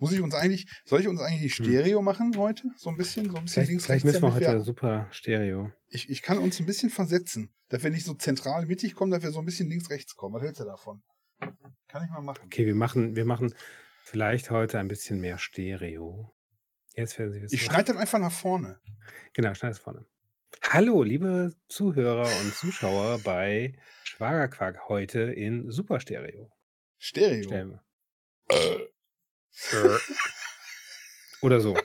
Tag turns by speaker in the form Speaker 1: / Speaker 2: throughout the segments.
Speaker 1: Muss ich uns eigentlich, soll ich uns eigentlich die Stereo machen heute? So ein bisschen, so ein bisschen
Speaker 2: Hm. Vielleicht, vielleicht müssen wir
Speaker 1: damit
Speaker 2: heute super Stereo.
Speaker 1: Ich, ich kann uns ein bisschen versetzen, dass wir nicht so zentral mittig kommen, dass wir so ein bisschen links, rechts kommen. Was hältst du davon? Kann ich mal machen.
Speaker 2: Okay, wir machen, wir machen vielleicht heute ein bisschen mehr Stereo. Jetzt werden Sie wissen.
Speaker 1: Ich schneide dann einfach nach vorne.
Speaker 2: Genau, schneid es vorne. Hallo, liebe Zuhörer und Zuschauer bei Schwagerquark heute in Super Stereo.
Speaker 1: Stereo.
Speaker 2: Stellen wir. Oder so.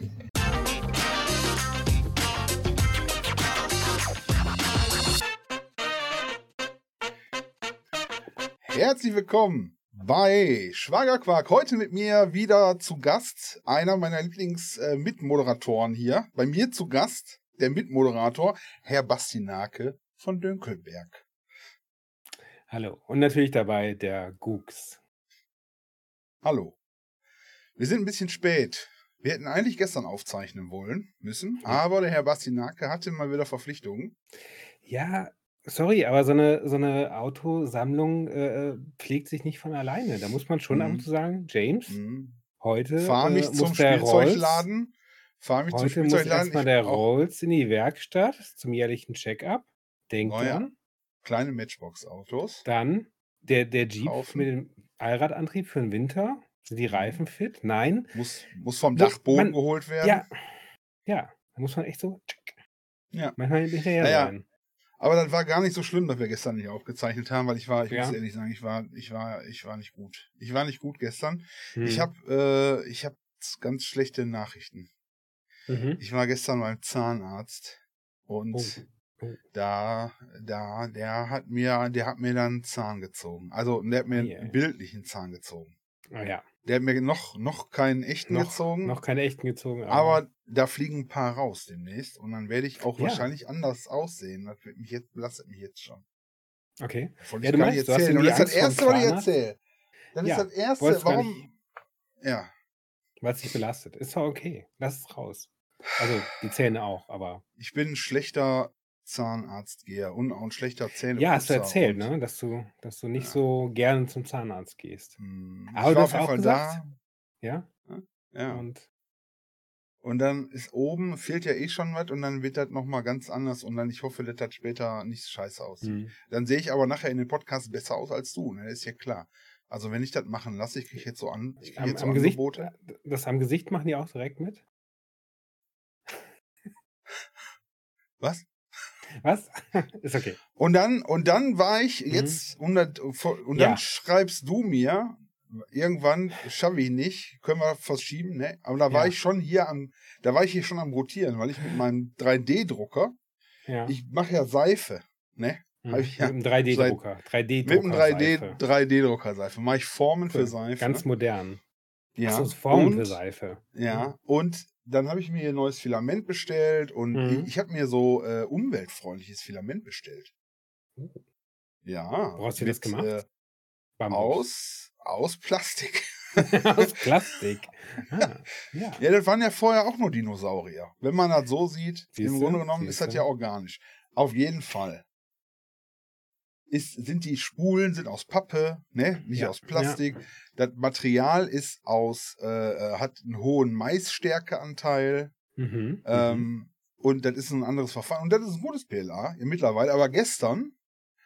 Speaker 1: Herzlich willkommen bei Schwagerquark. Heute mit mir wieder zu Gast einer meiner Lieblings-Mitmoderatoren hier. Bei mir zu Gast der Mitmoderator Herr Bastinake von Dönkelberg.
Speaker 2: Hallo. Und natürlich dabei der Gux.
Speaker 1: Hallo. Wir sind ein bisschen spät. Wir hätten eigentlich gestern aufzeichnen wollen müssen, aber der Herr Bastinake hatte mal wieder Verpflichtungen.
Speaker 2: Ja, sorry, aber so eine, so eine Autosammlung äh, pflegt sich nicht von alleine. Da muss man schon
Speaker 1: Mhm.
Speaker 2: ab und zu sagen, James,
Speaker 1: Mhm.
Speaker 2: heute
Speaker 1: Fahr mich
Speaker 2: äh, muss
Speaker 1: zum
Speaker 2: der Rolls,
Speaker 1: Spielzeugladen. Fahr mich zum
Speaker 2: heute muss
Speaker 1: Spielzeugladen.
Speaker 2: erstmal
Speaker 1: Ich
Speaker 2: der
Speaker 1: brauch
Speaker 2: Rolls in die Werkstatt zum jährlichen Check-up. Denk
Speaker 1: Neuer.
Speaker 2: dran.
Speaker 1: kleine Matchbox-Autos.
Speaker 2: Dann der, der Jeep
Speaker 1: Kaufen. Mhm.
Speaker 2: mit dem Allradantrieb für den Winter. Sind die Reifen fit? Nein.
Speaker 1: Muss, muss vom
Speaker 2: Muss-
Speaker 1: Dachboden
Speaker 2: man-
Speaker 1: geholt werden.
Speaker 2: Ja. Ja. Da muss man echt so. tschick,
Speaker 1: Ja.
Speaker 2: Manchmal hinterher
Speaker 1: Naja,
Speaker 2: sein.
Speaker 1: Aber das war gar nicht so schlimm, dass wir gestern nicht aufgezeichnet haben, weil ich war, ich
Speaker 2: Ja.
Speaker 1: muss ehrlich sagen, ich war, ich war, ich war nicht gut. Ich war nicht gut gestern.
Speaker 2: Hm.
Speaker 1: Ich habe, äh, ich habe ganz schlechte Nachrichten.
Speaker 2: Mhm.
Speaker 1: Ich war gestern beim Zahnarzt und
Speaker 2: Oh. Oh.
Speaker 1: da, da, der hat mir, der hat mir dann einen Zahn gezogen. Also, der hat mir
Speaker 2: Ei, ei.
Speaker 1: einen bildlichen Zahn gezogen.
Speaker 2: Ah, ja.
Speaker 1: Der hat mir noch, noch keinen echten
Speaker 2: Noch,
Speaker 1: gezogen.
Speaker 2: noch keine echten gezogen.
Speaker 1: Aber da fliegen ein paar raus demnächst und dann werde ich auch
Speaker 2: Ja.
Speaker 1: wahrscheinlich anders aussehen. Das wird mich jetzt, belastet mich jetzt schon.
Speaker 2: Okay.
Speaker 1: Das wollte
Speaker 2: Ja,
Speaker 1: ich
Speaker 2: du
Speaker 1: gar nicht
Speaker 2: meinst, du hast
Speaker 1: erzählen.
Speaker 2: irgendwie
Speaker 1: Und das ist das
Speaker 2: Angst
Speaker 1: Erste,
Speaker 2: vorm
Speaker 1: was ich
Speaker 2: Zahnarzt?
Speaker 1: erzähle. Das
Speaker 2: Ja,
Speaker 1: ist das Erste.
Speaker 2: wolltest du gar
Speaker 1: Warum? Ja,
Speaker 2: Weil es dich belastet. Ist doch okay. Lass es raus. Also die Zähne auch, aber.
Speaker 1: ich bin ein schlechter Zahnarztgeher und auch ein schlechter Zähneputzer.
Speaker 2: Ja, hast du erzählt,
Speaker 1: Und,
Speaker 2: ne? Dass du, dass du nicht
Speaker 1: Ja.
Speaker 2: so gerne zum Zahnarzt gehst.
Speaker 1: hm,
Speaker 2: Aber
Speaker 1: ich
Speaker 2: du
Speaker 1: war
Speaker 2: hast
Speaker 1: auf jeden
Speaker 2: auch
Speaker 1: Fall
Speaker 2: gesagt? Ja.
Speaker 1: da. Ja.
Speaker 2: Und
Speaker 1: Und dann ist oben, fehlt ja eh schon was und dann wird das nochmal ganz anders und dann, ich hoffe, das hat später nicht scheiße aus.
Speaker 2: hm.
Speaker 1: Dann sehe ich aber nachher in den Podcast besser aus als du, ne? Ist ja klar. Also wenn ich das machen lasse, ich kriege jetzt so an, ich krieg
Speaker 2: am,
Speaker 1: jetzt so
Speaker 2: am Gesicht,
Speaker 1: Angebote.
Speaker 2: das am Gesicht machen die auch direkt mit.
Speaker 1: Was?
Speaker 2: Was? Ist okay.
Speaker 1: Und dann, und dann war ich jetzt, und, dann- und dann
Speaker 2: Mhm. Ja.
Speaker 1: schreibst du mir, irgendwann schaffe ich nicht, können wir verschieben, ne? Aber da war
Speaker 2: Ja.
Speaker 1: ich schon hier am, da war ich hier schon am Rotieren, weil ich mit meinem 3D-Drucker,
Speaker 2: Ja.
Speaker 1: ich mache ja Seife, ne?
Speaker 2: Mhm.
Speaker 1: hab ich ja
Speaker 2: mit einem 3D-Drucker. 3D-Drucker.
Speaker 1: Mit dem 3D, 3D-Drucker-Seife mache ich Formen für Seife.
Speaker 2: Ganz modern.
Speaker 1: ja.
Speaker 2: Ach so, Formen für
Speaker 1: Und-
Speaker 2: Seife. Mhm.
Speaker 1: Ja, und dann habe ich mir ein neues Filament bestellt und
Speaker 2: Mhm.
Speaker 1: ich, ich habe mir so äh, umweltfreundliches Filament bestellt.
Speaker 2: Oh.
Speaker 1: Ja.
Speaker 2: Woraus hast du das gemacht?
Speaker 1: Äh,
Speaker 2: Bambus.
Speaker 1: aus, aus Plastik.
Speaker 2: Aus Plastik. Ah, ja.
Speaker 1: Ja, das waren ja vorher auch nur Dinosaurier. Wenn man das so sieht, im
Speaker 2: Siehste,
Speaker 1: Grunde genommen ist das
Speaker 2: siehste.
Speaker 1: ja organisch. Auf jeden Fall. Ist, sind die Spulen sind aus Pappe, ne? nicht
Speaker 2: Ja,
Speaker 1: aus Plastik. Das Material ist aus, äh, äh, hat einen hohen Maisstärkeanteil.
Speaker 2: Mhm. mhm.
Speaker 1: Ähm, und das ist ein anderes Verfahren. Und das ist ein gutes PLA ja, mittlerweile. Aber gestern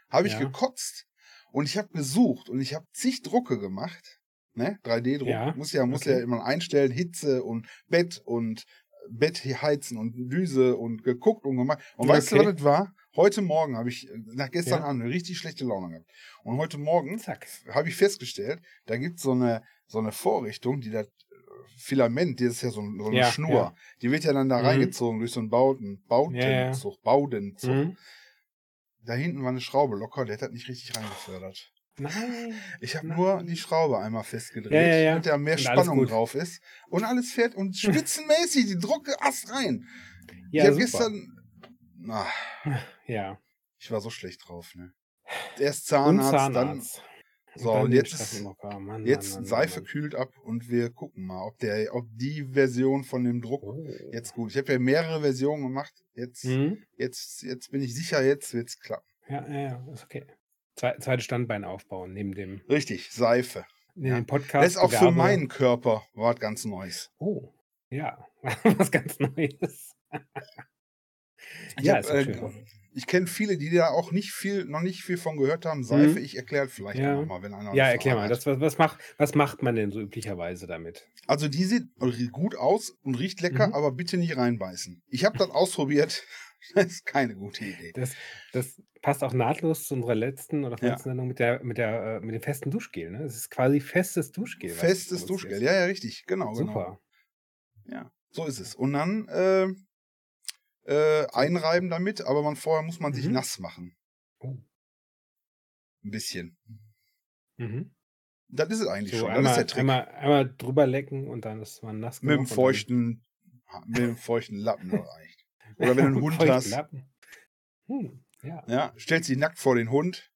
Speaker 1: habe ich
Speaker 2: Ja.
Speaker 1: gekotzt und ich habe gesucht und ich habe zig Drucke gemacht. Ne? 3D-Druck.
Speaker 2: Ja,
Speaker 1: Muss ja, muss
Speaker 2: okay.
Speaker 1: ja immer einstellen, Hitze und Bett und äh, Bett hier heizen und Düse und geguckt und gemacht. Und weißt du,
Speaker 2: Okay.
Speaker 1: was das war? Heute Morgen habe ich, äh, nach gestern
Speaker 2: Ja.
Speaker 1: Abend, eine richtig schlechte Laune gehabt. Und heute Morgen
Speaker 2: Zack.
Speaker 1: habe ich festgestellt, da gibt so es eine, so eine Vorrichtung, die das äh, Filament, die ist ja so, ein- so eine
Speaker 2: Ja,
Speaker 1: Schnur,
Speaker 2: ja.
Speaker 1: die wird ja dann da
Speaker 2: Mhm.
Speaker 1: reingezogen durch so einen Bauten, Bautenzug, Baudenzug.
Speaker 2: Mhm.
Speaker 1: Da hinten war eine Schraube locker, der hat das nicht richtig reingefördert.
Speaker 2: Nein.
Speaker 1: Ich habe
Speaker 2: Nein.
Speaker 1: nur die Schraube einmal festgedreht,
Speaker 2: Ja, ja, ja.
Speaker 1: damit da mehr
Speaker 2: Und alles
Speaker 1: Spannung
Speaker 2: gut.
Speaker 1: drauf ist. Und alles fährt und spitzenmäßig, die Drucke ast rein.
Speaker 2: Ja,
Speaker 1: ich habe
Speaker 2: super.
Speaker 1: gestern, na,
Speaker 2: ja.
Speaker 1: ich war so schlecht drauf, ne. Erst
Speaker 2: Und
Speaker 1: Zahnarzt, dann
Speaker 2: Zahnarzt.
Speaker 1: So, und
Speaker 2: den
Speaker 1: jetzt-
Speaker 2: Strassenblocker. Oh Mann,
Speaker 1: Jetzt
Speaker 2: Mann, Mann,
Speaker 1: Seife
Speaker 2: Mann.
Speaker 1: kühlt ab und wir gucken mal, ob der, ob die Version von dem Druck
Speaker 2: Oh.
Speaker 1: jetzt gut. Ich habe ja mehrere Versionen gemacht. Jetzt,
Speaker 2: Mhm.
Speaker 1: jetzt, jetzt bin ich sicher, jetzt wird's klappen.
Speaker 2: Ja, ja, ja, ist okay. Zwe zweites Standbein aufbauen neben dem.
Speaker 1: Richtig, Seife.
Speaker 2: in den Podcast.
Speaker 1: Das ist auch für
Speaker 2: bewerbe.
Speaker 1: meinen Körper was ganz Neues.
Speaker 2: Oh, ja. Was ganz Neues.
Speaker 1: Ich,
Speaker 2: Ja,
Speaker 1: hab,
Speaker 2: ist doch
Speaker 1: äh,
Speaker 2: schön.
Speaker 1: ich kenne viele, die da auch nicht viel, noch nicht viel von gehört haben. Seife, ich erkläre vielleicht
Speaker 2: Mhm. Ja.
Speaker 1: nochmal, wenn einer. eine
Speaker 2: Ja, erklär mal,
Speaker 1: Frage hat.
Speaker 2: das, was, was, macht, was macht man denn so üblicherweise damit?
Speaker 1: Also die sieht gut aus und riecht lecker,
Speaker 2: Mhm.
Speaker 1: aber bitte nicht reinbeißen. Ich habe das ausprobiert. Das ist keine gute Idee.
Speaker 2: Das, das passt auch nahtlos zu unserer letzten oder
Speaker 1: Ja.
Speaker 2: vorletzten Sendung mit, der, mit, der, äh, mit dem festen Duschgel. Ne? Es ist quasi festes Duschgel. was du
Speaker 1: Festes
Speaker 2: benutzt
Speaker 1: Duschgel.
Speaker 2: jetzt.
Speaker 1: Ja, ja, richtig. Genau, genau.
Speaker 2: Super.
Speaker 1: So ist es. Und dann äh, äh, einreiben damit, aber man, vorher muss man sich
Speaker 2: Mhm.
Speaker 1: nass machen.
Speaker 2: Oh.
Speaker 1: Ein bisschen.
Speaker 2: Mhm.
Speaker 1: Das ist es eigentlich
Speaker 2: So
Speaker 1: schon. Das ist der
Speaker 2: einmal,
Speaker 1: Trick.
Speaker 2: einmal, einmal drüber lecken und dann ist man nass
Speaker 1: mit dem
Speaker 2: genug und dann-
Speaker 1: feuchten, mit dem feuchten Lappen reicht. Oder wenn du einen Hund
Speaker 2: Feuchten
Speaker 1: hast.
Speaker 2: Lappen. Hm, ja.
Speaker 1: Ja, stellst dich nackt vor den Hund.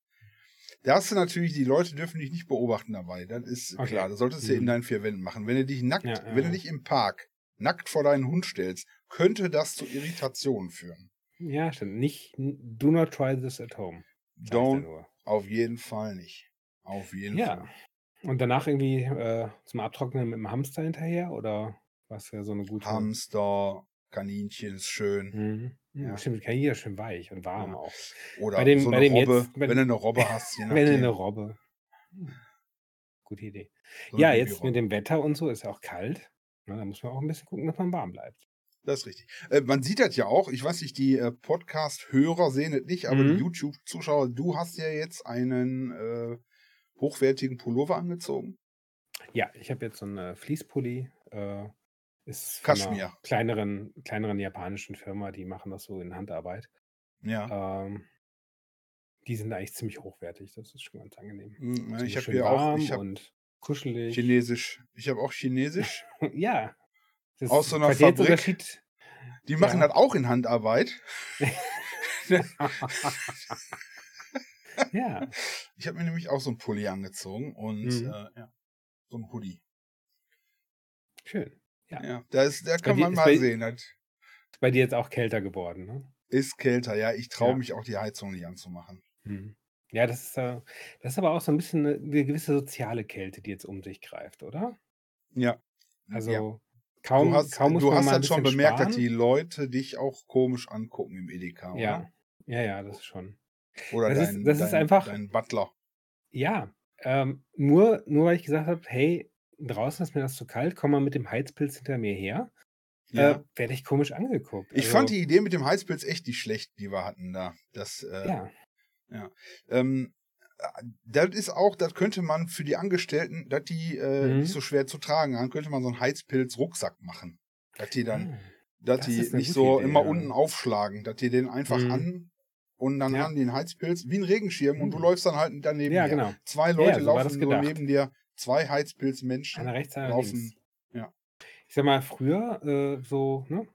Speaker 1: Da hast du natürlich, die Leute dürfen dich nicht beobachten dabei. Das ist
Speaker 2: Okay.
Speaker 1: klar. Das solltest du
Speaker 2: Mhm.
Speaker 1: in deinen vier Wänden machen. Wenn du dich nackt,
Speaker 2: Ja, ja,
Speaker 1: wenn du
Speaker 2: ja.
Speaker 1: dich im Park nackt vor deinen Hund stellst, könnte das zu Irritationen führen.
Speaker 2: ja, stimmt. Nicht, do not try this at home. sag ich dir
Speaker 1: Don't
Speaker 2: nur.
Speaker 1: auf jeden Fall nicht. Auf jeden
Speaker 2: Ja.
Speaker 1: Fall.
Speaker 2: Und danach irgendwie äh, zum Abtrocknen mit dem Hamster hinterher oder was wäre so eine gute.
Speaker 1: Hamster, Kaninchen ist schön.
Speaker 2: Mhm. Ja.
Speaker 1: Ja.
Speaker 2: Stimmt, kann jeder schön weich und warm
Speaker 1: Ja.
Speaker 2: auch.
Speaker 1: Oder
Speaker 2: Bei dem-
Speaker 1: so
Speaker 2: bei
Speaker 1: eine
Speaker 2: dem
Speaker 1: Robbe.
Speaker 2: jetzt- bei-
Speaker 1: wenn du eine Robbe hast, je nachdem.
Speaker 2: Wenn du eine Robbe. Hm. Gute Idee.
Speaker 1: So eine
Speaker 2: ja, jetzt
Speaker 1: Babyrobbe.
Speaker 2: mit dem Wetter und so ist ja auch kalt. Na, da muss man auch ein bisschen gucken, dass man warm bleibt.
Speaker 1: Das ist richtig. Äh, man sieht das ja auch. Ich weiß nicht, die äh, Podcast-Hörer sehen es nicht, aber
Speaker 2: Mhm.
Speaker 1: die YouTube-Zuschauer, du hast ja jetzt einen äh, hochwertigen Pullover angezogen.
Speaker 2: Ja, ich habe jetzt so einen äh, Fließpulli. Äh, ist von einer
Speaker 1: Kaschmir.
Speaker 2: Kleineren, kleineren japanischen Firma, die machen das so in Handarbeit.
Speaker 1: Ja.
Speaker 2: Ähm, die sind eigentlich ziemlich hochwertig. Das ist schon ganz angenehm.
Speaker 1: Mhm,
Speaker 2: So
Speaker 1: ich habe
Speaker 2: schön
Speaker 1: hier auch
Speaker 2: warm
Speaker 1: ich hab
Speaker 2: und kuschelig. Hm,
Speaker 1: Chinesisch. Ich habe auch Chinesisch.
Speaker 2: Ja. Das
Speaker 1: Aus so einer
Speaker 2: Qualitätsunterschied-
Speaker 1: Die machen
Speaker 2: Ja.
Speaker 1: das auch in Handarbeit.
Speaker 2: ja.
Speaker 1: Ich habe mir nämlich auch so einen Pulli angezogen und
Speaker 2: Mhm.
Speaker 1: äh, ja, so einen Hoodie.
Speaker 2: Schön.
Speaker 1: Ja.
Speaker 2: Ja.
Speaker 1: da, ist, da kann
Speaker 2: dir-
Speaker 1: man
Speaker 2: ist
Speaker 1: mal
Speaker 2: bei-
Speaker 1: sehen. Das
Speaker 2: Ist bei dir jetzt auch kälter geworden, ne?
Speaker 1: ist kälter. Ja, ich traue
Speaker 2: Ja.
Speaker 1: mich auch die Heizung nicht anzumachen.
Speaker 2: Mhm. Ja, das ist, äh, das ist aber auch so ein bisschen eine, eine gewisse soziale Kälte, die jetzt um sich greift, oder?
Speaker 1: Ja.
Speaker 2: Also
Speaker 1: ja.
Speaker 2: kaum,
Speaker 1: du hast,
Speaker 2: kaum muss
Speaker 1: du
Speaker 2: man
Speaker 1: hast
Speaker 2: mal ein
Speaker 1: das schon
Speaker 2: bisschen
Speaker 1: bemerkt,
Speaker 2: sparen.
Speaker 1: dass die Leute dich auch komisch angucken im Edeka,
Speaker 2: ja. ja, ja, das ist schon.
Speaker 1: oder? Oder
Speaker 2: Das ist-
Speaker 1: dein,
Speaker 2: das
Speaker 1: dein,
Speaker 2: ist einfach-
Speaker 1: dein Butler.
Speaker 2: Ja, ähm, nur, nur weil ich gesagt habe, hey, draußen ist mir das zu kalt, komm mal mit dem Heizpilz hinter mir her,
Speaker 1: Ja.
Speaker 2: äh, werde ich komisch angeguckt.
Speaker 1: ich
Speaker 2: Also,
Speaker 1: fand die Idee mit dem Heizpilz echt nicht schlecht, die wir hatten da. Das, äh,
Speaker 2: Ja,
Speaker 1: ähm, das ist auch, das könnte man für die Angestellten, dass die äh,
Speaker 2: Mhm.
Speaker 1: nicht so schwer zu tragen haben, könnte man so einen Heizpilz-Rucksack machen. Dass die dann,
Speaker 2: Ah.
Speaker 1: dass
Speaker 2: das
Speaker 1: die
Speaker 2: ist eine
Speaker 1: nicht
Speaker 2: gute
Speaker 1: so
Speaker 2: Idee,
Speaker 1: immer
Speaker 2: ja.
Speaker 1: unten aufschlagen, dass die den einfach
Speaker 2: Mhm.
Speaker 1: an und dann
Speaker 2: Ja.
Speaker 1: an den Heizpilz wie ein Regenschirm und du
Speaker 2: Mhm.
Speaker 1: läufst dann halt daneben.
Speaker 2: ja,
Speaker 1: her.
Speaker 2: genau.
Speaker 1: Zwei
Speaker 2: ja,
Speaker 1: Leute
Speaker 2: so war
Speaker 1: laufen
Speaker 2: das
Speaker 1: so
Speaker 2: gedacht.
Speaker 1: neben dir, zwei Heizpilzmenschen.
Speaker 2: Einer rechts, einer
Speaker 1: Draußen,
Speaker 2: links.
Speaker 1: ja.
Speaker 2: Ich sag mal, früher, äh, so, ne?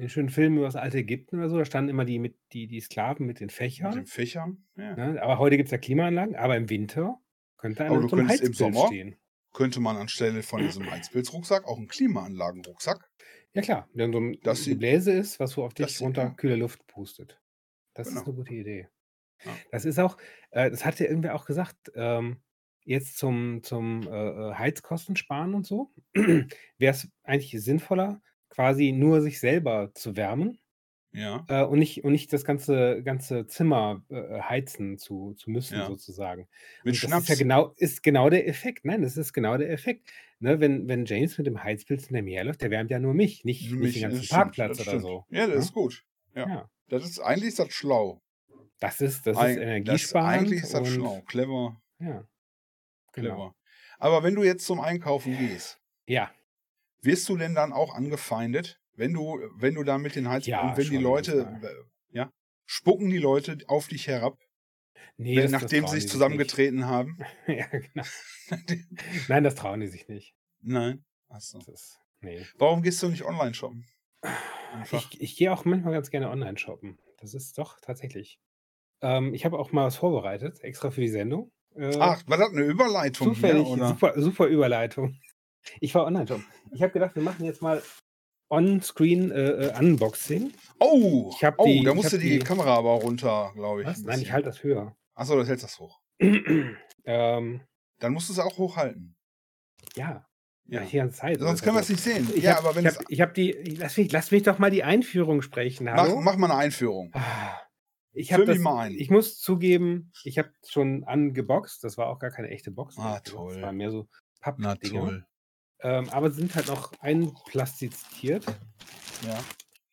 Speaker 2: In den schönen Filmen über das alte Ägypten oder so, da standen immer die, mit, die, die Sklaven mit den
Speaker 1: Mit den
Speaker 2: Fächern.
Speaker 1: Fächern. Ja.
Speaker 2: Ne? Aber heute gibt es ja Klimaanlagen, aber im Winter könnte
Speaker 1: Aber
Speaker 2: einer
Speaker 1: du
Speaker 2: mit so einem
Speaker 1: könntest im
Speaker 2: Heizpilz
Speaker 1: Sommer-
Speaker 2: stehen.
Speaker 1: Könnte man anstelle von diesem Heizpilzrucksack auch einen Klimaanlagenrucksack.
Speaker 2: Ja, klar. Wenn so ein
Speaker 1: Das sieht-
Speaker 2: Gebläse ist, was so auf
Speaker 1: das
Speaker 2: dich
Speaker 1: sieht-
Speaker 2: runter
Speaker 1: ja.
Speaker 2: kühle Luft pustet. Das
Speaker 1: mhm. Genau.
Speaker 2: ist eine gute Idee.
Speaker 1: Ja.
Speaker 2: Das ist auch, äh, das hat ja irgendwer auch gesagt, ähm, jetzt zum, zum äh, äh, Heizkosten sparen und so, wäre es eigentlich sinnvoller, quasi nur sich selber zu wärmen
Speaker 1: Ja.
Speaker 2: äh, und, nicht, und nicht das ganze, ganze Zimmer äh, heizen zu, zu müssen,
Speaker 1: Ja.
Speaker 2: sozusagen.
Speaker 1: Mit
Speaker 2: Und
Speaker 1: Schnaps.
Speaker 2: Das ist ja genau, ist genau der Effekt. Nein, das ist genau der Effekt. Ne, wenn, wenn James mit dem Heizpilz in der Meer läuft, der wärmt ja nur mich, nicht,
Speaker 1: Mich-
Speaker 2: nicht den ganzen
Speaker 1: das stimmt,
Speaker 2: Parkplatz
Speaker 1: das
Speaker 2: oder
Speaker 1: stimmt.
Speaker 2: so.
Speaker 1: Ja, das
Speaker 2: Ja?
Speaker 1: ist gut. Ja.
Speaker 2: Ja.
Speaker 1: Das ist, eigentlich ist das schlau.
Speaker 2: Das ist, das
Speaker 1: Eig-
Speaker 2: ist energiesparend.
Speaker 1: eigentlich ist das
Speaker 2: und,
Speaker 1: schlau. Clever,
Speaker 2: Ja,
Speaker 1: clever.
Speaker 2: genau.
Speaker 1: Aber wenn du jetzt zum Einkaufen gehst,
Speaker 2: Ja,
Speaker 1: wirst du denn dann auch angefeindet, wenn du, wenn du da mit den Heizpilz
Speaker 2: Ja,
Speaker 1: und wenn die
Speaker 2: schon
Speaker 1: Leute,
Speaker 2: manchmal.
Speaker 1: äh, ja, spucken die Leute auf dich herab,
Speaker 2: nee,
Speaker 1: wenn,
Speaker 2: das- das
Speaker 1: nachdem
Speaker 2: trauen
Speaker 1: sie
Speaker 2: die
Speaker 1: sich
Speaker 2: nicht.
Speaker 1: zusammengetreten haben?
Speaker 2: ja, genau. Nein, das trauen die sich nicht.
Speaker 1: Nein. Achso.
Speaker 2: Das ist, nee.
Speaker 1: Warum gehst du nicht online shoppen? Einfach.
Speaker 2: Ich, ich gehe auch manchmal ganz gerne online shoppen. Das ist doch tatsächlich. Ähm, ich habe auch mal was vorbereitet, extra für die Sendung. Äh,
Speaker 1: Ach, war das eine Überleitung?
Speaker 2: Zufällig,
Speaker 1: Hier, oder?
Speaker 2: super, super Überleitung. Ich war online shoppen. Ich habe gedacht, wir machen jetzt mal On-Screen äh, äh, Unboxing.
Speaker 1: Oh,
Speaker 2: Ich hab
Speaker 1: oh
Speaker 2: die-
Speaker 1: da
Speaker 2: ich
Speaker 1: musste
Speaker 2: hab
Speaker 1: die,
Speaker 2: die-
Speaker 1: Kamera aber runter, glaube ich.
Speaker 2: Was?
Speaker 1: ein
Speaker 2: Nein, ich
Speaker 1: bisschen.
Speaker 2: halte das höher.
Speaker 1: Achso, das hältst das hoch.
Speaker 2: ähm,
Speaker 1: Dann musst du es auch hochhalten.
Speaker 2: Ja.
Speaker 1: Ja.
Speaker 2: Ja. Die ganze Zeit.
Speaker 1: Sonst können wir es nicht sehen.
Speaker 2: Ich
Speaker 1: ja,
Speaker 2: hab,
Speaker 1: aber wenn
Speaker 2: ich
Speaker 1: es.
Speaker 2: hab, ich hab die. Lass mich, lass mich doch mal die Einführung sprechen.
Speaker 1: Mach,
Speaker 2: Hallo?
Speaker 1: mach mal eine Einführung.
Speaker 2: Ah, Ich
Speaker 1: Füll
Speaker 2: habe
Speaker 1: mich
Speaker 2: das.
Speaker 1: mal ein.
Speaker 2: Ich muss zugeben, ich habe schon angeboxt. Das war auch gar keine echte Box.
Speaker 1: Ah,
Speaker 2: Das
Speaker 1: toll.
Speaker 2: war mehr so Pappdinger. Ähm, aber sie sind halt noch einplastiziert
Speaker 1: Ja.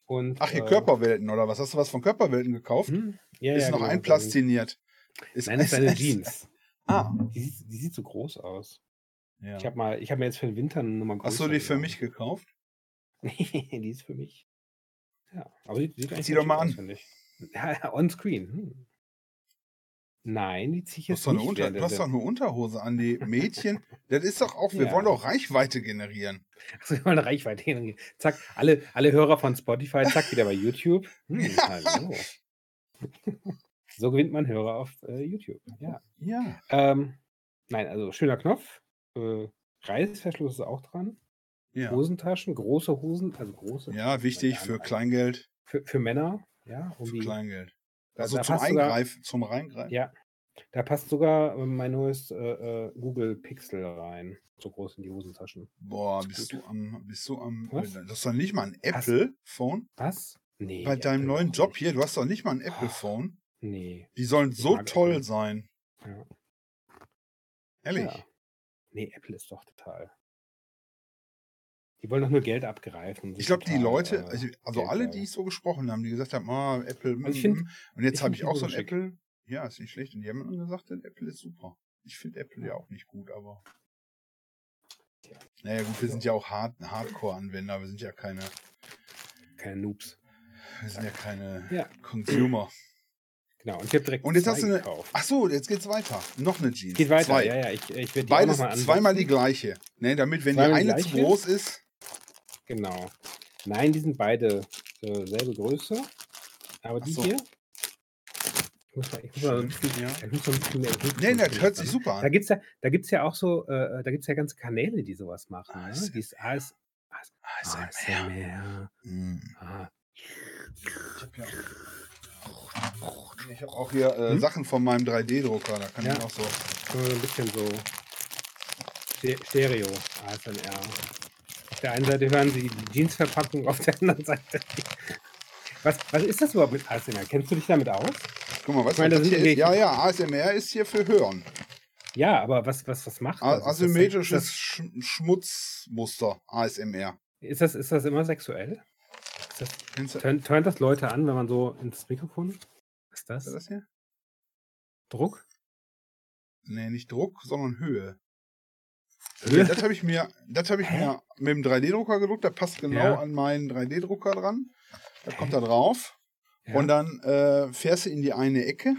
Speaker 2: und.
Speaker 1: Ach, hier
Speaker 2: äh,
Speaker 1: Körperwelten oder was? Hast du was von Körperwelten gekauft?
Speaker 2: Hm? Ja,
Speaker 1: ist
Speaker 2: ja,
Speaker 1: noch
Speaker 2: genau,
Speaker 1: einplastiniert. Ist,
Speaker 2: Nein, das ist eine Jeans.
Speaker 1: Ah.
Speaker 2: Die sieht, die sieht so groß aus.
Speaker 1: Ja.
Speaker 2: Ich habe mal, ich habe mir jetzt für den Winter eine Nummer
Speaker 1: Hast du
Speaker 2: größer
Speaker 1: die für
Speaker 2: genommen.
Speaker 1: mich gekauft?
Speaker 2: Nee, die ist für mich. Ja, aber die sieht eigentlich
Speaker 1: Zieh
Speaker 2: ganz
Speaker 1: doch mal
Speaker 2: schick
Speaker 1: an.
Speaker 2: aus, finde ich. Ja, on screen. Hm. Nein, die ziehe ich
Speaker 1: Du hast,
Speaker 2: jetzt
Speaker 1: doch eine
Speaker 2: nicht.
Speaker 1: Unter
Speaker 2: während
Speaker 1: du
Speaker 2: der
Speaker 1: hast doch eine Unterhose an die Mädchen. Das ist doch auch, wir
Speaker 2: Ja.
Speaker 1: wollen doch Reichweite generieren.
Speaker 2: Achso, wir wollen Reichweite hin. Zack, alle, alle Hörer von Spotify, zack, wieder bei YouTube. Hm, hallo. so gewinnt man Hörer auf äh, YouTube. Ja.
Speaker 1: Ja.
Speaker 2: Ähm, nein, also schöner Knopf. Äh, Reißverschluss ist auch dran.
Speaker 1: Ja,
Speaker 2: Hosentaschen, große Hosen, also große.
Speaker 1: ja wichtig für Kleingeld.
Speaker 2: Für, für Männer, ja. um
Speaker 1: Für
Speaker 2: die-
Speaker 1: Kleingeld.
Speaker 2: da-
Speaker 1: Also
Speaker 2: da
Speaker 1: zum
Speaker 2: passt sogar-
Speaker 1: Eingreifen, zum Reingreifen.
Speaker 2: Ja. Da passt sogar äh, mein neues äh, äh, Google Pixel rein. So groß in die Hosentaschen.
Speaker 1: Boah,
Speaker 2: Ist
Speaker 1: bist
Speaker 2: gut.
Speaker 1: du am, bist du am,
Speaker 2: Was?
Speaker 1: das ist doch nicht mal ein
Speaker 2: Hast- genau.
Speaker 1: Apple-Phone?
Speaker 2: Was? Nee.
Speaker 1: Bei
Speaker 2: die
Speaker 1: deinem
Speaker 2: Apple
Speaker 1: neuen
Speaker 2: noch
Speaker 1: Job
Speaker 2: nicht.
Speaker 1: hier, du hast doch nicht mal
Speaker 2: Ah.
Speaker 1: ein Apple-Phone.
Speaker 2: Nee.
Speaker 1: Die sollen
Speaker 2: Ich
Speaker 1: so
Speaker 2: mag
Speaker 1: toll
Speaker 2: Apple.
Speaker 1: sein.
Speaker 2: Ja.
Speaker 1: Ehrlich.
Speaker 2: Ja. Nee, Apple ist doch total. Die wollen doch nur Geld abgreifen. sind
Speaker 1: Ich glaube, die
Speaker 2: total,
Speaker 1: Leute,
Speaker 2: äh,
Speaker 1: also, also
Speaker 2: Geld
Speaker 1: alle,
Speaker 2: geil.
Speaker 1: die ich so gesprochen haben, die gesagt haben, ah, Apple, mm,
Speaker 2: Also ich find-
Speaker 1: mm. und jetzt
Speaker 2: ich
Speaker 1: habe
Speaker 2: find
Speaker 1: ich
Speaker 2: die
Speaker 1: auch so ein
Speaker 2: ungeschickt.
Speaker 1: Apple, ja, ist nicht schlecht. Und die haben dann gesagt, denn Apple ist super. Ich finde Apple ja auch nicht gut, aber.
Speaker 2: Tja.
Speaker 1: Naja, gut, wir sind ja auch Hard Hardcore-Anwender, wir sind ja keine,
Speaker 2: keine Noobs.
Speaker 1: wir sind ja keine
Speaker 2: Ja.
Speaker 1: Consumer.
Speaker 2: Genau. Und ich habe direkt
Speaker 1: Und jetzt
Speaker 2: zwei
Speaker 1: hast du eine-
Speaker 2: gekauft.
Speaker 1: Ach so, jetzt geht's weiter. Noch eine Jeans.
Speaker 2: Geht weiter.
Speaker 1: Zwei.
Speaker 2: Ja, ja. Ich, ich werde
Speaker 1: Beides
Speaker 2: mal ansetzen.
Speaker 1: zweimal die gleiche. Ne, damit, wenn die
Speaker 2: Zweimal die
Speaker 1: eine zu
Speaker 2: gleiche?
Speaker 1: groß ist,
Speaker 2: Genau. Nein, die sind beide äh, selbe Größe. Aber
Speaker 1: Ach
Speaker 2: die
Speaker 1: so.
Speaker 2: hier. Ich muss mal, ich muss mal so ein
Speaker 1: Schön,
Speaker 2: bisschen,
Speaker 1: ja.
Speaker 2: ich muss mal ein bisschen mehr Ergebnis
Speaker 1: nee, das
Speaker 2: natürlich
Speaker 1: hört sich
Speaker 2: dran.
Speaker 1: super
Speaker 2: Da
Speaker 1: an.
Speaker 2: gibt es ja, da gibt's ja auch so, äh, da gibt es ja ganze Kanäle, die sowas machen.
Speaker 1: Ah,
Speaker 2: Ne?
Speaker 1: ist-
Speaker 2: Die ist AS,
Speaker 1: ASMR.
Speaker 2: ASMR.
Speaker 1: Mm.
Speaker 2: Ah,
Speaker 1: Ich habe auch hier äh,
Speaker 2: Hm?
Speaker 1: Sachen von meinem 3D-Drucker, da kann
Speaker 2: Ja.
Speaker 1: ich auch so.
Speaker 2: so ein bisschen so Ste- Stereo ASMR. Auf der einen Seite hören sie die Jeansverpackung, auf der anderen Seite. die- Was, was ist das überhaupt mit ASMR? Kennst du dich damit aus?
Speaker 1: Guck mal, was
Speaker 2: Ich meine,
Speaker 1: das
Speaker 2: da sind
Speaker 1: hier ist? Ja,
Speaker 2: irgendwie-
Speaker 1: ja, ASMR ist hier für Hören.
Speaker 2: Ja, aber was, was, was macht
Speaker 1: A
Speaker 2: das? Ist das sex-
Speaker 1: asymmetrisches Sch Schmutzmuster, ASMR.
Speaker 2: Ist das, ist das immer sexuell? Ist das,
Speaker 1: Kennst du
Speaker 2: turn, turnt das Leute an, wenn man so ins Mikrofon? Was ist das?
Speaker 1: das hier?
Speaker 2: Druck?
Speaker 1: Nee, nicht Druck, sondern Höhe.
Speaker 2: Höhe?
Speaker 1: Nee, das habe ich mir, das habe ich
Speaker 2: Hä?
Speaker 1: mir mit dem 3D-Drucker gedruckt, das passt genau
Speaker 2: Ja.
Speaker 1: an meinen 3D-Drucker dran. Da kommt da drauf.
Speaker 2: Ja.
Speaker 1: Und dann äh, fährst du in die eine Ecke,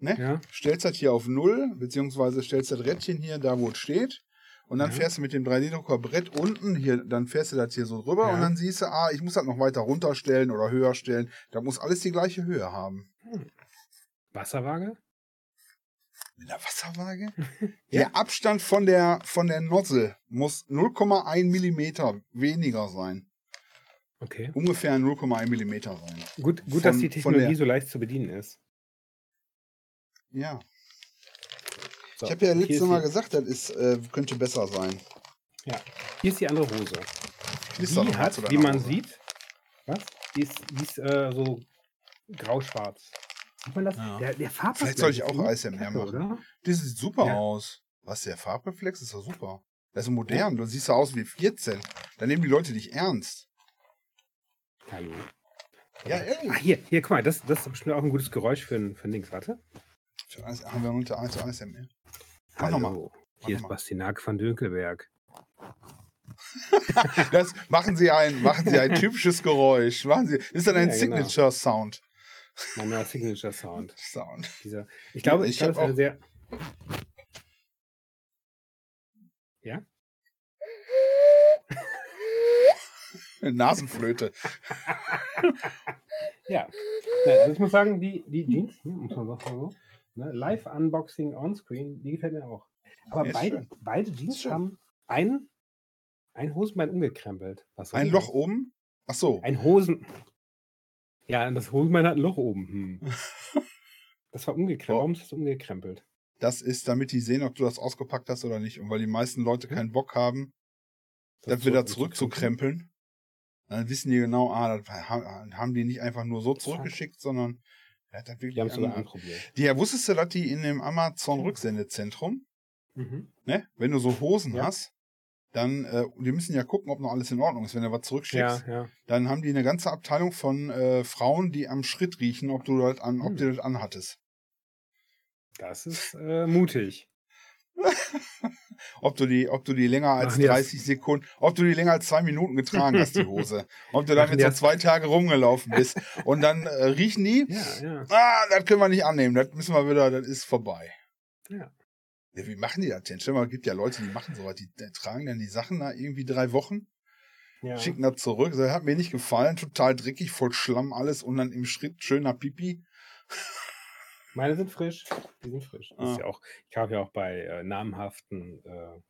Speaker 2: ja.
Speaker 1: stellst das hier auf Null, beziehungsweise stellst das Rädchen hier da, wo es steht. Und dann
Speaker 2: Ja.
Speaker 1: fährst du mit dem 3D-Drucker Brett unten, hier, dann fährst du das hier so drüber
Speaker 2: Ja.
Speaker 1: und dann siehst du, ah, ich muss das noch weiter runterstellen oder höher stellen. Da muss alles die gleiche Höhe haben.
Speaker 2: Wasserwaage?
Speaker 1: Mit der Wasserwaage?
Speaker 2: Ja.
Speaker 1: Der Abstand von der, von der Nozzle muss 0,1 Millimeter weniger sein.
Speaker 2: Okay.
Speaker 1: Ungefähr 0,1 Millimeter sein.
Speaker 2: Gut,
Speaker 1: Von-
Speaker 2: gut dass die
Speaker 1: von
Speaker 2: Technologie
Speaker 1: der-
Speaker 2: so leicht zu bedienen ist.
Speaker 1: Ja.
Speaker 2: So,
Speaker 1: ich habe ja
Speaker 2: hier
Speaker 1: letztes
Speaker 2: ist
Speaker 1: Mal
Speaker 2: die,
Speaker 1: gesagt, das ist, äh, könnte besser sein.
Speaker 2: Hier ist die andere Hose.
Speaker 1: Knister
Speaker 2: die
Speaker 1: noch mal zu
Speaker 2: hat, wie
Speaker 1: deiner
Speaker 2: man
Speaker 1: Hose.
Speaker 2: sieht, was? Die ist, die ist äh, so grau-schwarz. Sieht man das?
Speaker 1: Ja.
Speaker 2: Der, der Farbpalett
Speaker 1: Vielleicht soll ich
Speaker 2: ist
Speaker 1: auch
Speaker 2: ziemlich
Speaker 1: ASMR
Speaker 2: kacke,
Speaker 1: machen.
Speaker 2: Oder?
Speaker 1: Das sieht super
Speaker 2: Ja.
Speaker 1: aus. Was, der Farbreflex ist doch super. Das ist modern. Du siehst ja aus wie 14. Da nehmen die Leute dich ernst.
Speaker 2: Hallo.
Speaker 1: Ja,
Speaker 2: Ah,
Speaker 1: ehrlich.
Speaker 2: hier, hier, guck mal, das, das ist bestimmt auch ein gutes Geräusch für, ein- für ein Dings. Warte.
Speaker 1: Also, Haben wir unter eins zu eins mehr? Mach noch mal.
Speaker 2: Hallo.
Speaker 1: noch
Speaker 2: Hier ist
Speaker 1: mal.
Speaker 2: Bastinak van Dünkelberg.
Speaker 1: Das machen sie ein, machen sie ein typisches Geräusch. Machen sie, das ist dann ein
Speaker 2: Ja, genau.
Speaker 1: Signature Sound.
Speaker 2: Mein neuer Signature Sound.
Speaker 1: Sound.
Speaker 2: Dieser, ich glaube,
Speaker 1: ich
Speaker 2: ich glaube,
Speaker 1: hab
Speaker 2: das ist eine sehr. Ja?
Speaker 1: Eine Nasenflöte.
Speaker 2: Ja. Nein, also ich muss sagen, die, die Jeans, hier, muss man sagen, so, ne, Live-Unboxing on-screen, die gefällt mir auch. Aber
Speaker 1: Ja, ist
Speaker 2: beide,
Speaker 1: schön.
Speaker 2: beide
Speaker 1: Ist
Speaker 2: Jeans
Speaker 1: schön.
Speaker 2: haben ein, ein Hosenbein umgekrempelt. Was soll
Speaker 1: Ein
Speaker 2: das?
Speaker 1: Loch oben. Ach so.
Speaker 2: Ein Hosen. Ja, das Hosenbein hat ein Loch oben. Hm. Das war umgekrempelt. Warum ist das umgekrempelt?
Speaker 1: Das ist, damit die sehen, ob du das ausgepackt hast oder nicht. Und weil die meisten Leute
Speaker 2: Hm?
Speaker 1: keinen Bock haben,
Speaker 2: Das
Speaker 1: das, wieder
Speaker 2: zurück-
Speaker 1: zurückzukrempeln, dann wissen die genau, ah, das ha- haben die nicht einfach nur so zurückgeschickt, sondern er hat das wirklich
Speaker 2: Die haben es sogar
Speaker 1: ange-
Speaker 2: anprobiert.
Speaker 1: Die, ja, wusstest du, dass die in dem Amazon-Rücksendezentrum,
Speaker 2: Mhm.
Speaker 1: ne, wenn du so Hosen
Speaker 2: Ja.
Speaker 1: hast, dann, äh, die müssen ja gucken, ob noch alles in Ordnung ist. Wenn du was zurückschickst,
Speaker 2: Ja, ja.
Speaker 1: dann haben die eine ganze Abteilung von äh, Frauen, die am Schritt riechen, ob du das an, ob
Speaker 2: Hm.
Speaker 1: du das anhattest.
Speaker 2: Das ist äh, mutig.
Speaker 1: Ob du die, ob du die länger als
Speaker 2: Machen die das-
Speaker 1: 30 Sekunden, ob du die länger als zwei Minuten getragen hast, die Hose. Ob du
Speaker 2: Machen
Speaker 1: damit
Speaker 2: die
Speaker 1: so
Speaker 2: das-
Speaker 1: zwei Tage rumgelaufen bist. Und dann äh, riechen die,
Speaker 2: Ja, ja.
Speaker 1: ah, das können wir nicht annehmen, das müssen wir wieder, das ist vorbei.
Speaker 2: Ja.
Speaker 1: Ja, wie machen die das denn? Stell mal, gibt ja Leute, die machen sowas, die äh, tragen dann die Sachen da irgendwie drei Wochen,
Speaker 2: ja.
Speaker 1: schicken das zurück, das hat mir nicht gefallen, total dreckig, voll Schlamm alles und dann im Schritt schöner Pipi.
Speaker 2: Meine sind frisch. Die sind frisch. Das
Speaker 1: Ah.
Speaker 2: Ist ja auch, ich kaufe ja auch bei äh, namhaften, äh,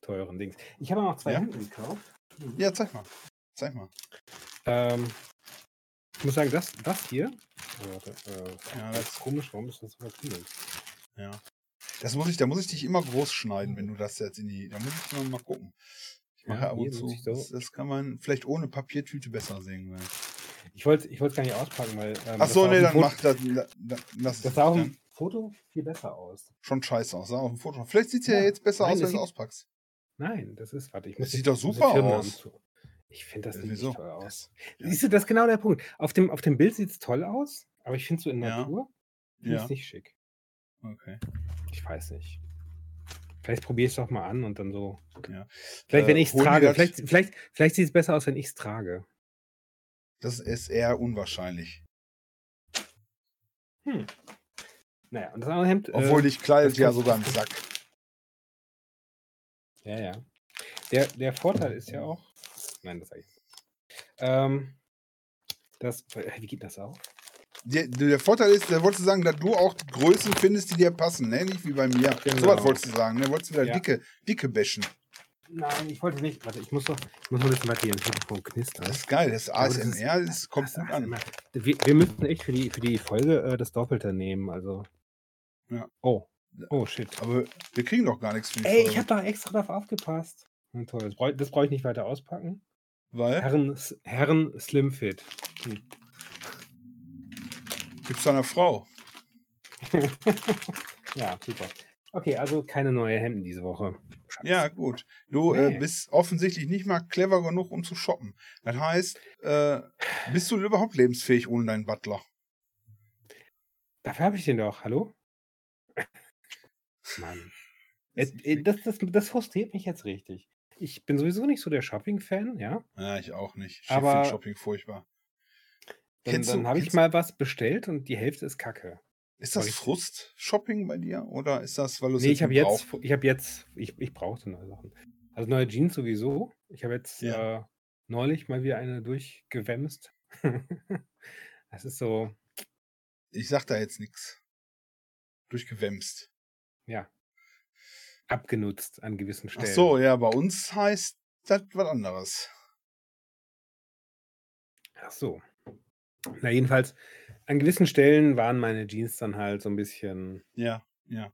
Speaker 2: teuren Dings. Ich habe auch noch zwei
Speaker 1: Ja?
Speaker 2: Hemden gekauft.
Speaker 1: Ja, zeig mal. Zeig mal.
Speaker 2: Ähm, ich muss sagen, das, das hier. Oh, warte, äh,
Speaker 1: Ja,
Speaker 2: das ist komisch. Warum ist das so verkrümelt?
Speaker 1: Das muss ich, da muss ich dich immer groß schneiden, wenn du das jetzt in die. Da muss ich immer mal gucken. Ich mache
Speaker 2: Ja,
Speaker 1: ab
Speaker 2: hier
Speaker 1: und
Speaker 2: muss
Speaker 1: zu.
Speaker 2: ich so-
Speaker 1: Das, das kann man vielleicht ohne Papiertüte besser sehen. Weil.
Speaker 2: Ich wollte es gar nicht auspacken, weil. Ähm,
Speaker 1: Ach so,
Speaker 2: sah auf
Speaker 1: nee,
Speaker 2: dem
Speaker 1: dann
Speaker 2: Foto-
Speaker 1: macht das. das, das,
Speaker 2: Das
Speaker 1: das
Speaker 2: sah auf
Speaker 1: dann
Speaker 2: dem Foto viel besser aus.
Speaker 1: schon scheiße aus. Sah auf dem Foto. Vielleicht sieht's ja,
Speaker 2: Ja.
Speaker 1: jetzt besser
Speaker 2: Nein,
Speaker 1: aus,
Speaker 2: das
Speaker 1: wenn du
Speaker 2: sieht-
Speaker 1: es auspackst.
Speaker 2: Nein, das ist, warte, ich
Speaker 1: Das
Speaker 2: muss.
Speaker 1: sieht doch
Speaker 2: ich muss den
Speaker 1: super
Speaker 2: Firmennamen
Speaker 1: aus.
Speaker 2: zu- Ich finde, das
Speaker 1: Ja,
Speaker 2: sieht nicht
Speaker 1: wieso?
Speaker 2: toll aus.
Speaker 1: ja.
Speaker 2: Siehst du, das ist genau der Punkt. Auf dem, auf dem Bild sieht es toll aus, aber ich finde es so in
Speaker 1: Ja.
Speaker 2: Natur ja.
Speaker 1: Ja,
Speaker 2: ist nicht schick.
Speaker 1: okay.
Speaker 2: Ich weiß nicht. Vielleicht probiere ich es doch mal an und dann so.
Speaker 1: Ja.
Speaker 2: Vielleicht, wenn
Speaker 1: Äh,
Speaker 2: ich es
Speaker 1: hol mir
Speaker 2: trage.
Speaker 1: das-
Speaker 2: Vielleicht, vielleicht, vielleicht sieht es besser aus, wenn ich es trage.
Speaker 1: Das ist eher unwahrscheinlich.
Speaker 2: Naja, und das andere Hemd.
Speaker 1: Obwohl dich kleidet
Speaker 2: Äh, das
Speaker 1: ja
Speaker 2: kann-
Speaker 1: sogar im Sack.
Speaker 2: äh, ja, ja. Der, der Vorteil ist ja auch. Nein, das sag ich. nicht. Ähm, das, äh, wie geht das auf?
Speaker 1: Der, der Vorteil ist, da wolltest du sagen, dass du auch die Größen findest, die dir passen, ne? Nicht wie bei mir.
Speaker 2: Genau.
Speaker 1: So was wolltest du sagen, ne? Wolltest du wieder
Speaker 2: Ja.
Speaker 1: dicke, dicke bäschen.
Speaker 2: Nein, ich wollte nicht. Warte, ich muss noch, ich muss noch ein bisschen weiter hier im Mikrofon knistern.
Speaker 1: Das ist geil. Das
Speaker 2: Aber das ist-
Speaker 1: ASMR ist, kommt gut an.
Speaker 2: ASMR. Wir, wir müssten echt für die, für die Folge äh, das Doppelte nehmen, also.
Speaker 1: Ja.
Speaker 2: Oh. Oh, shit.
Speaker 1: Aber wir kriegen doch gar nichts für die
Speaker 2: Ey, ich
Speaker 1: Folge.
Speaker 2: habe doch extra drauf aufgepasst. Na toll, das brauche brauch ich nicht weiter auspacken.
Speaker 1: Weil,
Speaker 2: Herren, S- Herren Slim Fit.
Speaker 1: gibt's da eine Frau?
Speaker 2: Ja, super. Okay, also keine neuen Hemden diese Woche.
Speaker 1: Ja, gut. Du äh,
Speaker 2: Nee.
Speaker 1: bist offensichtlich nicht mal clever genug, um zu shoppen. Das heißt, äh, bist du überhaupt lebensfähig ohne deinen Butler?
Speaker 2: Dafür habe ich den doch. Hallo? Mann. Es- äh, Das, das, das frustriert mich jetzt richtig. Ich bin sowieso nicht so der Shopping-Fan, ja.
Speaker 1: Ja, ich auch nicht. Ich
Speaker 2: Aber-
Speaker 1: finde Shopping furchtbar.
Speaker 2: Dann,
Speaker 1: Kennst du-
Speaker 2: dann habe ich
Speaker 1: kennst-
Speaker 2: mal was bestellt und die Hälfte ist Kacke.
Speaker 1: Ist das
Speaker 2: Richtig.
Speaker 1: Frust-Shopping bei dir oder ist das, weil du es
Speaker 2: Nee, ich habe jetzt,
Speaker 1: gebraucht-
Speaker 2: ich habe jetzt, ich, ich brauchte neue Sachen. Also neue Jeans sowieso. Ich habe jetzt
Speaker 1: Ja.
Speaker 2: äh, neulich mal wieder eine durchgewämst. das ist so,
Speaker 1: Ich sag da jetzt nichts. Durchgewämst.
Speaker 2: ja, abgenutzt an gewissen
Speaker 1: Ach
Speaker 2: Stellen.
Speaker 1: so, ja, bei uns heißt das was anderes.
Speaker 2: Ach so. Na, jedenfalls, an gewissen Stellen waren meine Jeans dann halt so ein bisschen.
Speaker 1: Ja, ja.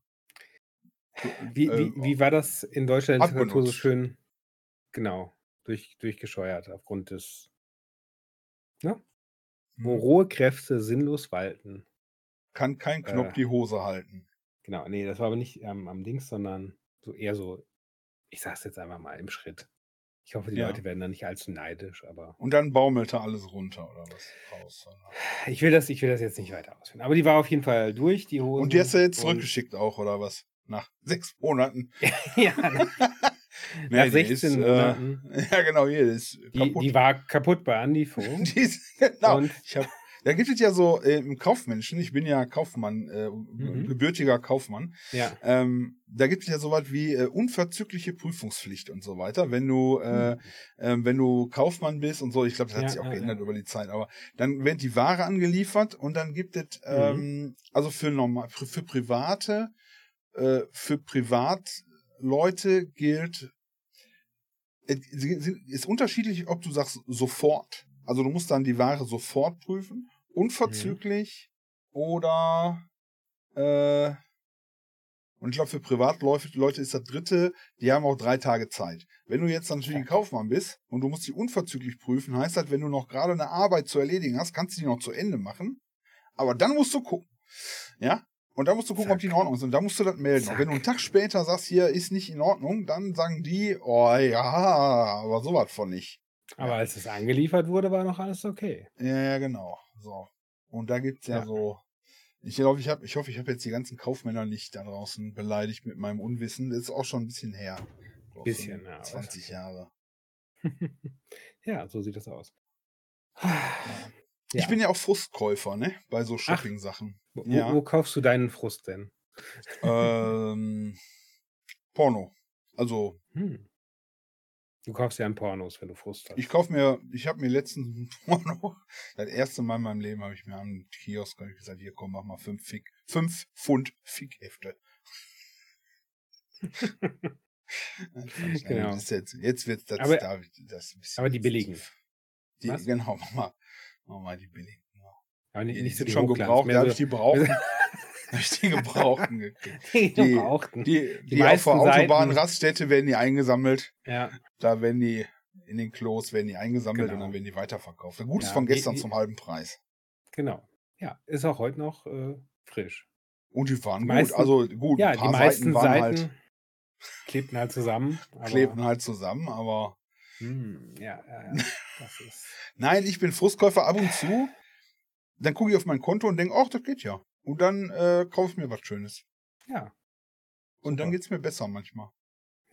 Speaker 2: Wie,
Speaker 1: Ähm,
Speaker 2: wie, wie war das in deutscher Literatur so
Speaker 1: abgenutzt.
Speaker 2: schön? Genau, durch, durchgescheuert aufgrund des. Ne? Wo rohe Kräfte sinnlos walten.
Speaker 1: Kann kein Knopf
Speaker 2: Äh.
Speaker 1: die Hose halten.
Speaker 2: Genau, nee, das war aber nicht ähm, am Dings, sondern so eher so, ich sag's jetzt einfach mal im Schritt. Ich hoffe, die
Speaker 1: Ja.
Speaker 2: Leute werden da nicht allzu neidisch, aber
Speaker 1: Und dann baumelte alles runter oder was? Raus, oder?
Speaker 2: ich will das, ich will das jetzt nicht weiter ausführen. Aber die war auf jeden Fall durch, die Hose.
Speaker 1: Und die hast du jetzt zurückgeschickt auch, oder was? Nach sechs Monaten.
Speaker 2: ja, nach
Speaker 1: Nee, die
Speaker 2: 16
Speaker 1: ist, äh,
Speaker 2: Monaten.
Speaker 1: Ja, genau, hier die ist
Speaker 2: Die,
Speaker 1: kaputt.
Speaker 2: die war kaputt bei Anlieferung.
Speaker 1: Die ist, genau.
Speaker 2: Und
Speaker 1: Ich hab, da gibt es ja so äh, im Kaufmenschen, ich bin ja Kaufmann, äh,
Speaker 2: Mhm.
Speaker 1: gebürtiger Kaufmann,
Speaker 2: ja,
Speaker 1: ähm, da gibt es ja sowas wie äh, unverzügliche Prüfungspflicht und so weiter. Wenn du, äh, ähm, wenn du Kaufmann bist und so, ich glaube, das hat
Speaker 2: Hm. Ja,
Speaker 1: sich auch
Speaker 2: ja,
Speaker 1: geändert über die Zeit, aber dann wird die Ware angeliefert und dann gibt
Speaker 2: Mhm.
Speaker 1: es, ähm, also für normal, für, für private, äh, für Privatleute gilt, es sind- ist unterschiedlich, ob du sagst sofort. Also du musst dann die Ware sofort prüfen, unverzüglich oder äh, Und ich glaube, für Privatleute ist das dritte, die haben auch drei Tage Zeit. Wenn du jetzt natürlich ein Kaufmann bist und du musst die unverzüglich prüfen, heißt das, wenn du noch gerade eine Arbeit zu erledigen hast, kannst du die noch zu Ende machen. Aber dann musst du gucken. Ja? Und dann musst du gucken,
Speaker 2: Zack.
Speaker 1: ob die in Ordnung sind. Und dann musst du das melden.
Speaker 2: Zack.
Speaker 1: Und wenn du einen Tag später sagst, hier ist nicht in Ordnung, dann sagen die, oh ja, aber sowas von nicht.
Speaker 2: Aber als es angeliefert wurde, war noch alles okay.
Speaker 1: Ja, ja, genau. So. Und da gibt's ja,
Speaker 2: Ja.
Speaker 1: so. Ich glaube, ich, hab, ich hoffe, ich habe jetzt die ganzen Kaufmänner nicht da draußen beleidigt mit meinem Unwissen. Das ist auch schon ein bisschen her. So
Speaker 2: Bisschen,
Speaker 1: zehn,
Speaker 2: ja, aber-
Speaker 1: 20 Jahre.
Speaker 2: ja, so sieht das aus.
Speaker 1: Ich bin ja auch Frustkäufer, ne? Bei so Shopping-Sachen.
Speaker 2: Wo,
Speaker 1: Ja.
Speaker 2: wo kaufst du deinen Frust denn?
Speaker 1: ähm, Porno. Also,
Speaker 2: Hm. Du kaufst ja an Pornos, wenn du Frust hast.
Speaker 1: ich kauf mir, ich habe mir letztens ein Porno, das erste Mal in meinem Leben habe ich mir am Kiosk hab ich gesagt, hier komm, mach mal fünf, Fick, fünf Pfund Fickhefte. Das fand ich-
Speaker 2: Genau.
Speaker 1: das ist jetzt jetzt wird das,
Speaker 2: Aber-
Speaker 1: da, das ist ein bisschen
Speaker 2: aber die billigen.
Speaker 1: Die,
Speaker 2: Was?
Speaker 1: genau, mach mal, mach mal die billigen. Genau.
Speaker 2: Aber
Speaker 1: Die,
Speaker 2: nicht,
Speaker 1: die
Speaker 2: nicht so
Speaker 1: sind
Speaker 2: die
Speaker 1: schon
Speaker 2: Hochglanz,
Speaker 1: gebraucht,
Speaker 2: mehr
Speaker 1: da habe ich
Speaker 2: so
Speaker 1: die gebrauchten, hab ich die gebrauchten gekriegt.
Speaker 2: die
Speaker 1: die-
Speaker 2: gebrauchten.
Speaker 1: Die, die, auf
Speaker 2: meisten
Speaker 1: der
Speaker 2: Seiten-
Speaker 1: Autobahnraststätte werden die eingesammelt.
Speaker 2: ja,
Speaker 1: da werden die in den Klos, werden die eingesammelt
Speaker 2: Genau.
Speaker 1: und dann werden die weiterverkauft. Ein gutes
Speaker 2: Ja,
Speaker 1: von
Speaker 2: die-
Speaker 1: gestern
Speaker 2: die-
Speaker 1: zum halben Preis.
Speaker 2: genau. Ja, ist auch heute noch äh, frisch.
Speaker 1: Und die waren
Speaker 2: Die
Speaker 1: gut.
Speaker 2: meisten-
Speaker 1: Also gut,
Speaker 2: ja,
Speaker 1: ein
Speaker 2: die
Speaker 1: paar
Speaker 2: meisten
Speaker 1: Seiten waren
Speaker 2: Seiten
Speaker 1: halt,
Speaker 2: klebten halt zusammen. Aber,
Speaker 1: klebten halt zusammen, aber
Speaker 2: Hm, ja, ja, ja, das ist.
Speaker 1: nein, ich bin Frustkäufer ab und zu. Dann gucke ich auf mein Konto und denke, ach, das geht ja. Und dann äh, kaufe ich mir was Schönes.
Speaker 2: Ja,
Speaker 1: Und dann
Speaker 2: Super.
Speaker 1: geht es mir besser manchmal.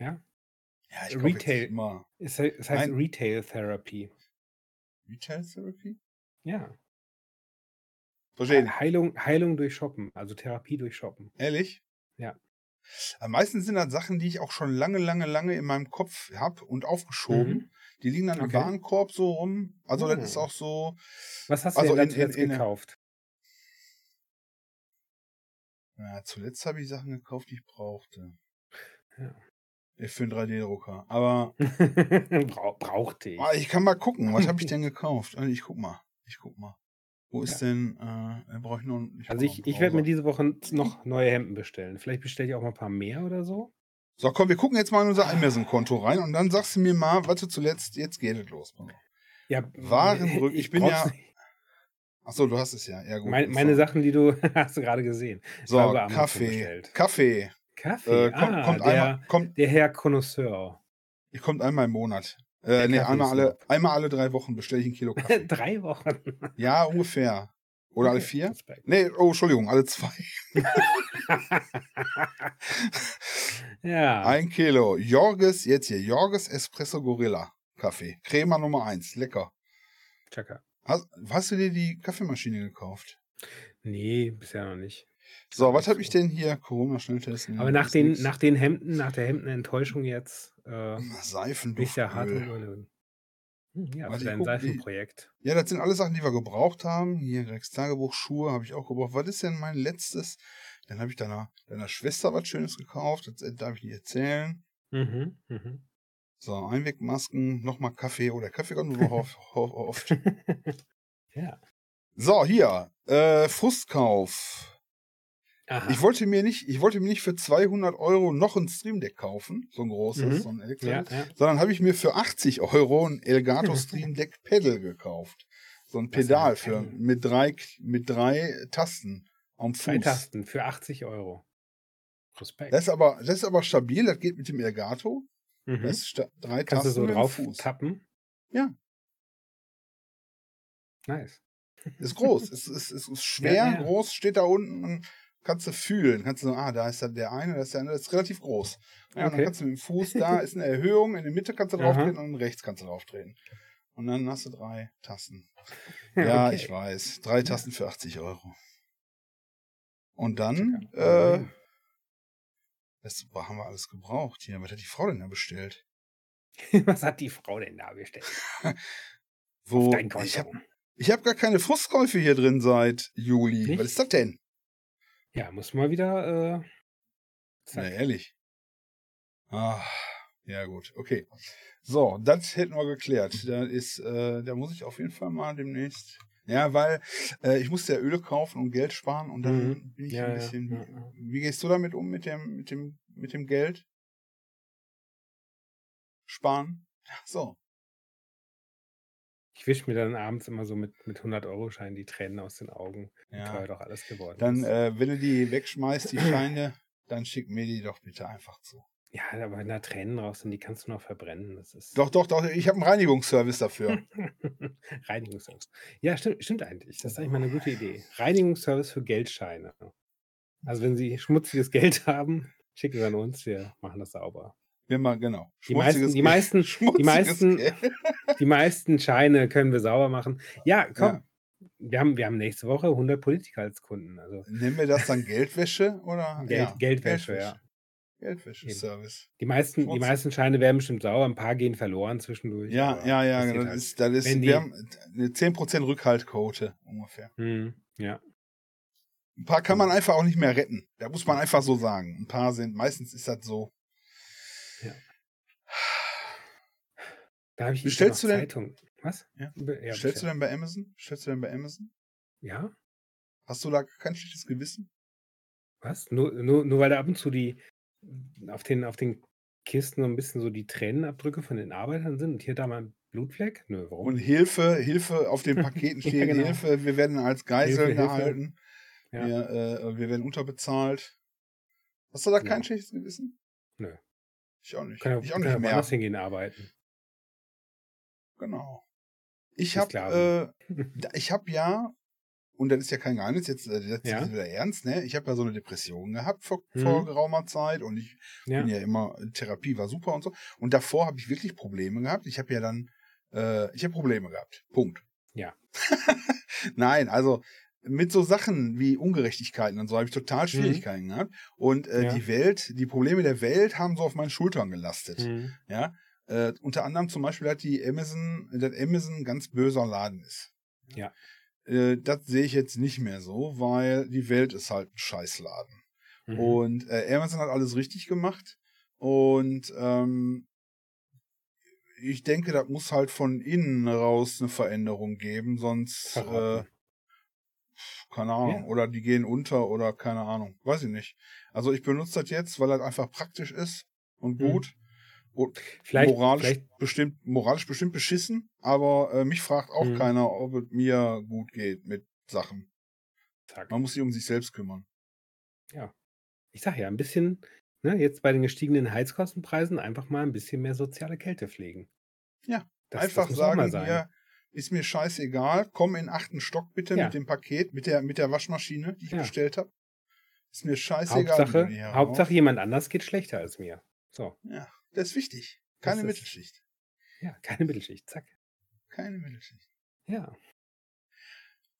Speaker 2: Ja?
Speaker 1: Ja, ich kaufe jetzt
Speaker 2: Retail-
Speaker 1: nicht immer
Speaker 2: es, he- es heißt
Speaker 1: Nein.
Speaker 2: Retail Therapy.
Speaker 1: Retail Therapy?
Speaker 2: Ja.
Speaker 1: Verstehe nicht.
Speaker 2: Heilung, Heilung durch Shoppen, also Therapie durch Shoppen.
Speaker 1: Ehrlich?
Speaker 2: Ja.
Speaker 1: Am meisten sind das Sachen, die ich auch schon lange, lange, lange in meinem Kopf habe und aufgeschoben.
Speaker 2: Mhm.
Speaker 1: Die liegen dann
Speaker 2: Okay.
Speaker 1: im Warenkorb so rum. Also
Speaker 2: Hm.
Speaker 1: das ist auch so,
Speaker 2: Was hast du
Speaker 1: Also in-
Speaker 2: denn dazu
Speaker 1: in-
Speaker 2: jetzt
Speaker 1: in-
Speaker 2: gekauft?
Speaker 1: na, zuletzt habe ich Sachen gekauft, die ich brauchte.
Speaker 2: Ja.
Speaker 1: Äh, Für einen 3D-Drucker. Aber
Speaker 2: Brau brauchte ich.
Speaker 1: ah, ich kann mal gucken, was habe ich denn gekauft? Also ich guck mal. Ich guck mal. Wo ist denn, äh, brauche ich noch einen- brauch
Speaker 2: Also
Speaker 1: noch
Speaker 2: ich,
Speaker 1: einen
Speaker 2: ich werde mir
Speaker 1: Browser.
Speaker 2: diese Woche noch neue Hemden bestellen. Vielleicht bestelle ich auch mal ein paar mehr oder so.
Speaker 1: So, komm, wir gucken jetzt mal in unser Amazon-Konto rein und dann sagst du mir mal, warte zuletzt, jetzt geht es los.
Speaker 2: Ja,
Speaker 1: Warenrück- ich bin
Speaker 2: brauch's
Speaker 1: ja-
Speaker 2: nicht.
Speaker 1: Achso, du hast es ja. Ja, gut.
Speaker 2: Mein,
Speaker 1: ist
Speaker 2: meine
Speaker 1: doch-
Speaker 2: Sachen, die du hast du gerade gesehen.
Speaker 1: So,
Speaker 2: habe Amazon
Speaker 1: Kaffee.
Speaker 2: bestellt.
Speaker 1: Kaffee.
Speaker 2: Kaffee.
Speaker 1: Äh, kommt,
Speaker 2: ah,
Speaker 1: kommt,
Speaker 2: der,
Speaker 1: einmal, kommt,
Speaker 2: der Herr Connoisseur.
Speaker 1: kommt einmal im Monat. Äh,
Speaker 2: Der
Speaker 1: nee,
Speaker 2: Kaffee
Speaker 1: einmal
Speaker 2: ist
Speaker 1: alle,
Speaker 2: top.
Speaker 1: einmal alle drei Wochen bestelle ich ein Kilo Kaffee.
Speaker 2: Drei Wochen.
Speaker 1: Ja, ungefähr. Oder alle
Speaker 2: Okay,
Speaker 1: vier?
Speaker 2: Respekt.
Speaker 1: Nee, oh, Entschuldigung, alle zwei.
Speaker 2: ja.
Speaker 1: Ein Kilo. Jorges, jetzt hier, Jorges Espresso Gorilla Kaffee. Crema Nummer eins, lecker.
Speaker 2: Chaka.
Speaker 1: Hast, hast du dir die Kaffeemaschine gekauft?
Speaker 2: Nee, bisher noch nicht.
Speaker 1: So,
Speaker 2: Ja,
Speaker 1: was habe
Speaker 2: so.
Speaker 1: ich denn hier? Corona-Schnelltesten.
Speaker 2: Aber nach
Speaker 1: Hm, ist
Speaker 2: den,
Speaker 1: nix. Hm,
Speaker 2: nach den Hemden, nach der Hemdenenttäuschung jetzt, äh, bin ich
Speaker 1: Seifenduft.
Speaker 2: ja hart am
Speaker 1: Ja,
Speaker 2: Überlegen. Hm, Ja,
Speaker 1: Warte, ich
Speaker 2: für dein
Speaker 1: guck, wie-
Speaker 2: Seifenprojekt.
Speaker 1: das sind alles Sachen, die wir gebraucht haben. Hier, Gregs Tagebuch, Schuhe habe ich auch gebraucht. Was ist denn mein letztes? Dann habe ich deiner, deiner Schwester was Schönes gekauft. Das äh, darf ich nicht erzählen.
Speaker 2: Mhm, mhm.
Speaker 1: So, Einwegmasken, nochmal Kaffee. Oh, der Kaffee kommt nur auf, auf, oft.
Speaker 2: ja.
Speaker 1: So, hier. Äh, Frustkauf.
Speaker 2: Aha.
Speaker 1: Ich wollte mir nicht, ich wollte mir nicht für 200 Euro noch ein Stream Deck kaufen. So ein großes,
Speaker 2: Mhm.
Speaker 1: so ein
Speaker 2: ja,
Speaker 1: elektrisches.
Speaker 2: ja.
Speaker 1: Sondern habe ich mir für 80 Euro ein Elgato Stream Deck Pedal gekauft. So ein
Speaker 2: Was ist
Speaker 1: Pedal
Speaker 2: ein
Speaker 1: für,
Speaker 2: Pedal?
Speaker 1: mit drei, mit drei Tasten am Fuß.
Speaker 2: Zwei Tasten für 80 Euro. Respekt.
Speaker 1: Das ist aber, das ist aber stabil. Das geht mit dem Elgato.
Speaker 2: mhm.
Speaker 1: Das ist sta- drei
Speaker 2: Kannst du
Speaker 1: Tasten
Speaker 2: so
Speaker 1: mit dem
Speaker 2: drauf
Speaker 1: Fuß.
Speaker 2: tappen?
Speaker 1: Ja.
Speaker 2: Nice.
Speaker 1: Ist groß, ist, ist, ist, ist schwer,
Speaker 2: Ja, ja.
Speaker 1: groß, steht da unten, und kannst du fühlen. Kannst du sagen, ah, da ist dann der eine, da ist der andere, das ist relativ groß. Ja, Und
Speaker 2: Okay.
Speaker 1: dann kannst du mit dem Fuß, da ist eine Erhöhung, in der Mitte kannst du
Speaker 2: Aha.
Speaker 1: drauftreten und rechts kannst du drauftreten. Und dann hast du drei Tasten. Ja,
Speaker 2: okay.
Speaker 1: ich weiß. Drei Tasten für 80 Euro. Und dann,
Speaker 2: Checker.
Speaker 1: äh, das haben wir alles gebraucht hier. Was hat die Frau denn da bestellt?
Speaker 2: Was hat die Frau denn da bestellt?
Speaker 1: Wo,
Speaker 2: Dein Konto.
Speaker 1: Oh, ich habe ich hab gar keine Frustkäufe hier drin seit Juli.
Speaker 2: Nicht?
Speaker 1: Was ist das denn?
Speaker 2: Ja, muss mal wieder. Äh,
Speaker 1: Na,
Speaker 2: zack.
Speaker 1: ehrlich. Ah, ja, gut. Okay. So, das hätten wir geklärt. Da ist, äh, da muss ich auf jeden Fall mal demnächst Ja, weil äh, ich musste ja Öle kaufen und Geld sparen und dann
Speaker 2: Mhm.
Speaker 1: bin ich
Speaker 2: Ja,
Speaker 1: ein
Speaker 2: ja,
Speaker 1: bisschen.
Speaker 2: ja, ja.
Speaker 1: Wie gehst du damit um mit dem, mit dem, mit dem Geld? Sparen? Ach So.
Speaker 2: Ich wische mir dann abends immer so mit, mit 100-Euro-Scheinen die Tränen aus den Augen, wie
Speaker 1: Ja.
Speaker 2: teuer doch alles geworden
Speaker 1: Dann,
Speaker 2: ist.
Speaker 1: äh, wenn du die wegschmeißt, die Scheine, dann schick mir die doch bitte einfach zu.
Speaker 2: ja, aber wenn da Tränen raus sind, die kannst du noch verbrennen. Das ist
Speaker 1: Doch, doch, doch, ich habe einen Reinigungsservice dafür.
Speaker 2: Reinigungsservice. Ja, stimmt, stimmt eigentlich. Das ist eigentlich mal eine gute Idee.
Speaker 1: Ah.
Speaker 2: Reinigungsservice für Geldscheine. Also wenn Sie schmutziges Geld haben, schicken Sie an uns, wir machen das sauber.
Speaker 1: Wenn man, genau.
Speaker 2: Die meisten,
Speaker 1: Schmutziges
Speaker 2: die,
Speaker 1: Geld. Schmutziges
Speaker 2: meisten, die, meisten,
Speaker 1: Geld.
Speaker 2: die meisten Scheine können wir sauber machen. Ja, komm. Wir, haben, wir haben nächste Woche 100 Politiker als Kunden. Also
Speaker 1: Nennen wir das dann Geldwäsche oder?
Speaker 2: Geld, Geldwäsche, ja.
Speaker 1: Geldwäsche-Service.
Speaker 2: Die meisten, die
Speaker 1: Schmutzig.
Speaker 2: meisten Scheine werden bestimmt sauer, ein paar gehen verloren zwischendurch.
Speaker 1: Ja,
Speaker 2: aber
Speaker 1: ja, ja,
Speaker 2: passiert
Speaker 1: genau. Das
Speaker 2: halt.
Speaker 1: ist, das ist,
Speaker 2: Wenn die-
Speaker 1: wir haben eine 10% Rückhaltquote ungefähr.
Speaker 2: Hm, ja.
Speaker 1: Ein paar
Speaker 2: Hm.
Speaker 1: kann man einfach auch nicht mehr retten. Da muss man einfach so sagen. Ein paar sind, meistens ist das so.
Speaker 2: Da habe ich
Speaker 1: Bestellst
Speaker 2: noch
Speaker 1: du denn-
Speaker 2: Zeitung. Was?
Speaker 1: Ja.
Speaker 2: Be- ja,
Speaker 1: Stellst du
Speaker 2: bestell-
Speaker 1: denn bei Amazon? Stellst du denn bei Amazon?
Speaker 2: ja?
Speaker 1: Hast du da kein schlechtes Gewissen?
Speaker 2: Was? Nur, nur, nur weil da ab und zu die auf den, auf den Kisten so ein bisschen so die Tränenabdrücke von den Arbeitern sind und hier da mal ein Blutfleck? Nö, warum?
Speaker 1: Und Hilfe, Hilfe auf den Paketen
Speaker 2: Ja,
Speaker 1: steht
Speaker 2: genau.
Speaker 1: Hilfe, wir werden als Geiseln
Speaker 2: Hilfe, Hilfe.
Speaker 1: gehalten.
Speaker 2: Ja.
Speaker 1: Wir, äh, wir werden unterbezahlt. Hast du da kein
Speaker 2: Ja.
Speaker 1: schlechtes Gewissen?
Speaker 2: Nö.
Speaker 1: Ich auch nicht.
Speaker 2: kann ja,
Speaker 1: ich auch
Speaker 2: kann ja
Speaker 1: nicht mehr.
Speaker 2: woanders hingehen arbeiten.
Speaker 1: Genau. Ich
Speaker 2: Die
Speaker 1: habe
Speaker 2: Sklaven.
Speaker 1: äh, da- ich hab ja, und das ist ja kein Geheimnis, jetzt, äh, jetzt
Speaker 2: Ja.
Speaker 1: ist es wieder ernst, ne? Ich habe ja so eine Depression gehabt vor,
Speaker 2: Mhm.
Speaker 1: vor geraumer Zeit und ich
Speaker 2: Ja.
Speaker 1: bin ja immer, äh, Therapie war super und so. Und davor habe ich wirklich Probleme gehabt. Ich habe ja dann, äh, ich habe Probleme gehabt. Punkt.
Speaker 2: Ja.
Speaker 1: Nein, also mit so Sachen wie Ungerechtigkeiten und so habe ich total Schwierigkeiten gehabt. Und äh,
Speaker 2: Mhm. Ja.
Speaker 1: die Welt, die Probleme der Welt haben so auf meinen Schultern gelastet.
Speaker 2: Hm.
Speaker 1: Ja. Äh, unter anderem zum Beispiel hat die Amazon, dass Amazon ein ganz böser Laden ist.
Speaker 2: Ja.
Speaker 1: Äh, das sehe ich jetzt nicht mehr so, weil die Welt ist halt ein Scheißladen.
Speaker 2: Mhm.
Speaker 1: Und äh, Amazon hat alles richtig gemacht. Und ähm, ich denke, das muss halt von innen raus eine Veränderung geben, sonst äh,
Speaker 2: Verraten.
Speaker 1: keine Ahnung.
Speaker 2: Ja.
Speaker 1: Oder die gehen unter oder keine Ahnung. Weiß ich nicht. Also ich benutze das jetzt, weil das einfach praktisch ist und
Speaker 2: Mhm.
Speaker 1: gut.
Speaker 2: vielleicht,
Speaker 1: moralisch,
Speaker 2: vielleicht,
Speaker 1: bestimmt, moralisch bestimmt beschissen, aber äh, mich fragt auch
Speaker 2: Mhm.
Speaker 1: keiner, ob es mir gut geht mit Sachen.
Speaker 2: zack.
Speaker 1: Man muss sich um sich selbst kümmern.
Speaker 2: ich sag ja, ein bisschen, ne, jetzt bei den gestiegenen Heizkostenpreisen einfach mal ein bisschen mehr soziale Kälte pflegen.
Speaker 1: Ja,
Speaker 2: das,
Speaker 1: Einfach
Speaker 2: das muss auch
Speaker 1: sagen,
Speaker 2: mal sein.
Speaker 1: hier ist mir scheißegal, komm in achten Stock bitte
Speaker 2: Ja.
Speaker 1: mit dem Paket, mit der, mit der Waschmaschine, die ich
Speaker 2: Ja.
Speaker 1: bestellt habe. Ist mir scheißegal. wie du die
Speaker 2: Hauptsache,
Speaker 1: hier
Speaker 2: Hauptsache jemand anders geht schlechter als mir. So,
Speaker 1: raus- Ja, das ist wichtig. Keine
Speaker 2: Das ist-
Speaker 1: Mittelschicht.
Speaker 2: ja, keine Mittelschicht, zack.
Speaker 1: Keine Mittelschicht.
Speaker 2: Ja.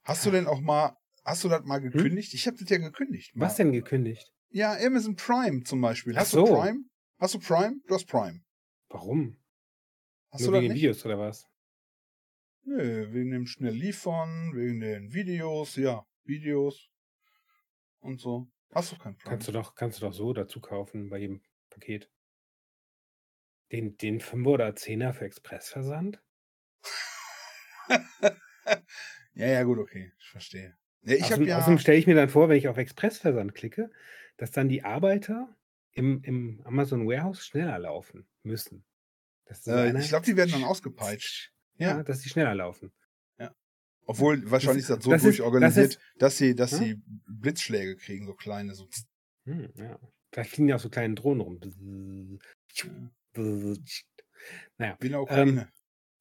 Speaker 1: Hast du denn auch mal, hast du das mal gekündigt? Ich habe das ja gekündigt.
Speaker 2: Hm? Was
Speaker 1: mal.
Speaker 2: denn gekündigt?
Speaker 1: Ja, Amazon Prime zum Beispiel.
Speaker 2: Ach
Speaker 1: Hast du
Speaker 2: so.
Speaker 1: Prime? Hast du Prime? Du hast Prime.
Speaker 2: Warum?
Speaker 1: Hast
Speaker 2: Nur
Speaker 1: du das
Speaker 2: wegen den
Speaker 1: nicht?
Speaker 2: Videos oder was?
Speaker 1: Nö, wegen dem schnell liefern, wegen den Videos, ja, Videos und so. Hast du kein Prime?
Speaker 2: Kannst du doch, kannst du doch so dazu kaufen bei jedem Paket. Den, den 5 oder 10er für Expressversand?
Speaker 1: Ja, ja, gut, okay, ich verstehe. Ja, ich habe
Speaker 2: Außerdem,
Speaker 1: ja,
Speaker 2: außerdem stelle ich mir dann vor, wenn ich auf Expressversand klicke, dass dann die Arbeiter im, im Amazon Warehouse schneller laufen müssen. Dass so
Speaker 1: äh,
Speaker 2: einer-
Speaker 1: ich glaube, die werden dann ausgepeitscht.
Speaker 2: Ja,
Speaker 1: Ja.
Speaker 2: dass die schneller laufen.
Speaker 1: Obwohl, wahrscheinlich ist das so
Speaker 2: Das ist- Hm?
Speaker 1: durchorganisiert,
Speaker 2: das
Speaker 1: dass sie, dass
Speaker 2: Ja.
Speaker 1: sie Blitzschläge kriegen, so kleine. So.
Speaker 2: Hm, ja. Vielleicht fliegen ja auch so kleine Drohnen rum. Naja,
Speaker 1: Wie in der Ukraine.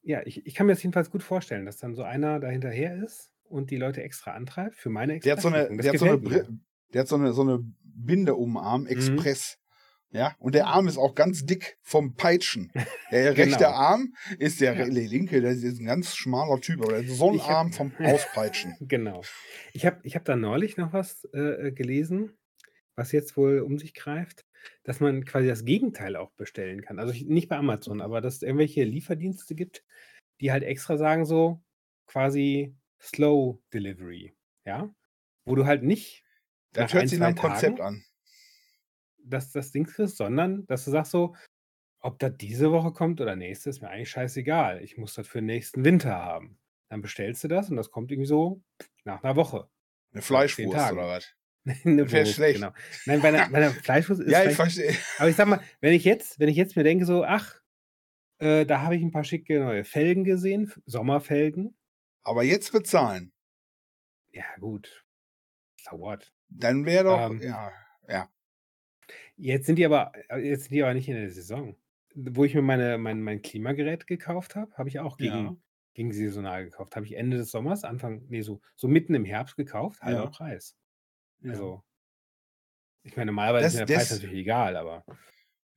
Speaker 2: Ja, ich, ich kann mir das jedenfalls gut vorstellen, dass dann so einer dahinterher ist und die Leute extra antreibt für meine
Speaker 1: der hat so eine,
Speaker 2: Expressrechnung. Das
Speaker 1: der hat so eine,
Speaker 2: gefällt Mhm.
Speaker 1: Bri- der hat so eine, so eine Binde um den Arm, Express. Ja, und der Arm ist auch ganz dick vom Peitschen. Der
Speaker 2: Genau.
Speaker 1: rechte Arm ist der,
Speaker 2: Ja.
Speaker 1: der linke, der ist ein ganz schmaler Typ, aber der ist so ein
Speaker 2: Ich hab-
Speaker 1: Arm vom Auspeitschen.
Speaker 2: mir. Genau. Ich habe ich hab da neulich noch was äh, äh, gelesen, was jetzt wohl um sich greift, dass man quasi das Gegenteil auch bestellen kann. Also ich- nicht bei Amazon, aber dass es irgendwelche Lieferdienste gibt, die halt extra sagen so quasi Slow Delivery, ja? Wo du halt nicht
Speaker 1: Das
Speaker 2: Nach
Speaker 1: hört
Speaker 2: ein,
Speaker 1: sich
Speaker 2: zwei
Speaker 1: nach dem Konzept
Speaker 2: Tagen?
Speaker 1: an.
Speaker 2: dass das Ding kriegst, sondern dass du sagst so, ob das diese Woche kommt oder nächste, ist mir eigentlich scheißegal. Ich muss das für den nächsten Winter haben. Dann bestellst du das und das kommt irgendwie so nach einer Woche.
Speaker 1: Eine
Speaker 2: Zehn
Speaker 1: Fleischwurst
Speaker 2: Tage.
Speaker 1: oder was?
Speaker 2: Eine
Speaker 1: Wäre schlecht.
Speaker 2: Genau. Nein, bei einer, bei einer Fleischwurst ist
Speaker 1: Ja, ich
Speaker 2: vielleicht-
Speaker 1: verstehe.
Speaker 2: Aber ich sag mal, wenn ich jetzt, wenn ich jetzt mir denke, so, ach, äh, da habe ich ein paar schicke neue Felgen gesehen, F- Sommerfelgen.
Speaker 1: Aber jetzt bezahlen.
Speaker 2: Ja, gut. So what?
Speaker 1: Dann wäre doch,
Speaker 2: Ähm.
Speaker 1: ja,
Speaker 2: Jetzt sind die aber, äh, jetzt sind die aber nicht in der Saison. Wo ich mir meine, mein, mein Klimagerät gekauft habe, habe ich auch gegen,
Speaker 1: Ja.
Speaker 2: gegen saisonal gekauft. Habe ich Ende des Sommers, Anfang, nee, so, so mitten im Herbst gekauft, halber
Speaker 1: Ja.
Speaker 2: Preis.
Speaker 1: Ja.
Speaker 2: Also, ich meine, normalerweise
Speaker 1: Das-
Speaker 2: ist mir der Preis
Speaker 1: das-
Speaker 2: natürlich egal, aber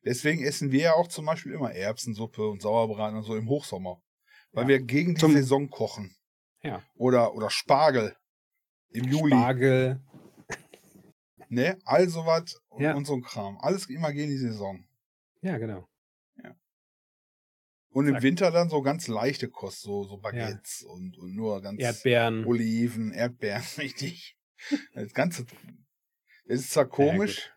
Speaker 1: Deswegen essen wir ja auch zum Beispiel immer Erbsensuppe und Sauerbraten und so im Hochsommer. Weil
Speaker 2: Ja.
Speaker 1: wir gegen die
Speaker 2: Zum-
Speaker 1: Saison kochen.
Speaker 2: Ja.
Speaker 1: Oder, oder Spargel im Juli.
Speaker 2: Spargel,
Speaker 1: ne? All sowas und,
Speaker 2: Ja.
Speaker 1: und so ein Kram. Alles immer gegen die Saison.
Speaker 2: ja, genau.
Speaker 1: Und im
Speaker 2: Zack.
Speaker 1: Winter dann so ganz leichte Kost, so, so Baguettes und, und nur ganz
Speaker 2: Erdbeeren.
Speaker 1: Oliven, Erdbeeren, richtig. Das Ganze. Es ist zwar
Speaker 2: Ja, ja,
Speaker 1: komisch.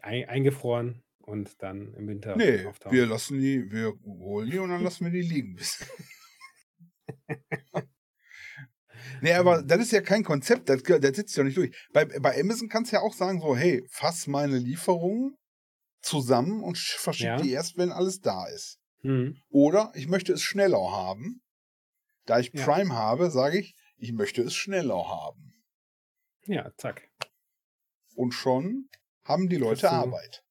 Speaker 2: ein, eingefroren und dann im Winter
Speaker 1: nee,
Speaker 2: auftauchen.
Speaker 1: wir lassen die, wir holen die und dann lassen wir die liegen. bis- nee, aber
Speaker 2: Hm.
Speaker 1: das ist ja kein Konzept, das, gehört- das sitzt ja nicht durch. Bei, bei Amazon kannst du ja auch sagen, so, hey, fass meine Lieferungen zusammen und sch- verschick
Speaker 2: Ja.
Speaker 1: die erst, wenn alles da ist.
Speaker 2: Hm.
Speaker 1: Oder ich möchte es schneller haben. Da ich
Speaker 2: Ja.
Speaker 1: Prime habe, sage ich, ich möchte es schneller haben.
Speaker 2: Ja, zack.
Speaker 1: Und schon haben die
Speaker 2: Kriegst
Speaker 1: Leute
Speaker 2: du-
Speaker 1: Arbeit.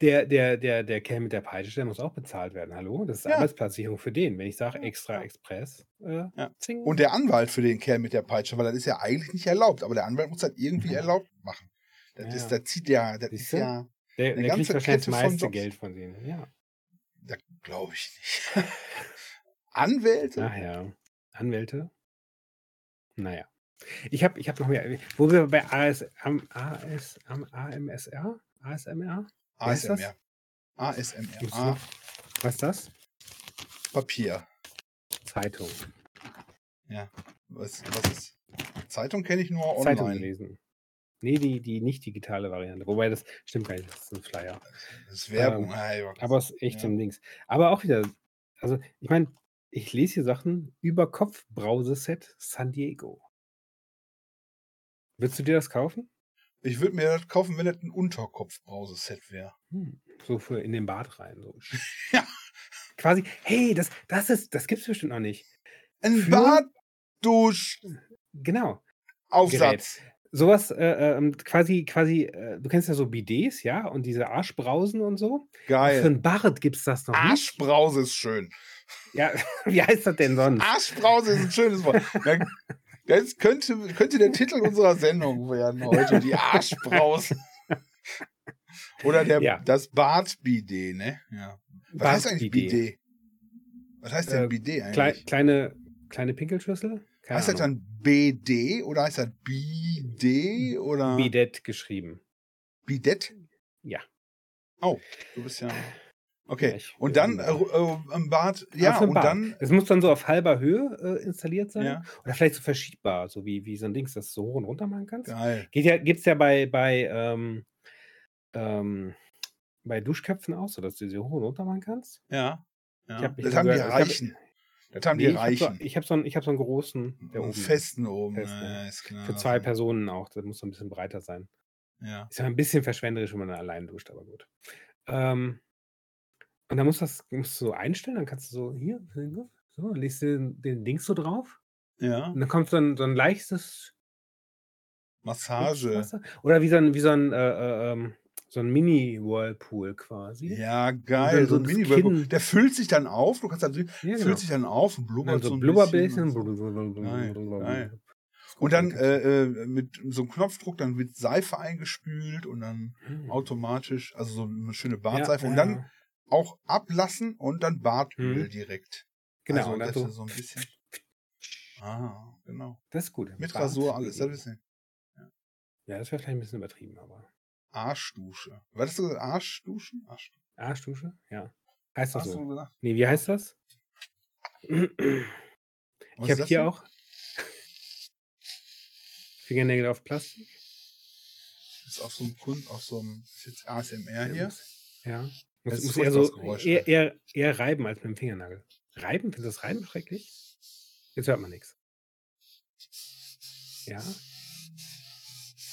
Speaker 2: Der, der, der, der Kerl mit der Peitsche, der muss auch bezahlt werden. Hallo? Das ist
Speaker 1: Ja.
Speaker 2: Arbeitsplatzierung für den. Wenn ich sage
Speaker 1: Ja,
Speaker 2: extra
Speaker 1: ja.
Speaker 2: Express, äh,
Speaker 1: Ja.
Speaker 2: zing.
Speaker 1: Und der Anwalt für den Kerl mit der Peitsche, weil das ist ja eigentlich nicht erlaubt, aber der Anwalt muss das irgendwie
Speaker 2: Ja.
Speaker 1: erlaubt machen. Das
Speaker 2: Ja,
Speaker 1: ist,
Speaker 2: ja.
Speaker 1: das zieht ja, das ist
Speaker 2: Siehste?
Speaker 1: ja,
Speaker 2: der,
Speaker 1: eine
Speaker 2: der
Speaker 1: ganze
Speaker 2: kriegt wahrscheinlich das
Speaker 1: Kette von
Speaker 2: meiste
Speaker 1: Jobs.
Speaker 2: Geld von denen. Ja.
Speaker 1: da glaube ich nicht. Anwälte?
Speaker 2: Ach ja. Anwälte? Naja. Ich habe ich hab noch mehr. Wo wir bei AS, am, AS, am AMSR? ASMR? Wer ist das?
Speaker 1: ASMR. ASMR.
Speaker 2: Gibt's noch? Was ist das?
Speaker 1: Papier.
Speaker 2: Zeitung.
Speaker 1: Was, was ist? Zeitung kenne ich nur online.
Speaker 2: Zeitung lesen. Nee, die, die nicht digitale Variante. Wobei das stimmt gar nicht, das ist ein Flyer.
Speaker 1: Das ist Werbung. Ah, ja.
Speaker 2: Ähm, Aber es ist echt
Speaker 1: Ja.
Speaker 2: im Dings. Aber auch wieder, also ich meine, ich lese hier Sachen über Kopfbrauseset San Diego. Würdest du dir das kaufen?
Speaker 1: ich würde mir das kaufen, wenn das ein Unterkopfbrause-Set wäre.
Speaker 2: Hm. So für in den Bad rein. So.
Speaker 1: Ja.
Speaker 2: Quasi, hey, das, das ist, das gibt's bestimmt noch nicht.
Speaker 1: Ein
Speaker 2: Für-
Speaker 1: Baduschaufsatz.
Speaker 2: Genau. Sowas, äh, ähm, quasi, quasi, äh, du kennst ja so Bidets, ja, und diese Arschbrausen und so. Für
Speaker 1: Geil.
Speaker 2: ein Barret gibt's das noch nicht.
Speaker 1: Arschbrause ist schön.
Speaker 2: Ja, wie heißt das denn sonst?
Speaker 1: Arschbrause ist ein schönes Wort. Ja, Das könnte, könnte der Titel unserer Sendung werden heute, die Arschbrause. Oder der,
Speaker 2: Ja.
Speaker 1: das Bart-Bidet, ne? Ja. Was heißt eigentlich
Speaker 2: Bartbidet.
Speaker 1: Bidet? Was heißt denn
Speaker 2: Äh,
Speaker 1: Bidet
Speaker 2: Klei
Speaker 1: eigentlich?
Speaker 2: kleine, kleine Pinkelschüssel? Keine
Speaker 1: heißt das
Speaker 2: Ahnung.
Speaker 1: dann BD oder heißt das BD oder
Speaker 2: Bidet geschrieben.
Speaker 1: Bidet?
Speaker 2: Ja.
Speaker 1: Oh, du bist ja.
Speaker 2: Ja,
Speaker 1: Okay.
Speaker 2: ich- Ah,
Speaker 1: Und dann
Speaker 2: ähm,
Speaker 1: äh, äh, im Bad, ja,
Speaker 2: Auf einem
Speaker 1: und
Speaker 2: Bad.
Speaker 1: dann.
Speaker 2: Es muss dann so auf halber Höhe äh, installiert sein.
Speaker 1: Ja,
Speaker 2: Oder vielleicht so verschiebbar, so wie, wie so ein Dings, das du hoch und runter machen kannst.
Speaker 1: geil.
Speaker 2: Geht ja, gibt es ja bei, bei, ähm, ähm, bei Duschköpfen auch, so dass du sie hoch und runter machen kannst.
Speaker 1: Ja. ja.
Speaker 2: Ich hab- ich
Speaker 1: das
Speaker 2: hab
Speaker 1: haben die
Speaker 2: sogar- ich hab-
Speaker 1: Reichen. das haben
Speaker 2: Nee,
Speaker 1: die
Speaker 2: ich habe so,
Speaker 1: Reichen.
Speaker 2: ich hab so, einen- ich hab so einen großen,
Speaker 1: Einen
Speaker 2: der oben ist.
Speaker 1: festen oben,
Speaker 2: Festen,
Speaker 1: ja, also
Speaker 2: ja.
Speaker 1: ist klar.
Speaker 2: Für zwei Personen auch, das muss so ein bisschen breiter sein.
Speaker 1: Ja.
Speaker 2: ist ja ein bisschen verschwenderisch, wenn man dann allein duscht, aber gut. Ähm, und dann musst du das musst du so einstellen, dann kannst du so hier, so, dann legst du den, den Dings so drauf
Speaker 1: ja.
Speaker 2: und dann kommt so ein, so ein leichtes
Speaker 1: Massage.
Speaker 2: Rutschwasser. Oder wie so ein, wie so ein, äh, äh, ähm, so ein Mini-Whirlpool quasi.
Speaker 1: Ja,
Speaker 2: Und
Speaker 1: geil.
Speaker 2: dann
Speaker 1: So
Speaker 2: so
Speaker 1: ein
Speaker 2: das
Speaker 1: mini
Speaker 2: Kinn.
Speaker 1: Der füllt sich dann auf. Du kannst da drin-
Speaker 2: Ja, genau.
Speaker 1: füllt sich dann auf und
Speaker 2: Und dann
Speaker 1: blubbert
Speaker 2: so
Speaker 1: so ein
Speaker 2: Blubberbläschen.
Speaker 1: bisschen. Also Und, so. geil.
Speaker 2: Das
Speaker 1: und
Speaker 2: kommt
Speaker 1: dann
Speaker 2: kannst
Speaker 1: äh, äh, mit so einem Knopfdruck, dann wird Seife eingespült und dann
Speaker 2: du- Hm.
Speaker 1: automatisch, also so eine schöne
Speaker 2: Ja,
Speaker 1: Bartseife. und
Speaker 2: ja,
Speaker 1: dann auch ablassen und dann Bartöl
Speaker 2: Mhm.
Speaker 1: direkt.
Speaker 2: genau,
Speaker 1: Also,
Speaker 2: und dann
Speaker 1: dass du
Speaker 2: so,
Speaker 1: so ein bisschen. Ah, genau.
Speaker 2: das ist gut.
Speaker 1: Mit
Speaker 2: Bad,
Speaker 1: Rasur alles. Das
Speaker 2: Idee.
Speaker 1: ist eine
Speaker 2: Ja, das wäre vielleicht ein bisschen übertrieben, aber.
Speaker 1: Arschdusche. Was hast du gesagt? Arschduschen? Arsch
Speaker 2: Arschdusche? Ja. Heißt das
Speaker 1: Hast
Speaker 2: so?
Speaker 1: du gesagt?
Speaker 2: Nee, Ne, wie heißt das? Ich
Speaker 1: Was ist
Speaker 2: habe
Speaker 1: das
Speaker 2: hier
Speaker 1: denn?
Speaker 2: auch Fingernägel auf Plastik.
Speaker 1: Ist auf so einem Kunden, auf so einem ist jetzt ASMR
Speaker 2: Ja,
Speaker 1: hier.
Speaker 2: muss- Ja.
Speaker 1: Das
Speaker 2: Muss,
Speaker 1: ist
Speaker 2: muss
Speaker 1: furchtbar,
Speaker 2: eher
Speaker 1: das
Speaker 2: so
Speaker 1: Geräusch,
Speaker 2: eher,
Speaker 1: ne?
Speaker 2: eher, eher reiben als mit dem Fingernagel. Reiben? Findest du das Reiben schrecklich? Jetzt hört man nichts. Ja.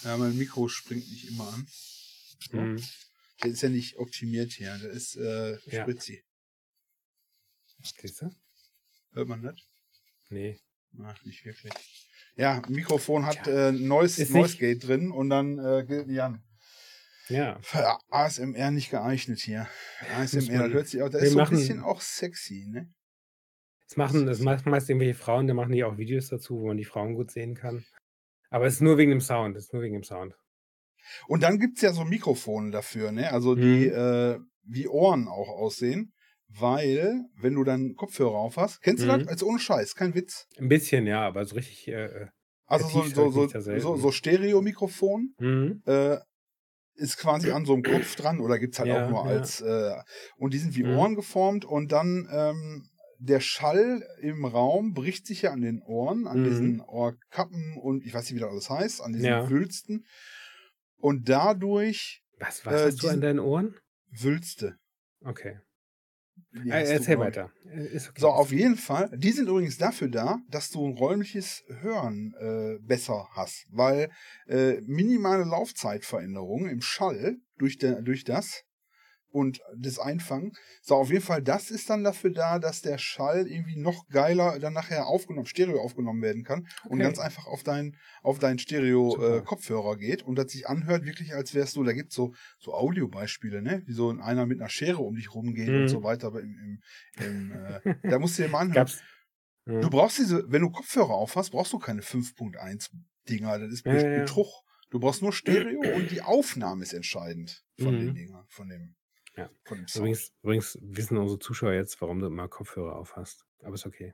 Speaker 1: Ja, mein Mikro springt nicht immer an.
Speaker 2: Hm.
Speaker 1: Der ist ja nicht optimiert hier. Der ist äh,
Speaker 2: Ja.
Speaker 1: spritzi.
Speaker 2: Siehst du? Ne.
Speaker 1: Hört man das?
Speaker 2: Nee.
Speaker 1: Ach, nicht wirklich. Ja, Mikrofon hat
Speaker 2: Tja.
Speaker 1: äh, Noise,
Speaker 2: Ist
Speaker 1: Noise
Speaker 2: nicht-
Speaker 1: Gate drin und dann äh, gilt nicht an.
Speaker 2: Ja.
Speaker 1: Für ASMR nicht geeignet hier. ASMR, das
Speaker 2: man-
Speaker 1: hört sich auch, das
Speaker 2: wir
Speaker 1: ist so ein
Speaker 2: machen-
Speaker 1: bisschen auch sexy, ne?
Speaker 2: Das machen, das machen meist irgendwelche Frauen, da machen die auch Videos dazu, wo man die Frauen gut sehen kann. Aber es ist nur wegen dem Sound, es ist nur wegen dem Sound.
Speaker 1: Und dann gibt's ja so Mikrofone dafür, ne? Also
Speaker 2: Mhm.
Speaker 1: die äh, wie Ohren auch aussehen. Weil, wenn du dann Kopfhörer auf hast, kennst du
Speaker 2: Mhm.
Speaker 1: das? Also ohne Scheiß, kein Witz.
Speaker 2: Ein bisschen, ja, aber so richtig. Äh, äh,
Speaker 1: Also so,
Speaker 2: Aktiv
Speaker 1: so,
Speaker 2: hört
Speaker 1: so,
Speaker 2: sich das selten. ne?
Speaker 1: so, so Stereo-Mikrofon.
Speaker 2: mhm.
Speaker 1: äh, ist quasi an so einem Kopf dran oder gibt's halt
Speaker 2: Ja,
Speaker 1: auch nur
Speaker 2: ja.
Speaker 1: als äh, und die sind wie
Speaker 2: Mhm.
Speaker 1: Ohren geformt und dann ähm, der Schall im Raum bricht sich ja an den Ohren, an
Speaker 2: Mhm.
Speaker 1: diesen Ohrkappen und ich weiß nicht, wie das alles heißt, an diesen
Speaker 2: Ja.
Speaker 1: Wülsten und dadurch
Speaker 2: Was, was
Speaker 1: Äh,
Speaker 2: hast du
Speaker 1: diesen-
Speaker 2: an deinen Ohren?
Speaker 1: Wülste.
Speaker 2: Okay.
Speaker 1: Die
Speaker 2: Äh,
Speaker 1: hast du,
Speaker 2: erzähl
Speaker 1: glaub ich.
Speaker 2: weiter. Äh, Ist okay.
Speaker 1: So, auf jeden Fall. Die sind übrigens dafür da, dass du ein räumliches Hören äh, besser hast, weil äh, minimale Laufzeitveränderungen im Schall durch, der, durch das und das Einfangen. So, auf jeden Fall, das ist dann dafür da, dass der Schall irgendwie noch geiler dann nachher aufgenommen, Stereo aufgenommen werden kann und
Speaker 2: Okay.
Speaker 1: ganz einfach auf deinen auf deinen Stereo
Speaker 2: Super.
Speaker 1: äh, Kopfhörer geht und das sich anhört wirklich, als wärst du, da gibt's so so Audiobeispiele, ne, wie so einer mit einer Schere um dich rumgeht und
Speaker 2: Mhm.
Speaker 1: so weiter, aber im, im ähm, äh, da musst du dir mal anhören.
Speaker 2: Gab's. Mhm.
Speaker 1: Du brauchst diese, wenn du Kopfhörer auf hast, brauchst du keine 5.1 Dinger, das ist
Speaker 2: Ja, ja, ja.
Speaker 1: Betrug. Du brauchst nur Stereo und die Aufnahme ist entscheidend von
Speaker 2: Mhm.
Speaker 1: den Dingern, von dem,
Speaker 2: Ja.
Speaker 1: von dem Sound.
Speaker 2: Übrigens, übrigens wissen unsere Zuschauer jetzt, warum du immer Kopfhörer aufhast. Aber ist okay.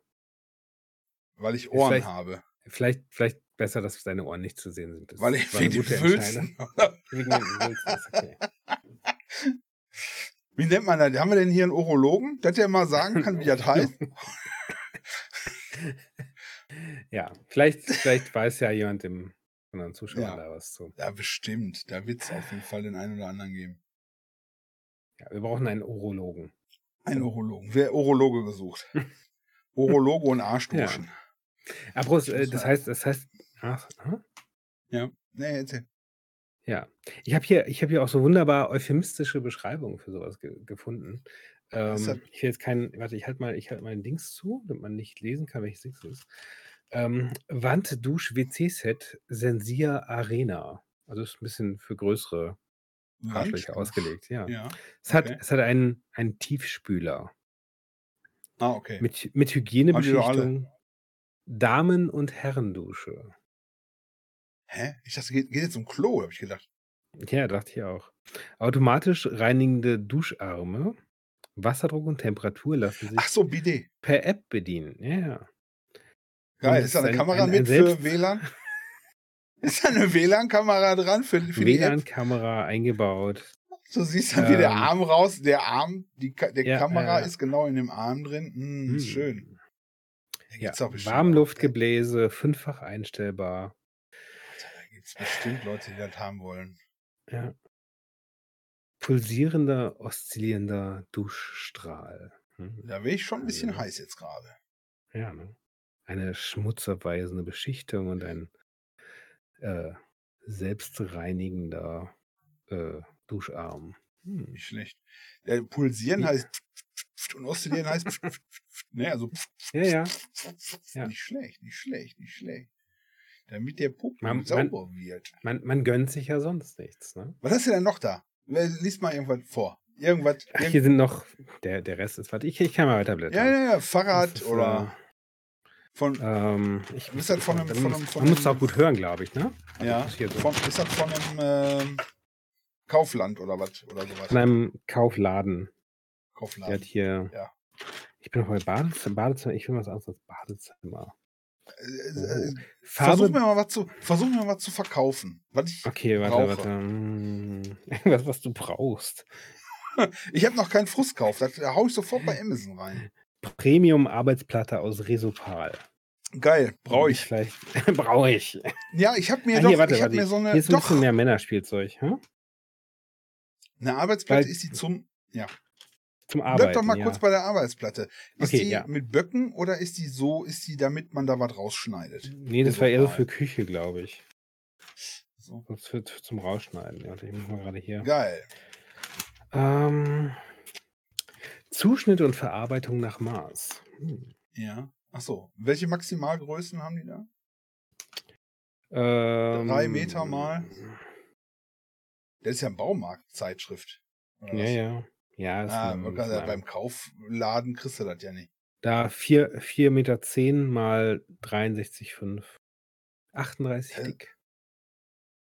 Speaker 1: weil ich Ohren
Speaker 2: vielleicht-
Speaker 1: habe,
Speaker 2: Vielleicht, vielleicht besser, dass deine Ohren nicht zu sehen sind. Das
Speaker 1: weil ich
Speaker 2: war
Speaker 1: wegen
Speaker 2: eine
Speaker 1: den
Speaker 2: gute
Speaker 1: Wülsten.
Speaker 2: Entscheidung. Wegen den Wülsten ist okay.
Speaker 1: Wie nennt man das? Haben wir denn hier einen Urologen, dass der mal sagen kann, wie das heißt?
Speaker 2: Ja, vielleicht, vielleicht weiß ja jemand im anderen Zuschauer
Speaker 1: Ja.
Speaker 2: da was zu.
Speaker 1: Ja, bestimmt. Da wird's auf jeden Fall den einen oder anderen geben.
Speaker 2: Ja, wir brauchen einen Urologen.
Speaker 1: Ein Urologen. Wer Urologe gesucht? Urologe und Arschduschen.
Speaker 2: Apropos,
Speaker 1: Ich
Speaker 2: äh,
Speaker 1: muss
Speaker 2: das
Speaker 1: sagen.
Speaker 2: heißt, das heißt, ach, hm? aha.
Speaker 1: Nee, erzähl.
Speaker 2: ja. Ich habe hier, ich habe hier auch so wunderbar euphemistische Beschreibungen für sowas ge gefunden. Ähm,
Speaker 1: Ist das-
Speaker 2: ich will jetzt keinen, warte, ich halte mal, ich halte mal den Dings zu, damit man nicht lesen kann, welches Dings es ist. Ähm, Wand, Dusch, WC-Set, Sensia Arena. Also ist ein bisschen für größere Arschlöcher ausgelegt, ja.
Speaker 1: Ah, Ja.
Speaker 2: Es hat,
Speaker 1: okay.
Speaker 2: es hat einen, einen Tiefspüler.
Speaker 1: Ah, okay.
Speaker 2: Mit, mit
Speaker 1: Haben die doch alle.
Speaker 2: Hygienebeschichtung, Damen- und Herrendusche.
Speaker 1: Hä? Ich dachte, geht, geht jetzt um Klo, habe ich gedacht.
Speaker 2: Ja, dachte ich auch. Automatisch reinigende Duscharme, Wasserdruck und Temperatur lassen sich
Speaker 1: Ach so, BD.
Speaker 2: per App bedienen. Ja, ja.
Speaker 1: Geil.
Speaker 2: Und
Speaker 1: Ist da eine
Speaker 2: ein-
Speaker 1: Kamera
Speaker 2: ein- ein
Speaker 1: mit
Speaker 2: Selbst-
Speaker 1: für WLAN? Ist da eine WLAN-Kamera dran für, für die App?
Speaker 2: WLAN-Kamera eingebaut.
Speaker 1: So siehst du, wie der
Speaker 2: Ähm.
Speaker 1: Arm raus, der Arm, die, Ka- der
Speaker 2: Ja,
Speaker 1: Kamera
Speaker 2: ja, ja.
Speaker 1: ist genau in dem Arm drin. Hm,
Speaker 2: Hm.
Speaker 1: Schön. Da
Speaker 2: Ja,
Speaker 1: gibt's doch bestimmt auch-
Speaker 2: Warmluftgebläse, fünffach einstellbar.
Speaker 1: Da gibt's bestimmt Leute, die das haben wollen.
Speaker 2: Ja. Pulsierender, oszillierender Duschstrahl. Hm.
Speaker 1: Da wäre ich schon ein bisschen
Speaker 2: Also.
Speaker 1: heiß jetzt gerade.
Speaker 2: Ja, ne? Eine schmutzabweisende Beschichtung und ein äh, selbstreinigender äh, Duscharm. Hm.
Speaker 1: Nicht schlecht. Äh, pulsieren
Speaker 2: Ja.
Speaker 1: heißt und oszillieren heißt ne, also
Speaker 2: Ja, ja. Ja.
Speaker 1: nicht schlecht, nicht schlecht, nicht schlecht. Damit der Puppen
Speaker 2: Man- man-
Speaker 1: sauber wird.
Speaker 2: Man, man gönnt sich ja sonst nichts. Ne?
Speaker 1: Was hast du denn noch da? Wer- Lies mal irgendwas vor. Irgendwas.
Speaker 2: Ach,
Speaker 1: irgend-
Speaker 2: hier sind noch, der, der Rest ist, warte, ich, ich kann mal
Speaker 1: ja,
Speaker 2: weiterblättern.
Speaker 1: ja, ja, Fahrrad
Speaker 2: Das ist,
Speaker 1: oder von.
Speaker 2: Äh, ähm, ich,
Speaker 1: Ist das von einem-
Speaker 2: man
Speaker 1: von
Speaker 2: muss-
Speaker 1: einem- von
Speaker 2: man muss es
Speaker 1: einem-
Speaker 2: auch gut hören, glaube ich, ne?
Speaker 1: ja,
Speaker 2: das ist hier so.
Speaker 1: von, ist das von einem ähm, Kaufland oder was? Oder sowas.
Speaker 2: Von einem Kaufladen. Der hat
Speaker 1: Kaufland.
Speaker 2: hier.
Speaker 1: Ja.
Speaker 2: Ich bin noch bei Badezimmer, Badezimmer. Ich will was anderes als Badezimmer.
Speaker 1: Äh, äh,
Speaker 2: Oh.
Speaker 1: Versuch
Speaker 2: Farbe.
Speaker 1: mir mal was zu, versuch mir mal was zu verkaufen. Was ich
Speaker 2: Okay, warte,
Speaker 1: brauche.
Speaker 2: warte. Hm, Irgendwas, was du brauchst.
Speaker 1: ich habe noch keinen Frustkauf. Da, da hau ich sofort bei Amazon rein.
Speaker 2: Premium-Arbeitsplatte aus Resopal.
Speaker 1: Geil, brauche ich.
Speaker 2: Vielleicht. Brauche ich.
Speaker 1: Mhm. Ja, ich habe mir
Speaker 2: Ah,
Speaker 1: doch,
Speaker 2: hier, warte,
Speaker 1: ich
Speaker 2: warte.
Speaker 1: habe mir so
Speaker 2: hier
Speaker 1: eine,
Speaker 2: ist ein
Speaker 1: doch,
Speaker 2: bisschen mehr Männerspielzeug. Hm?
Speaker 1: eine Arbeitsplatte
Speaker 2: Weil-
Speaker 1: ist die zum,
Speaker 2: Zum Arbeiten.
Speaker 1: Bleib doch mal
Speaker 2: ja.
Speaker 1: kurz bei der Arbeitsplatte. Ist
Speaker 2: Okay,
Speaker 1: die
Speaker 2: ja.
Speaker 1: mit Böcken oder ist die so, ist die, damit man da was rausschneidet?
Speaker 2: Nee, das war eher so
Speaker 1: Sofort.
Speaker 2: für Küche, glaube ich.
Speaker 1: So.
Speaker 2: Das wird zum Rausschneiden. Ja, ich mach mal gerade hier.
Speaker 1: Geil.
Speaker 2: Ähm, Zuschnitt und Verarbeitung nach Maß. Hm.
Speaker 1: Ja. Ach so. Welche Maximalgrößen haben die da?
Speaker 2: Ähm,
Speaker 1: Meter mal. Das ist ja ein Baumarktzeitschrift. oder
Speaker 2: Ja,
Speaker 1: was?
Speaker 2: ja. Ja, ist
Speaker 1: Ah,
Speaker 2: ein-
Speaker 1: man kann
Speaker 2: ist ein-
Speaker 1: ja beim Kaufladen kriegst du das ja nicht.
Speaker 2: Da 4, vier Meter zehn mal 63,5. 38
Speaker 1: Hä?
Speaker 2: dick.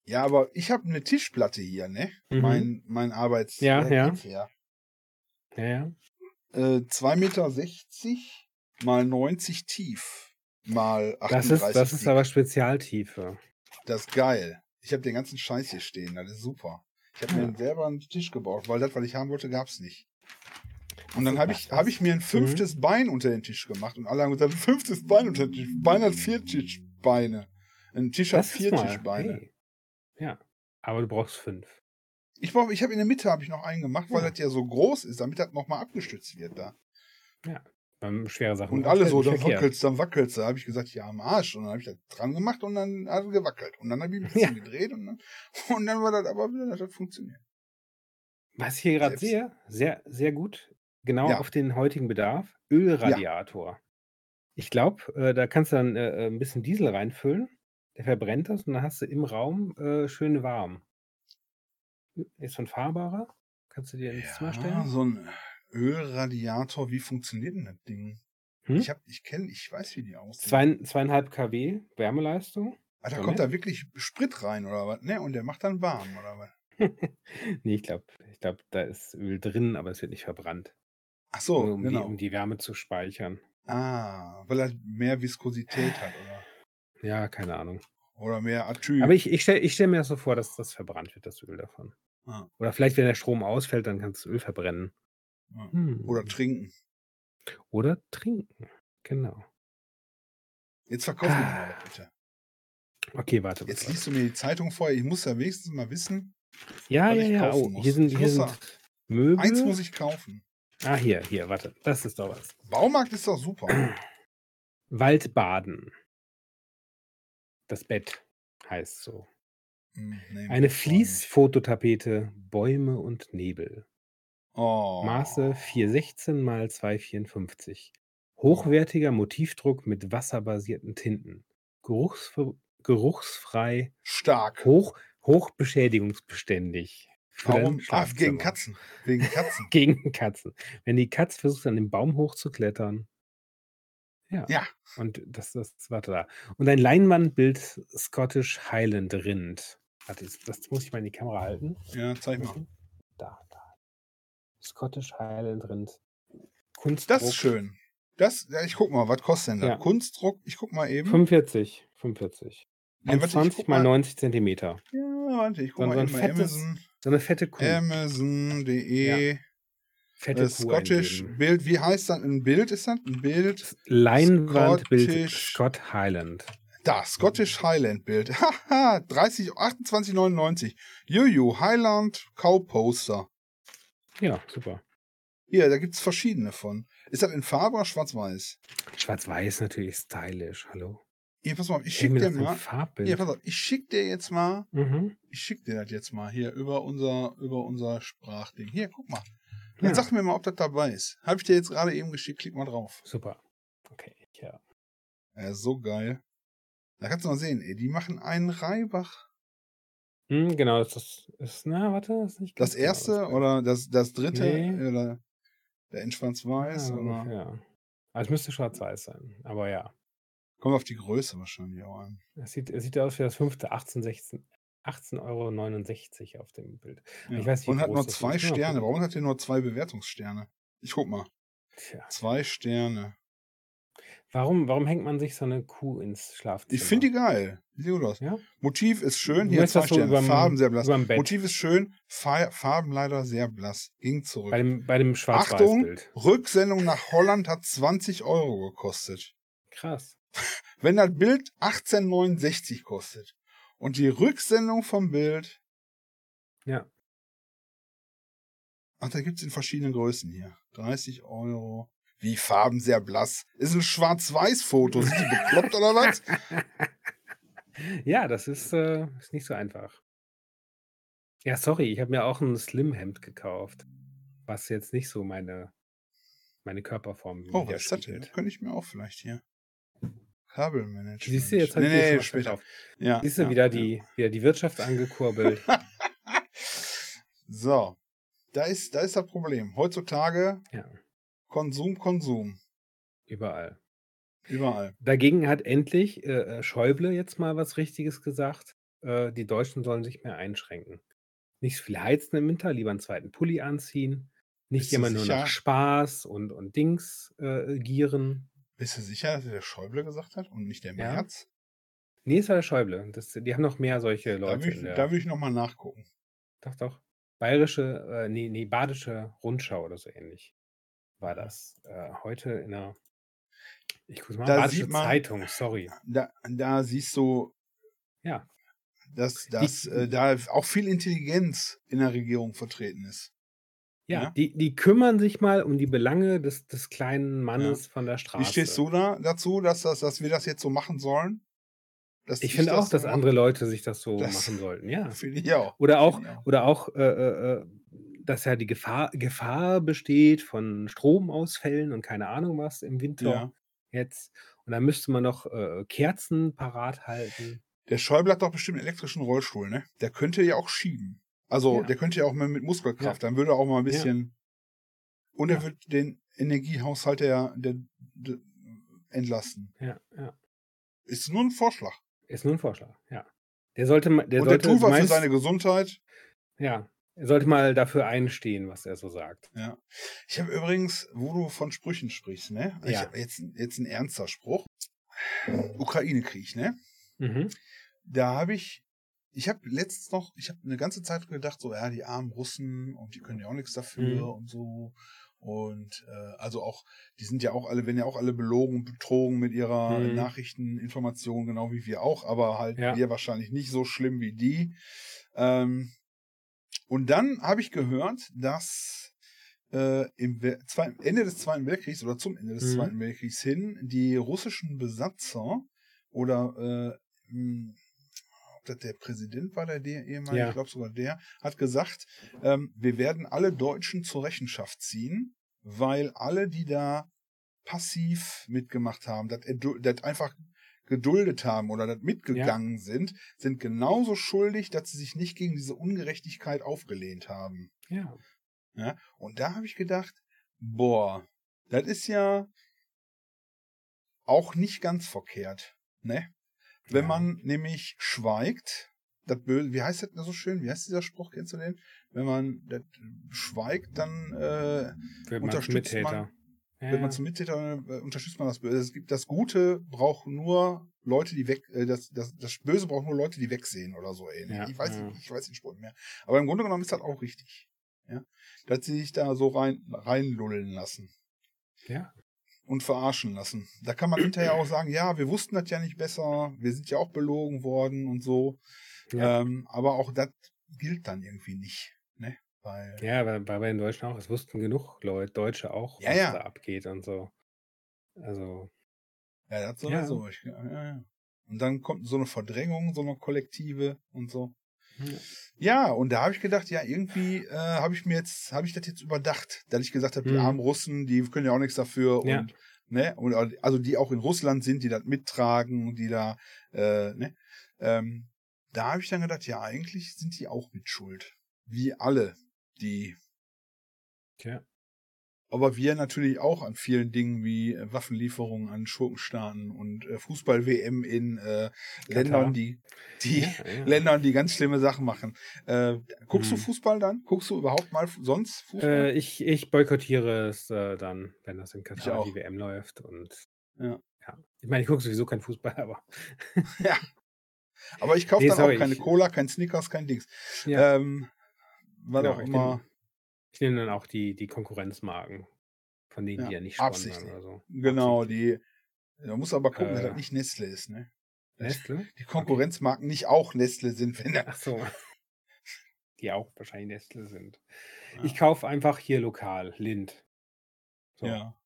Speaker 1: Ja, aber ich habe eine Tischplatte hier, ne?
Speaker 2: Mhm.
Speaker 1: Mein, mein Arbeits...
Speaker 2: Ja,
Speaker 1: äh,
Speaker 2: ja.
Speaker 1: Dings her.
Speaker 2: Ja, ja.
Speaker 1: Äh, 2,60 Meter mal 90 tief mal 38
Speaker 2: Das ist, das ist
Speaker 1: dick.
Speaker 2: aber Spezialtiefe.
Speaker 1: Das ist geil. Ich habe den ganzen Scheiß hier stehen, das ist super. Ich habe
Speaker 2: Ja.
Speaker 1: mir selber einen Tisch gebaut, weil das, was ich haben wollte, gab's nicht. Und dann habe ich, hab ich mir ein fünftes Bein unter den Tisch gemacht und alle haben gesagt, ein fünftes Bein unter den Tisch. Bein hat vier Tischbeine. Ein Tisch hat
Speaker 2: Das ist
Speaker 1: vier
Speaker 2: mal-
Speaker 1: Tischbeine.
Speaker 2: hey. Ja. Aber du brauchst fünf.
Speaker 1: Ich, brauch- ich habe in der Mitte hab ich noch einen gemacht, weil
Speaker 2: Ja.
Speaker 1: das ja so groß ist, damit das nochmal abgestützt wird da.
Speaker 2: Beim schwere Sachen.
Speaker 1: Und alle
Speaker 2: aufstellen,
Speaker 1: so,
Speaker 2: halt nicht
Speaker 1: dann
Speaker 2: verkehrt.
Speaker 1: wackelt's, dann wackelt's. Da habe ich gesagt, ja, am Arsch. Und dann habe ich das dran gemacht und dann hat es gewackelt. Und dann habe ich ein bisschen gedreht und dann, und dann war das aber wieder, das hat funktioniert.
Speaker 2: Was ich hier gerade
Speaker 1: Selbst.
Speaker 2: sehe, sehr, sehr gut, genau
Speaker 1: Ja.
Speaker 2: auf den heutigen Bedarf, Ölradiator. Ich glaube, äh, da kannst du dann äh, äh, ein bisschen Diesel reinfüllen, der verbrennt das und dann hast du im Raum äh, schön warm. Ist ein fahrbarer, kannst du dir ins Zimmer stellen.
Speaker 1: so ein Ölradiator, wie funktioniert denn das Ding?
Speaker 2: Hm?
Speaker 1: Ich, hab, ich kenne, ich weiß, wie die aussehen.
Speaker 2: Zwei, ne? zweieinhalb kW Wärmeleistung.
Speaker 1: ah, da
Speaker 2: Moment.
Speaker 1: kommt da wirklich Sprit rein oder was? Ne, und der macht dann warm oder was?
Speaker 2: nee, ich glaube, ich glaub, da ist Öl drin, aber es wird nicht verbrannt,
Speaker 1: Ach so,
Speaker 2: nur um,
Speaker 1: genau.
Speaker 2: die, um die Wärme zu speichern.
Speaker 1: Ah, weil er mehr Viskosität hat oder,
Speaker 2: Ja, keine Ahnung.
Speaker 1: oder mehr Atü.
Speaker 2: Aber ich, ich stelle ich stell mir das so vor, dass das verbrannt wird, das Öl davon.
Speaker 1: Ah.
Speaker 2: Oder vielleicht, wenn der Strom ausfällt, dann kannst du Öl verbrennen.
Speaker 1: Ja.
Speaker 2: Hm.
Speaker 1: Ah. oder trinken.
Speaker 2: Oder trinken. Genau.
Speaker 1: Jetzt verkauf mir mal was, bitte.
Speaker 2: Okay, warte.
Speaker 1: Jetzt
Speaker 2: warte.
Speaker 1: liest du mir die Zeitung vorher. Ich muss ja wenigstens mal wissen.
Speaker 2: ja,
Speaker 1: was
Speaker 2: ja,
Speaker 1: ich
Speaker 2: ja.
Speaker 1: kaufen
Speaker 2: Oh,
Speaker 1: muss.
Speaker 2: hier sind,
Speaker 1: Ich
Speaker 2: hier
Speaker 1: muss
Speaker 2: sind Möbel.
Speaker 1: Eins muss ich kaufen.
Speaker 2: ah, hier, hier, warte. Das ist doch was.
Speaker 1: Baumarkt ist doch super. Hm,
Speaker 2: Waldbaden. Das Bett heißt so.
Speaker 1: Hm, nee,
Speaker 2: Eine
Speaker 1: Bäume.
Speaker 2: Fließfototapete, Bäume und Nebel.
Speaker 1: Oh.
Speaker 2: Maße 416 mal 254. Hochwertiger Motivdruck mit wasserbasierten Tinten. Geruchsf geruchsfrei,
Speaker 1: Stark.
Speaker 2: hoch, hochbeschädigungsbeständig. für dein
Speaker 1: Warum? Ah, gegen
Speaker 2: Schlafzimmer.
Speaker 1: Katzen. Wegen Katzen.
Speaker 2: Gegen Katzen. Wenn die Katze versucht, an dem Baum hochzuklettern. Ja.
Speaker 1: Ja.
Speaker 2: Und das, das, warte da. Und ein Leinwandbild Scottish Highland Rind. Warte, das, das muss ich mal in die Kamera halten.
Speaker 1: ja, zeig mal.
Speaker 2: Müssen. Mhm. Da, da. Scottish Highland Rind. Kunstdruck.
Speaker 1: Das ist schön. Das, ja, ich guck mal, was kostet denn da?
Speaker 2: Ja.
Speaker 1: Kunstdruck, ich guck mal eben.
Speaker 2: 45, 45.
Speaker 1: Nee, warte, ich
Speaker 2: 20
Speaker 1: guck
Speaker 2: mal
Speaker 1: mal.
Speaker 2: 90 Zentimeter.
Speaker 1: Ja, warte, ich guck
Speaker 2: So-
Speaker 1: mal
Speaker 2: so ein
Speaker 1: eben bei
Speaker 2: fettes
Speaker 1: Amazon.
Speaker 2: So eine fette Kuh.
Speaker 1: Ähm, Amazon.de.
Speaker 2: fette
Speaker 1: Äh,
Speaker 2: Kuh
Speaker 1: Scottish
Speaker 2: eingeben.
Speaker 1: Bild. Wie heißt das? Ein Bild ist das? Ein Bild?
Speaker 2: Leinwandbild
Speaker 1: Scottish-
Speaker 2: Scott Highland.
Speaker 1: Da, Scottish Highland Bild. Haha, 30, 28,99. Juju, Highland Cow Poster.
Speaker 2: Ja, super.
Speaker 1: Hier, da gibt's verschiedene von. Ist das in Farbe oder schwarz-weiß?
Speaker 2: Schwarz-Weiß natürlich stylisch. Hallo.
Speaker 1: Hier, pass mal, auf, ich
Speaker 2: Stell
Speaker 1: schick
Speaker 2: mir
Speaker 1: dir
Speaker 2: das ein
Speaker 1: mal.
Speaker 2: Farbbild.
Speaker 1: Hier, pass auf, ich schick dir jetzt mal.
Speaker 2: mhm.
Speaker 1: Ich schick dir das jetzt mal hier über unser, über unser Sprachding. Hier, guck mal.
Speaker 2: ja,
Speaker 1: Jetzt sag mir mal, ob das dabei ist. Habe ich dir jetzt gerade eben geschickt, klick mal drauf.
Speaker 2: super. Okay, ja.
Speaker 1: Äh, so geil. Da kannst du mal sehen, ey, die machen einen Reibach.
Speaker 2: Hm, genau, das ist, ist. Na, warte, das ist nicht
Speaker 1: Das
Speaker 2: genau
Speaker 1: erste
Speaker 2: Bild.
Speaker 1: oder das, das dritte
Speaker 2: Nee.
Speaker 1: oder der in schwarz-weiß
Speaker 2: Ah, Ja,
Speaker 1: oder.
Speaker 2: ungefähr. Also es müsste schwarz-weiß sein. Aber ja.
Speaker 1: Kommt auf die Größe wahrscheinlich auch an.
Speaker 2: Es sieht, es sieht aus wie das fünfte 18, 16, 18,69 Euro auf dem Bild.
Speaker 1: Ja.
Speaker 2: weiß nicht, wie
Speaker 1: Und hat
Speaker 2: groß
Speaker 1: nur
Speaker 2: das ist.
Speaker 1: zwei
Speaker 2: Muss man mal
Speaker 1: Sterne.
Speaker 2: gucken.
Speaker 1: Warum hat der nur zwei Bewertungssterne? Ich guck mal.
Speaker 2: Tja.
Speaker 1: Zwei Sterne.
Speaker 2: Warum, warum hängt man sich so eine Kuh ins Schlafzimmer?
Speaker 1: Ich finde die geil. Die Sieht gut aus.
Speaker 2: Genau. Ja?
Speaker 1: Motiv ist schön.
Speaker 2: Du
Speaker 1: Hier
Speaker 2: möchtest das
Speaker 1: zwei
Speaker 2: so
Speaker 1: Sterne.
Speaker 2: überm-
Speaker 1: Farben sehr blass.
Speaker 2: überm Bett.
Speaker 1: Motiv ist schön. Fa Farben leider sehr blass. Ging zurück.
Speaker 2: bei dem, bei dem
Speaker 1: Achtung,
Speaker 2: Schwarz-Weiß-Bild.
Speaker 1: Rücksendung nach Holland hat 20 Euro gekostet.
Speaker 2: Krass.
Speaker 1: Wenn das Bild 18,69 kostet und die Rücksendung vom Bild
Speaker 2: Ja.
Speaker 1: Ach, da gibt's in verschiedenen Größen hier. 30 Euro. Wie Farben sehr blass. Ist ein Schwarz-Weiß-Foto. Sind die bekloppt oder was?
Speaker 2: ja, das ist, äh, ist nicht so einfach. Ja, sorry, ich habe mir auch ein Slim-Hemd gekauft, was jetzt nicht so meine, meine Körperform
Speaker 1: Oh, was ist das denn? Könnte ich mir auch vielleicht hier. Kabelmanagement.
Speaker 2: Siehst du, jetzt
Speaker 1: nee,
Speaker 2: ich dir schon
Speaker 1: nee,
Speaker 2: was
Speaker 1: später.
Speaker 2: verkauft.
Speaker 1: Ja,
Speaker 2: Siehst du,
Speaker 1: ja,
Speaker 2: wieder,
Speaker 1: ja.
Speaker 2: die, wieder die Wirtschaft angekurbelt.
Speaker 1: So. Da ist, da ist das Problem. Heutzutage
Speaker 2: Ja.
Speaker 1: Konsum, Konsum.
Speaker 2: Überall.
Speaker 1: Überall.
Speaker 2: Dagegen hat endlich äh, äh, Schäuble jetzt mal was Richtiges gesagt. Äh, die Deutschen sollen sich mehr einschränken. Nicht so viel heizen im Winter, lieber einen zweiten Pulli anziehen.
Speaker 1: Bist
Speaker 2: Nicht
Speaker 1: du
Speaker 2: immer nur
Speaker 1: sicher?
Speaker 2: nach Spaß und, und Dings äh, gieren.
Speaker 1: Bist du sicher, dass der Schäuble gesagt hat und nicht der
Speaker 2: Ja.
Speaker 1: Merz?
Speaker 2: Nee, es war der Schäuble. Das, die haben noch mehr
Speaker 1: Da
Speaker 2: solche Leute.
Speaker 1: würde ich,
Speaker 2: in der-
Speaker 1: da würd ich nochmal nachgucken.
Speaker 2: Doch, doch. Bayerische, äh, nee, nee, badische Rundschau oder so ähnlich war das. Äh, heute in einer, ich gucke mal,
Speaker 1: Da
Speaker 2: badische
Speaker 1: sieht man-
Speaker 2: Zeitung, sorry.
Speaker 1: Da, da siehst du,
Speaker 2: Ja.
Speaker 1: dass, dass äh, da auch viel Intelligenz in der Regierung vertreten ist.
Speaker 2: Ja,
Speaker 1: Ja.
Speaker 2: Die, die kümmern sich mal um die Belange des, des kleinen Mannes von der Straße.
Speaker 1: Wie stehst du da dazu, dass, das, dass wir das jetzt so machen sollen? Dass
Speaker 2: Ich finde auch, dass
Speaker 1: so
Speaker 2: andere Leute sich das so
Speaker 1: Das-
Speaker 2: machen sollten,
Speaker 1: mache?
Speaker 2: ja.
Speaker 1: Finde ich auch.
Speaker 2: Oder auch,
Speaker 1: Ja.
Speaker 2: oder auch äh, äh, äh, dass ja die Gefahr, Gefahr besteht von Stromausfällen und keine Ahnung was im Winter
Speaker 1: Ja.
Speaker 2: jetzt. Und dann müsste man noch äh, Kerzen parat halten.
Speaker 1: Der Schäuble hat doch bestimmt einen elektrischen Rollstuhl, ne? Der könnte ja auch schieben. Also,
Speaker 2: Ja.
Speaker 1: der könnte ja auch mal mit Muskelkraft. Dann würde er auch mal ein
Speaker 2: Ja.
Speaker 1: bisschen. Und er
Speaker 2: Ja.
Speaker 1: wird den Energiehaushalt der, der, der entlasten.
Speaker 2: Ja, ja.
Speaker 1: Ist nur ein Vorschlag.
Speaker 2: Ist nur ein Vorschlag, ja. Der sollte mal, der
Speaker 1: und der
Speaker 2: sollte,
Speaker 1: Tufer für
Speaker 2: meinst-
Speaker 1: seine Gesundheit.
Speaker 2: ja, er sollte mal dafür einstehen, was er so sagt.
Speaker 1: Ja. Ich habe übrigens, wo du von Sprüchen sprichst, ne? Ich
Speaker 2: Ja.
Speaker 1: habe jetzt, jetzt ein ernster Spruch. Ukraine-Krieg, ne?
Speaker 2: Mhm.
Speaker 1: da habe ich, ich habe letztens noch, ich habe eine ganze Zeit gedacht, so, ja, die armen Russen und die können ja auch nichts dafür
Speaker 2: Mhm.
Speaker 1: und so. Und äh, also auch, die sind ja auch alle, werden ja auch alle belogen, betrogen mit ihrer
Speaker 2: Mhm.
Speaker 1: Nachrichten, Informationen, genau wie wir auch, aber halt
Speaker 2: Ja.
Speaker 1: wir wahrscheinlich nicht so schlimm wie die. Ähm, und dann habe ich gehört, dass äh, im We- Zweiten- Ende des Zweiten Weltkriegs oder zum Ende des
Speaker 2: Mhm.
Speaker 1: Zweiten Weltkriegs hin die russischen Besatzer oder äh, mh, ob das der Präsident war, der, der ehemalige,
Speaker 2: Ja.
Speaker 1: ich glaube sogar der, hat gesagt, ähm, wir werden alle Deutschen zur Rechenschaft ziehen, weil alle, die da passiv mitgemacht haben, das edu- das einfach geduldet haben oder das mitgegangen sind, sind genauso schuldig, dass sie sich nicht gegen diese Ungerechtigkeit aufgelehnt haben.
Speaker 2: Ja.
Speaker 1: Und da habe ich gedacht, boah, das ist ja auch nicht ganz verkehrt, ne? Wenn
Speaker 2: ja.
Speaker 1: man nämlich schweigt, das Böse, wie heißt das denn so schön? Wie heißt dieser Spruch? Kennst du den? Wenn man das schweigt, dann äh,
Speaker 2: Wird man zum
Speaker 1: unterstützt man-
Speaker 2: Mittäter.
Speaker 1: wenn man zum Mittäter äh, unterstützt man das Böse. Es gibt das Gute braucht nur Leute, die weg, äh, das, das, das Böse braucht nur Leute, die wegsehen oder so ähnlich.
Speaker 2: Ja,
Speaker 1: ich weiß
Speaker 2: ja.
Speaker 1: nicht, ich weiß den Spruch nicht mehr. Aber im Grunde genommen ist das auch richtig. Ja? Dass sie sich da so rein reinlullen lassen
Speaker 2: ja.
Speaker 1: und verarschen lassen. Da kann man hinterher auch sagen, ja, wir wussten das ja nicht besser, wir sind ja auch belogen worden und so.
Speaker 2: Ja.
Speaker 1: Ähm, aber auch das gilt dann irgendwie nicht. Ne? Weil,
Speaker 2: ja, war, war bei den Deutschen auch. Es wussten genug Leute, Deutsche auch,
Speaker 1: Ja,
Speaker 2: was
Speaker 1: ja.
Speaker 2: da abgeht und so. Also,
Speaker 1: ja, das sowieso. Ich, ja, ja. Und dann kommt so eine Verdrängung, so eine kollektive und so.
Speaker 2: ja.
Speaker 1: Ja, und da habe ich gedacht, ja, irgendwie äh, habe ich mir jetzt, habe ich das jetzt überdacht, dass ich gesagt habe, die
Speaker 2: Mhm.
Speaker 1: armen Russen, die können ja auch nichts dafür
Speaker 2: Ja.
Speaker 1: und ne, und also die auch in Russland sind, die das mittragen, die da, äh, ne, ähm, da habe ich dann gedacht, ja, eigentlich sind die auch mit Schuld, wie alle, die
Speaker 2: Tja.
Speaker 1: Aber wir natürlich auch an vielen Dingen wie äh, Waffenlieferungen an Schurkenstaaten und äh, Fußball-WM in äh, Ländern, die, die
Speaker 2: ja, ja.
Speaker 1: Ländern, die ganz schlimme Sachen machen. Äh, guckst du
Speaker 2: Hm.
Speaker 1: Fußball dann? Guckst du überhaupt mal fu- sonst Fußball?
Speaker 2: Äh, ich, ich boykottiere es äh, dann, wenn das in Katar
Speaker 1: auch.
Speaker 2: die WM läuft. Und
Speaker 1: Ja.
Speaker 2: ja. Ich meine, ich gucke sowieso keinen Fußball, aber
Speaker 1: Aber ich kaufe
Speaker 2: nee,
Speaker 1: dann
Speaker 2: sorry,
Speaker 1: auch keine
Speaker 2: ich-
Speaker 1: Cola, kein Snickers, kein Dings.
Speaker 2: Ja.
Speaker 1: Ähm, war
Speaker 2: Genau,
Speaker 1: doch
Speaker 2: ich
Speaker 1: immer
Speaker 2: ich nehme dann auch die, die Konkurrenzmarken, von denen
Speaker 1: Ja,
Speaker 2: die ja nicht sponsern
Speaker 1: absichtlich.
Speaker 2: oder so.
Speaker 1: genau die. Da muss aber gucken, dass
Speaker 2: Äh.
Speaker 1: das nicht Nestle ist, ne?
Speaker 2: Nestle?
Speaker 1: Die Konkurrenzmarken nicht auch Nestle sind, wenn da
Speaker 2: Ach so. Die auch wahrscheinlich Nestle sind. Ich kaufe einfach hier lokal, Lind. So.
Speaker 1: Ja.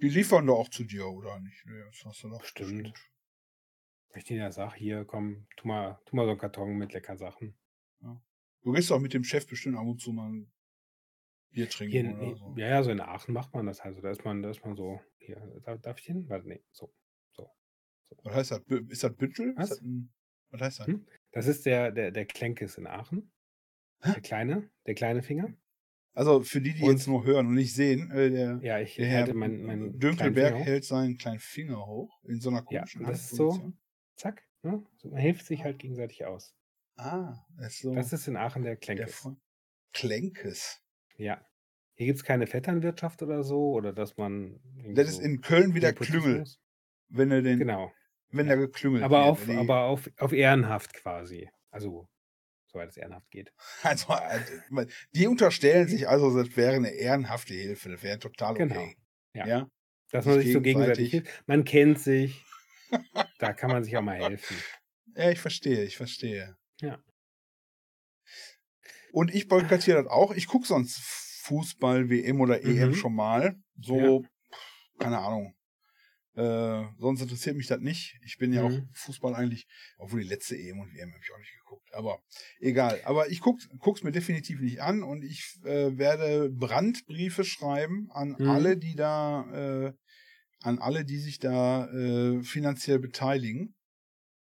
Speaker 1: Die liefern doch auch zu dir, oder nicht? Nee, das hast du doch
Speaker 2: Bestimmt. Wenn ich denen ja sage, hier, komm, tu mal, tu mal so einen Karton mit leckeren Sachen.
Speaker 1: Du gehst auch mit dem Chef bestimmt ab und zu mal ein Bier trinken
Speaker 2: Hier,
Speaker 1: oder
Speaker 2: in-
Speaker 1: so.
Speaker 2: ja, ja, so in Aachen macht man das also. Da ist man, da ist man so, hier, darf, darf ich hin? Warte, nee, so.
Speaker 1: Was heißt das? Bü- Ist das Büttel?
Speaker 2: Was?
Speaker 1: Ist das ein, was heißt das?
Speaker 2: Hm? Das ist der, der, der Klenkes in Aachen. Der kleine, der kleine Finger.
Speaker 1: Also für die, die
Speaker 2: Und-
Speaker 1: jetzt nur hören und nicht sehen, äh, der,
Speaker 2: Ja, ich
Speaker 1: der
Speaker 2: halte
Speaker 1: Herr
Speaker 2: meinen mein
Speaker 1: Dünkelberg hält seinen kleinen Finger hoch in so einer
Speaker 2: Ja,
Speaker 1: komischen
Speaker 2: das ist
Speaker 1: Handposition.
Speaker 2: Zack, ne? so, man hilft sich halt gegenseitig aus.
Speaker 1: Ah, das ist so
Speaker 2: Das ist in Aachen der
Speaker 1: der
Speaker 2: Klenkes.
Speaker 1: Fre- Klenkes.
Speaker 2: Ja. Hier gibt es keine Vetternwirtschaft oder so, oder dass man. irgendwie
Speaker 1: Das ist
Speaker 2: so
Speaker 1: in Köln wieder Klüngel,
Speaker 2: Nepotismus-
Speaker 1: wenn er den,
Speaker 2: Genau.
Speaker 1: wenn er geklüngelt
Speaker 2: Aber,
Speaker 1: wird.
Speaker 2: auf,
Speaker 1: wenn die-
Speaker 2: aber auf, auf ehrenhaft quasi. Also, soweit es ehrenhaft geht.
Speaker 1: Also, also, man- die unterstellen sich also, das wäre eine ehrenhafte Hilfe. Das wäre total okay.
Speaker 2: Genau. Ja.
Speaker 1: ja?
Speaker 2: Dass man
Speaker 1: Sich
Speaker 2: sich so gegenseitig
Speaker 1: gegenseitig-
Speaker 2: hilft. Man kennt sich. da kann man sich auch mal helfen.
Speaker 1: Ja, ich verstehe, ich verstehe.
Speaker 2: Ja.
Speaker 1: Und ich boykottiere das auch. Ich gucke sonst Fußball, WM oder EM
Speaker 2: Mhm.
Speaker 1: schon mal. So, pff, keine Ahnung. Äh, sonst interessiert mich das nicht. Ich bin ja
Speaker 2: Mhm.
Speaker 1: auch Fußball eigentlich, obwohl die letzte EM und WM habe ich auch nicht geguckt. Aber egal. Aber ich guck, guck's mir definitiv nicht an und ich äh, werde Brandbriefe schreiben an
Speaker 2: Mhm.
Speaker 1: alle, die da, äh, an alle, die sich da äh, finanziell beteiligen.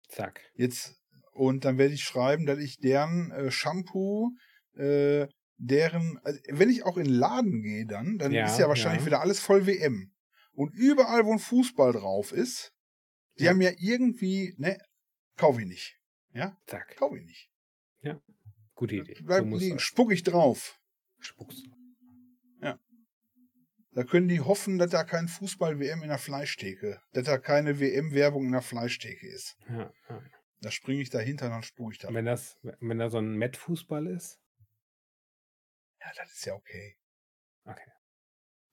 Speaker 2: Zack.
Speaker 1: Jetzt, und dann werde ich schreiben, dass ich deren äh, Shampoo, äh, deren, also wenn ich auch in den Laden gehe dann, dann
Speaker 2: Ja,
Speaker 1: ist ja wahrscheinlich
Speaker 2: ja.
Speaker 1: wieder alles voll WM. Und überall, wo ein Fußball drauf ist, die
Speaker 2: Ja.
Speaker 1: haben ja irgendwie, ne, kauf ich nicht. Ja,
Speaker 2: Zack.
Speaker 1: kauf ich nicht.
Speaker 2: Gute Idee. So
Speaker 1: Bleib
Speaker 2: muss
Speaker 1: liegen,
Speaker 2: das.
Speaker 1: spuck ich drauf.
Speaker 2: Spuckst.
Speaker 1: Da können die hoffen, dass da kein Fußball-WM in der Fleischtheke, dass da keine WM-Werbung in der Fleischtheke ist.
Speaker 2: Ja, ja.
Speaker 1: Da springe ich dahinter, dann spuck ich da.
Speaker 2: Und
Speaker 1: Ja,
Speaker 2: Wenn das, wenn da so ein Met-Fußball ist,
Speaker 1: das ist ja okay.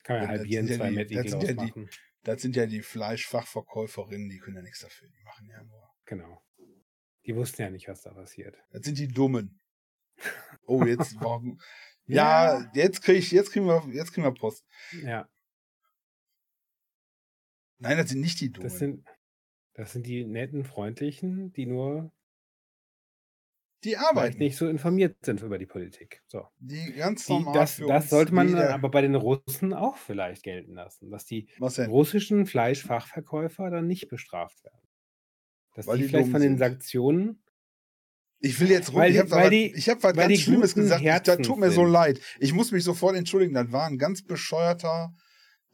Speaker 2: kann man ja
Speaker 1: Ja, das
Speaker 2: halbieren,
Speaker 1: sind ja
Speaker 2: zwei
Speaker 1: die-
Speaker 2: met
Speaker 1: das sind ja die-
Speaker 2: machen.
Speaker 1: Das sind ja die Fleischfachverkäuferinnen, die können ja nichts dafür. Die machen ja nur.
Speaker 2: Genau. Die wussten ja nicht, was da passiert.
Speaker 1: Das sind die Dummen. Oh, jetzt morgen. ja, jetzt krieg ich, jetzt kriegen wir, jetzt kriegen wir Post.
Speaker 2: Ja,
Speaker 1: Nein, das sind nicht die Dummen.
Speaker 2: das sind, das sind die netten, freundlichen, die nur
Speaker 1: die
Speaker 2: vielleicht
Speaker 1: arbeiten.
Speaker 2: nicht so informiert sind über die Politik. So.
Speaker 1: Die ganz
Speaker 2: Die,
Speaker 1: normal
Speaker 2: das
Speaker 1: für
Speaker 2: das
Speaker 1: uns
Speaker 2: sollte man
Speaker 1: weder-
Speaker 2: dann aber bei den Russen auch vielleicht gelten lassen, dass die
Speaker 1: Was denn?
Speaker 2: russischen Fleischfachverkäufer dann nicht bestraft werden. Dass
Speaker 1: Weil
Speaker 2: die
Speaker 1: die
Speaker 2: vielleicht
Speaker 1: dumm
Speaker 2: von
Speaker 1: sind.
Speaker 2: den Sanktionen.
Speaker 1: Ich will jetzt rum.
Speaker 2: Weil
Speaker 1: ich
Speaker 2: die-
Speaker 1: habe
Speaker 2: weil
Speaker 1: was,
Speaker 2: die-
Speaker 1: ich hab was
Speaker 2: weil
Speaker 1: ganz
Speaker 2: die
Speaker 1: Schlimmes
Speaker 2: guten
Speaker 1: gesagt. Ich, das
Speaker 2: Herzen
Speaker 1: tut mir so
Speaker 2: sind.
Speaker 1: leid. Ich muss mich sofort entschuldigen. Das war ein ganz bescheuerter.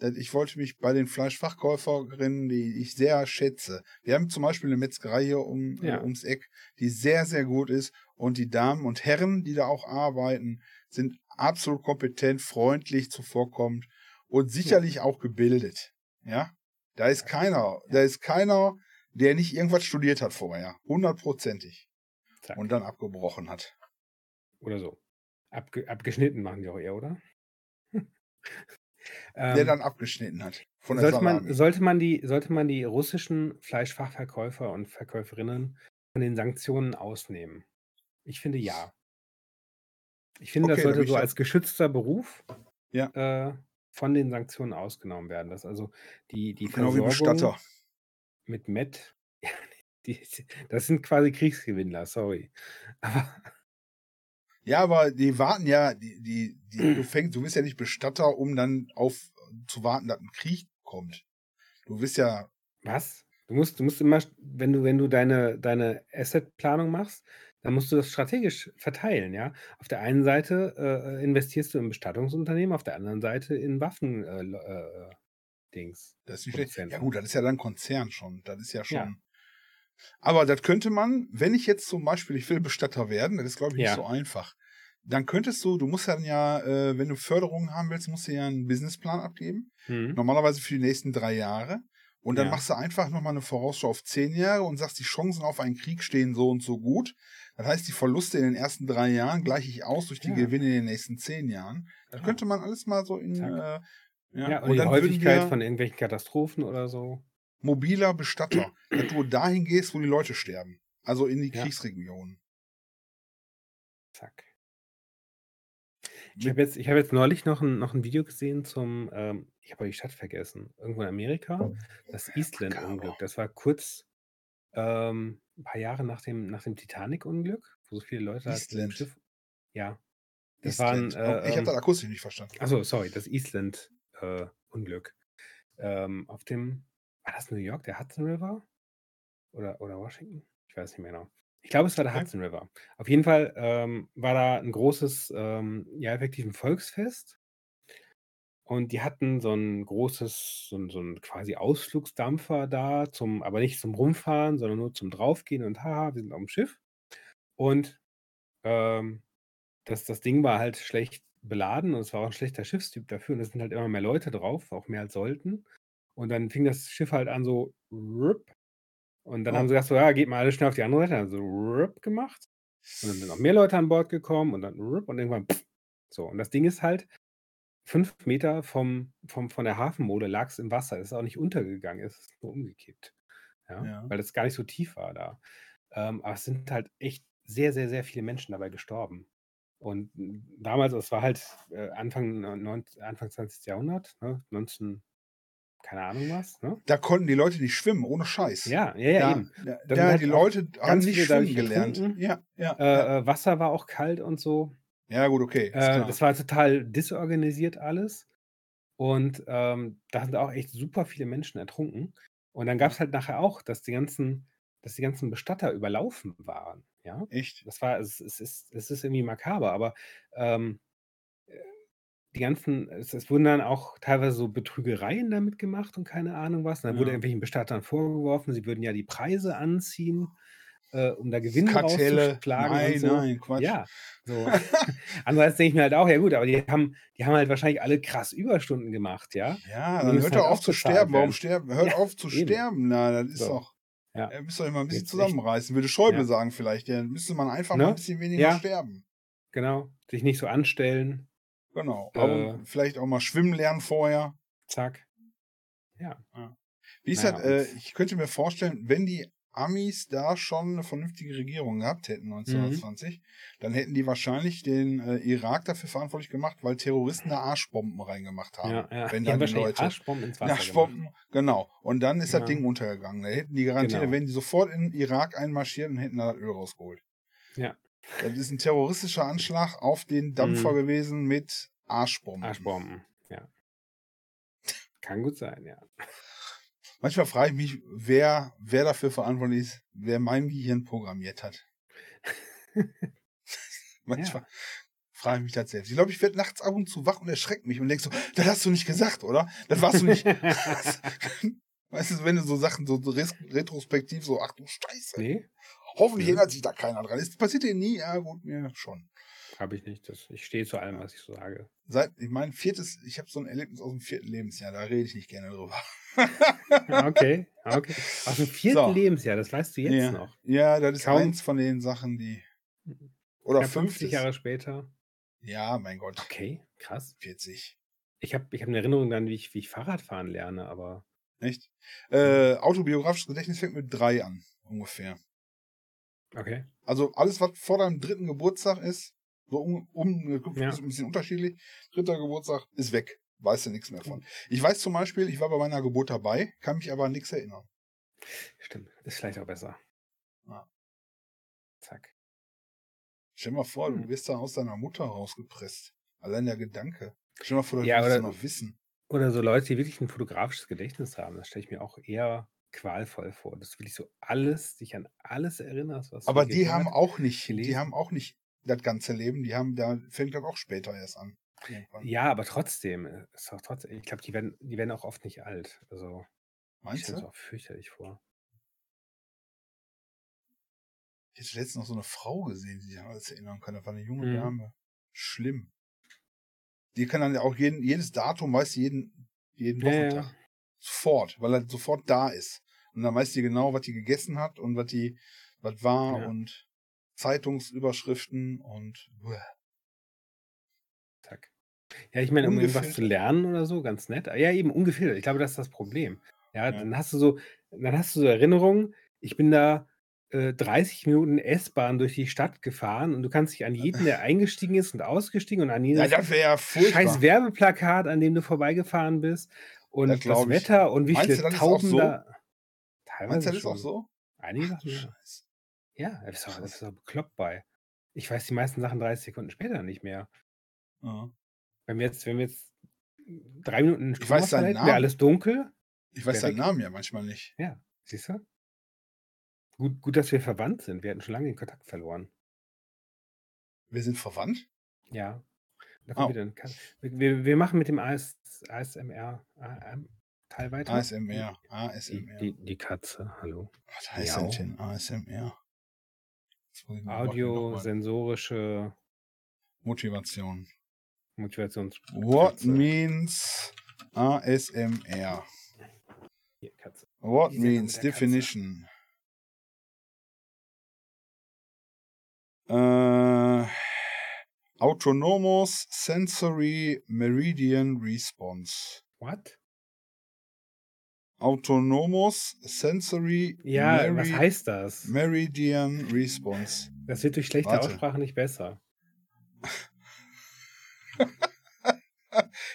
Speaker 1: das- Ich wollte mich bei den Fleischfachkäuferinnen, die ich sehr schätze. Wir haben zum Beispiel eine Metzgerei hier um,
Speaker 2: Ja.
Speaker 1: äh, ums Eck, die sehr, sehr gut ist. Und die Damen und Herren, die da auch arbeiten, sind absolut kompetent, freundlich zuvorkommend und sicherlich auch gebildet. Ja, da ist keiner, da ist keiner, der nicht irgendwas studiert hat vorher. Hundertprozentig
Speaker 2: Zack,
Speaker 1: und dann abgebrochen hat.
Speaker 2: oder so. Abge, abgeschnitten machen die auch eher, oder? ähm,
Speaker 1: der dann abgeschnitten hat. Von der
Speaker 2: sollte man,
Speaker 1: Salami.
Speaker 2: sollte, man die, sollte man die russischen Fleischfachverkäufer und Verkäuferinnen von den Sanktionen ausnehmen? Ich finde ja. Ich finde,
Speaker 1: Okay,
Speaker 2: das
Speaker 1: dann bin
Speaker 2: sollte
Speaker 1: ich
Speaker 2: so
Speaker 1: da-
Speaker 2: als geschützter Beruf
Speaker 1: Ja.
Speaker 2: äh, von den Sanktionen ausgenommen werden. Dass also die, die
Speaker 1: genau wie
Speaker 2: Versorgung
Speaker 1: Bestatter.
Speaker 2: mit Met, die, das sind quasi Kriegsgewinner, sorry. Aber
Speaker 1: Ja, aber die warten ja, die, die, die, du fängst, du bist ja nicht Bestatter, um dann auf zu warten, dass ein Krieg kommt. Du bist ja,
Speaker 2: Was? Du musst, du musst immer, st- wenn du, wenn du deine, deine Asset-Planung machst, dann musst du das strategisch verteilen, ja. Auf der einen Seite äh, äh, investierst du in Bestattungsunternehmen, auf der anderen Seite in Waffen äh, Lo- äh, äh, Dings.
Speaker 1: das ist nicht schlecht.
Speaker 2: Produzent.
Speaker 1: Ja gut, das ist ja dann Konzern schon. Das ist ja schon.
Speaker 2: Ja.
Speaker 1: Aber das könnte man, wenn ich jetzt zum Beispiel, ich will Bestatter werden, das ist glaube ich
Speaker 2: Ja.
Speaker 1: nicht so einfach. Dann könntest du, du musst dann ja, äh, wenn du Förderungen haben willst, musst du ja einen Businessplan abgeben.
Speaker 2: Mhm.
Speaker 1: normalerweise für die nächsten drei Jahre. Und dann
Speaker 2: Ja.
Speaker 1: machst du einfach nochmal eine Vorausschau auf zehn Jahre und sagst, die Chancen auf einen Krieg stehen so und so gut. Das heißt, die Verluste in den ersten drei Jahren gleiche ich aus durch die
Speaker 2: Ja.
Speaker 1: Gewinne in den nächsten zehn Jahren. Da
Speaker 2: Ja.
Speaker 1: könnte man alles mal so in.
Speaker 2: Zack.
Speaker 1: Äh,
Speaker 2: Ja,
Speaker 1: ja.
Speaker 2: und, die
Speaker 1: würden
Speaker 2: Häufigkeit
Speaker 1: wir
Speaker 2: von irgendwelchen Katastrophen oder so.
Speaker 1: mobiler Bestatter, dass du dahin gehst, wo die Leute sterben. Also in die
Speaker 2: Ja.
Speaker 1: Kriegsregionen.
Speaker 2: Zack. Ich habe jetzt, ich hab jetzt neulich noch ein, noch ein Video gesehen zum, ähm, ich habe die Stadt vergessen, irgendwo in Amerika, das Eastland-Unglück. Das war kurz ähm, ein paar Jahre nach dem, nach dem Titanic-Unglück, wo so viele Leute halt mit dem
Speaker 1: Eastland.
Speaker 2: Schiff. Ja. Das
Speaker 1: Island.
Speaker 2: waren.
Speaker 1: Oh,
Speaker 2: Äh,
Speaker 1: ich
Speaker 2: ähm,
Speaker 1: habe das akustisch nicht verstanden.
Speaker 2: Achso, sorry, das Island-Unglück. ähm, auf dem, war das New York, der Hudson River? Oder, oder Washington? Ich weiß nicht mehr genau. Ich glaube, es war der
Speaker 1: Okay.
Speaker 2: Hudson River. Auf jeden Fall ähm, war da ein großes, ähm, ja, effektiv ein Volksfest. Und die hatten so ein großes, so ein, so ein quasi Ausflugsdampfer da, zum, aber nicht zum Rumfahren, sondern nur zum Draufgehen und haha, wir sind auf dem Schiff. Und ähm, das, das Ding war halt schlecht beladen und es war auch ein schlechter Schiffstyp dafür und es sind halt immer mehr Leute drauf, auch mehr als sollten. Und dann fing das Schiff halt an so rup. und dann
Speaker 1: Oh.
Speaker 2: haben sie gesagt, so, ja, geht mal alle schnell auf die andere Seite, dann so rup gemacht und dann sind noch mehr Leute an Bord gekommen und dann rup und irgendwann pff. so. Und das Ding ist halt, fünf Meter vom, vom, von der Hafenmole lag es im Wasser, es ist auch nicht untergegangen, es ist nur umgekippt. Ja?
Speaker 1: Ja.
Speaker 2: Weil es gar nicht so tief war da. Ähm, aber es sind halt echt sehr, sehr, sehr viele Menschen dabei gestorben. Und m, damals, es war halt äh, Anfang, neun- neun- Anfang 20. Jahrhundert, ne? 19, keine Ahnung was. Ne?
Speaker 1: Da konnten die Leute nicht schwimmen, ohne Scheiß.
Speaker 2: Ja, ja, ja, eben.
Speaker 1: Da, da,
Speaker 2: Da sind halt
Speaker 1: die
Speaker 2: auch
Speaker 1: Leute haben
Speaker 2: ganz
Speaker 1: nicht
Speaker 2: viele
Speaker 1: schwimmen
Speaker 2: dadurch
Speaker 1: gelernt.
Speaker 2: ertrunken.
Speaker 1: Ja, ja, ja.
Speaker 2: Äh, äh, Wasser war auch kalt und so.
Speaker 1: ja, gut, okay. ist
Speaker 2: Äh,
Speaker 1: klar.
Speaker 2: das war total disorganisiert alles. Und ähm, da sind auch echt super viele Menschen ertrunken. Und dann gab es halt nachher auch, dass die ganzen, dass die ganzen Bestatter überlaufen waren. Ja,
Speaker 1: Echt?
Speaker 2: das war, es, es ist, es ist irgendwie makaber, aber ähm, äh, die ganzen, es, es wurden dann auch teilweise so Betrügereien damit gemacht und keine Ahnung was. Und dann wurde
Speaker 1: Ja.
Speaker 2: irgendwelchen Bestattern vorgeworfen, sie würden ja die Preise anziehen, äh, um da Gewinne
Speaker 1: Kartelle.
Speaker 2: rauszuschlagen
Speaker 1: Nein,
Speaker 2: und so.
Speaker 1: nein, Quatsch.
Speaker 2: Ja, so. Andererseits denke ich mir halt auch, ja gut, aber die haben, die haben halt wahrscheinlich alle krass Überstunden gemacht, ja.
Speaker 1: Ja,
Speaker 2: Die
Speaker 1: dann
Speaker 2: müssen
Speaker 1: hört
Speaker 2: halt
Speaker 1: doch auf zu
Speaker 2: ausbezahlt
Speaker 1: sterben. Warum
Speaker 2: werden.
Speaker 1: sterben? Hört
Speaker 2: Ja,
Speaker 1: auf zu
Speaker 2: eben.
Speaker 1: sterben. Na, das ist
Speaker 2: So.
Speaker 1: doch.
Speaker 2: Ja.
Speaker 1: Ja. Müsst doch immer ein bisschen
Speaker 2: Jetzt echt.
Speaker 1: zusammenreißen. Würde Schäuble
Speaker 2: Ja.
Speaker 1: sagen, vielleicht. Ja, müsste man einfach
Speaker 2: Ne?
Speaker 1: mal ein bisschen weniger
Speaker 2: Ja.
Speaker 1: sterben.
Speaker 2: Genau. Sich nicht so anstellen.
Speaker 1: Genau.
Speaker 2: Äh.
Speaker 1: Aber vielleicht auch mal schwimmen lernen vorher.
Speaker 2: Zack.
Speaker 1: Wie ist
Speaker 2: Naja,
Speaker 1: das? Äh,
Speaker 2: und-
Speaker 1: ich könnte mir vorstellen, wenn die Amis da schon eine vernünftige Regierung gehabt
Speaker 2: Mhm.
Speaker 1: hätten 1920, dann hätten die wahrscheinlich den äh, Irak dafür verantwortlich gemacht, weil Terroristen da Arschbomben reingemacht haben.
Speaker 2: Ja, ja.
Speaker 1: Wenn
Speaker 2: die
Speaker 1: dann
Speaker 2: haben
Speaker 1: die
Speaker 2: wahrscheinlich
Speaker 1: Leute-
Speaker 2: Arschbomben ins Wasser gemacht.
Speaker 1: Arschbomben, genau. Und dann ist
Speaker 2: Ja.
Speaker 1: das Ding untergegangen. Da hätten die garantiert,
Speaker 2: Genau.
Speaker 1: wenn die sofort in den Irak einmarschiert und hätten da das Öl rausgeholt.
Speaker 2: Ja. Mhm.
Speaker 1: Das ist ein terroristischer Anschlag auf den Dampfer gewesen mit Arschbomben.
Speaker 2: Arschbomben, ja. Kann gut sein, ja.
Speaker 1: Manchmal frage ich mich, wer, wer dafür verantwortlich ist, wer mein Gehirn programmiert hat. Manchmal frage ich mich das selbst. Ich glaube, ich werde nachts ab und zu wach und erschreckt mich und denk so, das hast du nicht gesagt, oder? Das warst du nicht. weißt du, wenn du so Sachen so so res- retrospektiv so, ach du Scheiße,
Speaker 2: nee,
Speaker 1: hoffentlich
Speaker 2: Mhm.
Speaker 1: erinnert sich da keiner dran. Es passiert dir nie, ja gut, mir schon.
Speaker 2: habe ich nicht. Das, ich stehe zu allem, was ich so sage.
Speaker 1: Seit, ich mein viertes, ich habe so ein Erlebnis aus dem vierten Lebensjahr, da rede ich nicht gerne drüber.
Speaker 2: Okay, okay. Aus dem vierten
Speaker 1: So.
Speaker 2: Lebensjahr, das weißt du jetzt
Speaker 1: Ja.
Speaker 2: noch.
Speaker 1: Ja, das ist
Speaker 2: Kaum-
Speaker 1: eins von den Sachen, die. Oder
Speaker 2: Knapp
Speaker 1: 50
Speaker 2: Jahre später.
Speaker 1: Ja, mein Gott,
Speaker 2: Okay, krass.
Speaker 1: 40.
Speaker 2: Ich habe ich hab eine Erinnerung dann, wie ich, wie ich Fahrrad fahren lerne, aber
Speaker 1: Echt? Äh, autobiografisches Gedächtnis fängt mit drei an, ungefähr.
Speaker 2: okay.
Speaker 1: Also alles, was vor deinem dritten Geburtstag ist, so um, um
Speaker 2: Ja.
Speaker 1: ist ein bisschen unterschiedlich, dritter Geburtstag ist weg. Weißt du nichts mehr von. Ich weiß zum Beispiel, ich war bei meiner Geburt dabei, kann mich aber an nichts erinnern.
Speaker 2: Stimmt, ist vielleicht auch besser.
Speaker 1: Ja.
Speaker 2: Zack.
Speaker 1: Stell mal vor, du
Speaker 2: Hm.
Speaker 1: wirst da aus deiner Mutter rausgepresst. Allein der Gedanke. Stell mal vor, das
Speaker 2: Ja,
Speaker 1: ja, du
Speaker 2: oder-
Speaker 1: noch wissen.
Speaker 2: Oder so Leute, die wirklich ein fotografisches Gedächtnis haben, das stelle ich mir auch eher qualvoll vor. Das will ich so alles, dich an alles erinnerst, was
Speaker 1: Aber
Speaker 2: du
Speaker 1: die haben
Speaker 2: gehört-
Speaker 1: auch nicht, die
Speaker 2: gelesen.
Speaker 1: haben auch nicht das ganze Leben, die haben, da fängt das auch später erst an. Irgendwann.
Speaker 2: Ja, aber trotzdem, äh, ist auch trotzdem, ich glaube, die werden, die werden auch oft nicht alt. Also ich
Speaker 1: Meinst
Speaker 2: stelle
Speaker 1: du?
Speaker 2: es auch fürchterlich vor.
Speaker 1: Ich hätte letztens noch so eine Frau gesehen, die sich an alles erinnern kann. Das war eine junge
Speaker 2: Mhm.
Speaker 1: Dame. Schlimm. Die kann dann ja auch jeden, jedes Datum, weiß sie jeden, jeden
Speaker 2: Ja, ja.
Speaker 1: Wochentag. Sofort, weil er sofort da ist. Und dann weiß die genau, was die gegessen hat und was die, was war
Speaker 2: Ja.
Speaker 1: und Zeitungsüberschriften und Uah.
Speaker 2: Zack. Ja, ich meine, um irgendwas
Speaker 1: Ungefiltert.
Speaker 2: zu lernen oder so, ganz nett. Ja, eben ungefiltert. Ich glaube, das ist das Problem. Ja,
Speaker 1: Ja.
Speaker 2: dann hast du so, dann hast du so Erinnerungen. Ich bin da äh, 30 Minuten S-Bahn durch die Stadt gefahren und du kannst dich an jeden, der eingestiegen ist und ausgestiegen und an
Speaker 1: Äh. Ja,
Speaker 2: jedes
Speaker 1: das wäre ja furchtbar.
Speaker 2: scheiß Werbeplakat, an dem du vorbeigefahren bist und
Speaker 1: Ja,
Speaker 2: das,
Speaker 1: glaub ich.
Speaker 2: Wetter und wie
Speaker 1: Meinst
Speaker 2: viele
Speaker 1: du, das ist auch
Speaker 2: Tauben
Speaker 1: so?
Speaker 2: da.
Speaker 1: Meinst
Speaker 2: Teilweise
Speaker 1: du, das ist auch
Speaker 2: schon.
Speaker 1: so?
Speaker 2: Einige Sachen, ja.
Speaker 1: Scheiße.
Speaker 2: Ja, das ist, auch,
Speaker 1: Krass.
Speaker 2: das ist auch bekloppt bei. Ich weiß die meisten Sachen 30 Sekunden später nicht mehr.
Speaker 1: Ja.
Speaker 2: Wenn wir jetzt, wenn wir jetzt drei Minuten
Speaker 1: Ich weiß
Speaker 2: Stromausfall
Speaker 1: seinen
Speaker 2: hätten,
Speaker 1: Namen.
Speaker 2: wäre alles dunkel.
Speaker 1: Ich weiß
Speaker 2: Wer
Speaker 1: seinen
Speaker 2: weg?
Speaker 1: Namen ja manchmal nicht.
Speaker 2: Siehst du? Gut, gut, dass wir verwandt sind. Wir hatten schon lange den Kontakt verloren.
Speaker 1: Wir sind verwandt?
Speaker 2: Ja. Da kommt
Speaker 1: Au.
Speaker 2: wieder ein Ka- wir, wir, wir machen mit dem AS, ASMR AM, Teil weiter.
Speaker 1: ASMR.
Speaker 2: Die,
Speaker 1: ASMR.
Speaker 2: die, die Katze, hallo.
Speaker 1: Was heißt
Speaker 2: Miau.
Speaker 1: das denn ASMR? Jetzt muss ich mal- warte, nochmal.
Speaker 2: Audio-sensorische
Speaker 1: Motivation.
Speaker 2: Motivations.
Speaker 1: What
Speaker 2: Katze.
Speaker 1: means ASMR?
Speaker 2: Hier, Katze.
Speaker 1: What
Speaker 2: Die Sendung
Speaker 1: means
Speaker 2: mit der Katze.
Speaker 1: definition? Äh, autonomous sensory meridian response.
Speaker 2: What?
Speaker 1: Autonomous sensory
Speaker 2: Ja,
Speaker 1: meri-
Speaker 2: was heißt das?
Speaker 1: meridian response.
Speaker 2: Das wird durch schlechte
Speaker 1: Warte.
Speaker 2: Aussprache nicht besser.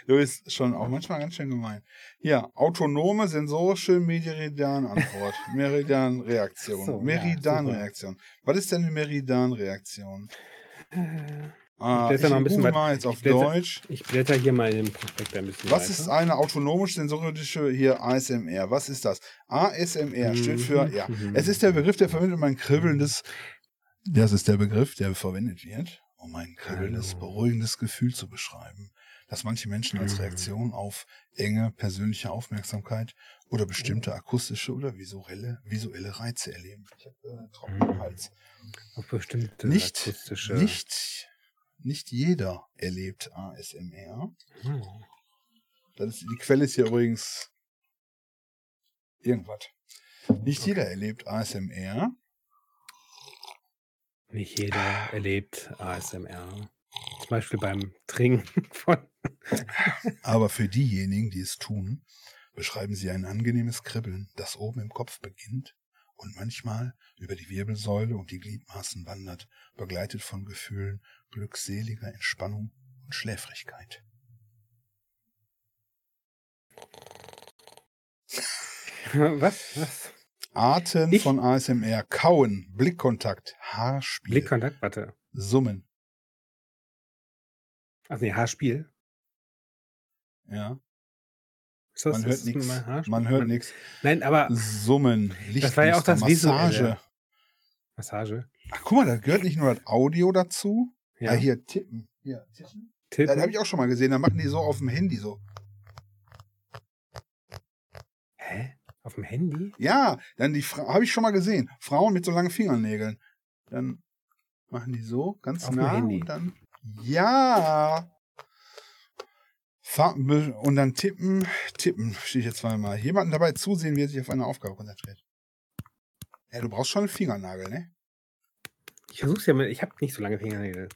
Speaker 1: Du bist schon auch manchmal ganz schön gemein. Ja, autonome sensorische Meridianantwort. Meridianreaktion.
Speaker 2: Ach so, ja,
Speaker 1: Meridianreaktion. Was ist denn eine Meridianreaktion?
Speaker 2: Äh,
Speaker 1: Ah,
Speaker 2: blätter
Speaker 1: ich
Speaker 2: noch ein bisschen
Speaker 1: google
Speaker 2: weit-
Speaker 1: mal jetzt auf
Speaker 2: blätter-
Speaker 1: Deutsch.
Speaker 2: Ich blätter hier mal in den Prospekt ein bisschen.
Speaker 1: Was
Speaker 2: weiter.
Speaker 1: ist eine autonomisch-sensorische hier ASMR? Was ist das? ASMR steht
Speaker 2: Mhm.
Speaker 1: für, ja. Es ist der Begriff, der verwendet, um ein kribbelndes, das ist der Begriff, der verwendet wird, um ein kribbelndes,
Speaker 2: Hallo.
Speaker 1: beruhigendes Gefühl zu beschreiben, das manche Menschen als
Speaker 2: Mhm.
Speaker 1: Reaktion auf enge persönliche Aufmerksamkeit oder bestimmte akustische oder visuelle, visuelle Reize erleben. Ich habe äh, trockenen
Speaker 2: Mhm.
Speaker 1: Hals.
Speaker 2: Auf bestimmte
Speaker 1: Nicht-
Speaker 2: akustische.
Speaker 1: Nicht, nicht jeder erlebt ASMR.
Speaker 2: Hm.
Speaker 1: Das ist, die Quelle ist hier übrigens irgendwas. Nicht jeder erlebt ASMR.
Speaker 2: Nicht jeder erlebt ASMR. Zum Beispiel beim Trinken von.
Speaker 1: Aber für diejenigen, die es tun, beschreiben sie ein angenehmes Kribbeln, das oben im Kopf beginnt und manchmal über die Wirbelsäule und die Gliedmaßen wandert, begleitet von Gefühlen glückseliger Entspannung und Schläfrigkeit.
Speaker 2: Was? Was?
Speaker 1: Arten
Speaker 2: Ich-
Speaker 1: von ASMR: Kauen, Blickkontakt, Haarspiel,
Speaker 2: Blickkontakt, warte.
Speaker 1: Summen.
Speaker 2: Also nee, Haarspiel.
Speaker 1: Ja,
Speaker 2: Ist das,
Speaker 1: man
Speaker 2: ist
Speaker 1: hört
Speaker 2: das
Speaker 1: nichts.
Speaker 2: mal Haarspiel?
Speaker 1: Man hört nichts.
Speaker 2: Nein, aber
Speaker 1: Summen, Licht,
Speaker 2: Das war ja auch das Visuelle.
Speaker 1: Massage.
Speaker 2: Massage.
Speaker 1: Ach, guck mal, da gehört nicht nur das Audio dazu. Ja,
Speaker 2: Ja,
Speaker 1: hier tippen. Hier, tippen. Das habe
Speaker 2: Tippen.
Speaker 1: ich auch schon mal gesehen. Da machen die so auf dem Handy so.
Speaker 2: Hä? Auf dem Handy?
Speaker 1: Ja, dann die Fra habe ich schon mal gesehen. Frauen mit so langen Fingernägeln. Dann machen die so ganz
Speaker 2: Auf dem
Speaker 1: nah
Speaker 2: Handy.
Speaker 1: und dann ja. Fa- be- Und dann tippen, tippen, steht hier zweimal. Jemanden dabei zusehen, wie er sich auf eine Aufgabe konzentriert. Ja, du brauchst schon einen Fingernagel, ne?
Speaker 2: Ich versuch's ja mal. Ich habe nicht so lange Fingernägel.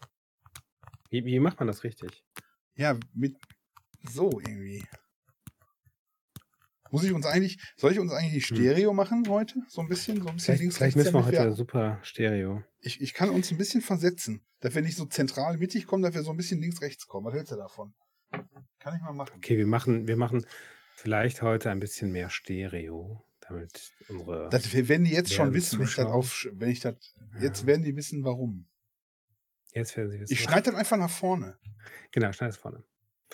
Speaker 2: Wie, wie macht man das richtig?
Speaker 1: Ja, mit so irgendwie. Muss ich uns eigentlich, soll ich uns eigentlich die Stereo machen heute? So ein bisschen, so ein bisschen
Speaker 2: Hm. Vielleicht, vielleicht müssen wir
Speaker 1: damit
Speaker 2: heute super Stereo.
Speaker 1: ich, ich kann uns ein bisschen versetzen, dass wir nicht so zentral mittig kommen, dass wir so ein bisschen links rechts kommen. Was hältst du davon? Kann ich mal machen.
Speaker 2: Okay, wir machen, wir machen vielleicht heute ein bisschen mehr Stereo, damit unsere.
Speaker 1: Das, wir werden die jetzt schon
Speaker 2: Werden
Speaker 1: wissen, wenn ich, das
Speaker 2: Zuschauer.
Speaker 1: auf, wenn ich das, jetzt
Speaker 2: Ja,
Speaker 1: werden die wissen, warum.
Speaker 2: jetzt werden sie wissen.
Speaker 1: Ich schneide das einfach nach vorne.
Speaker 2: Genau, schneid es vorne.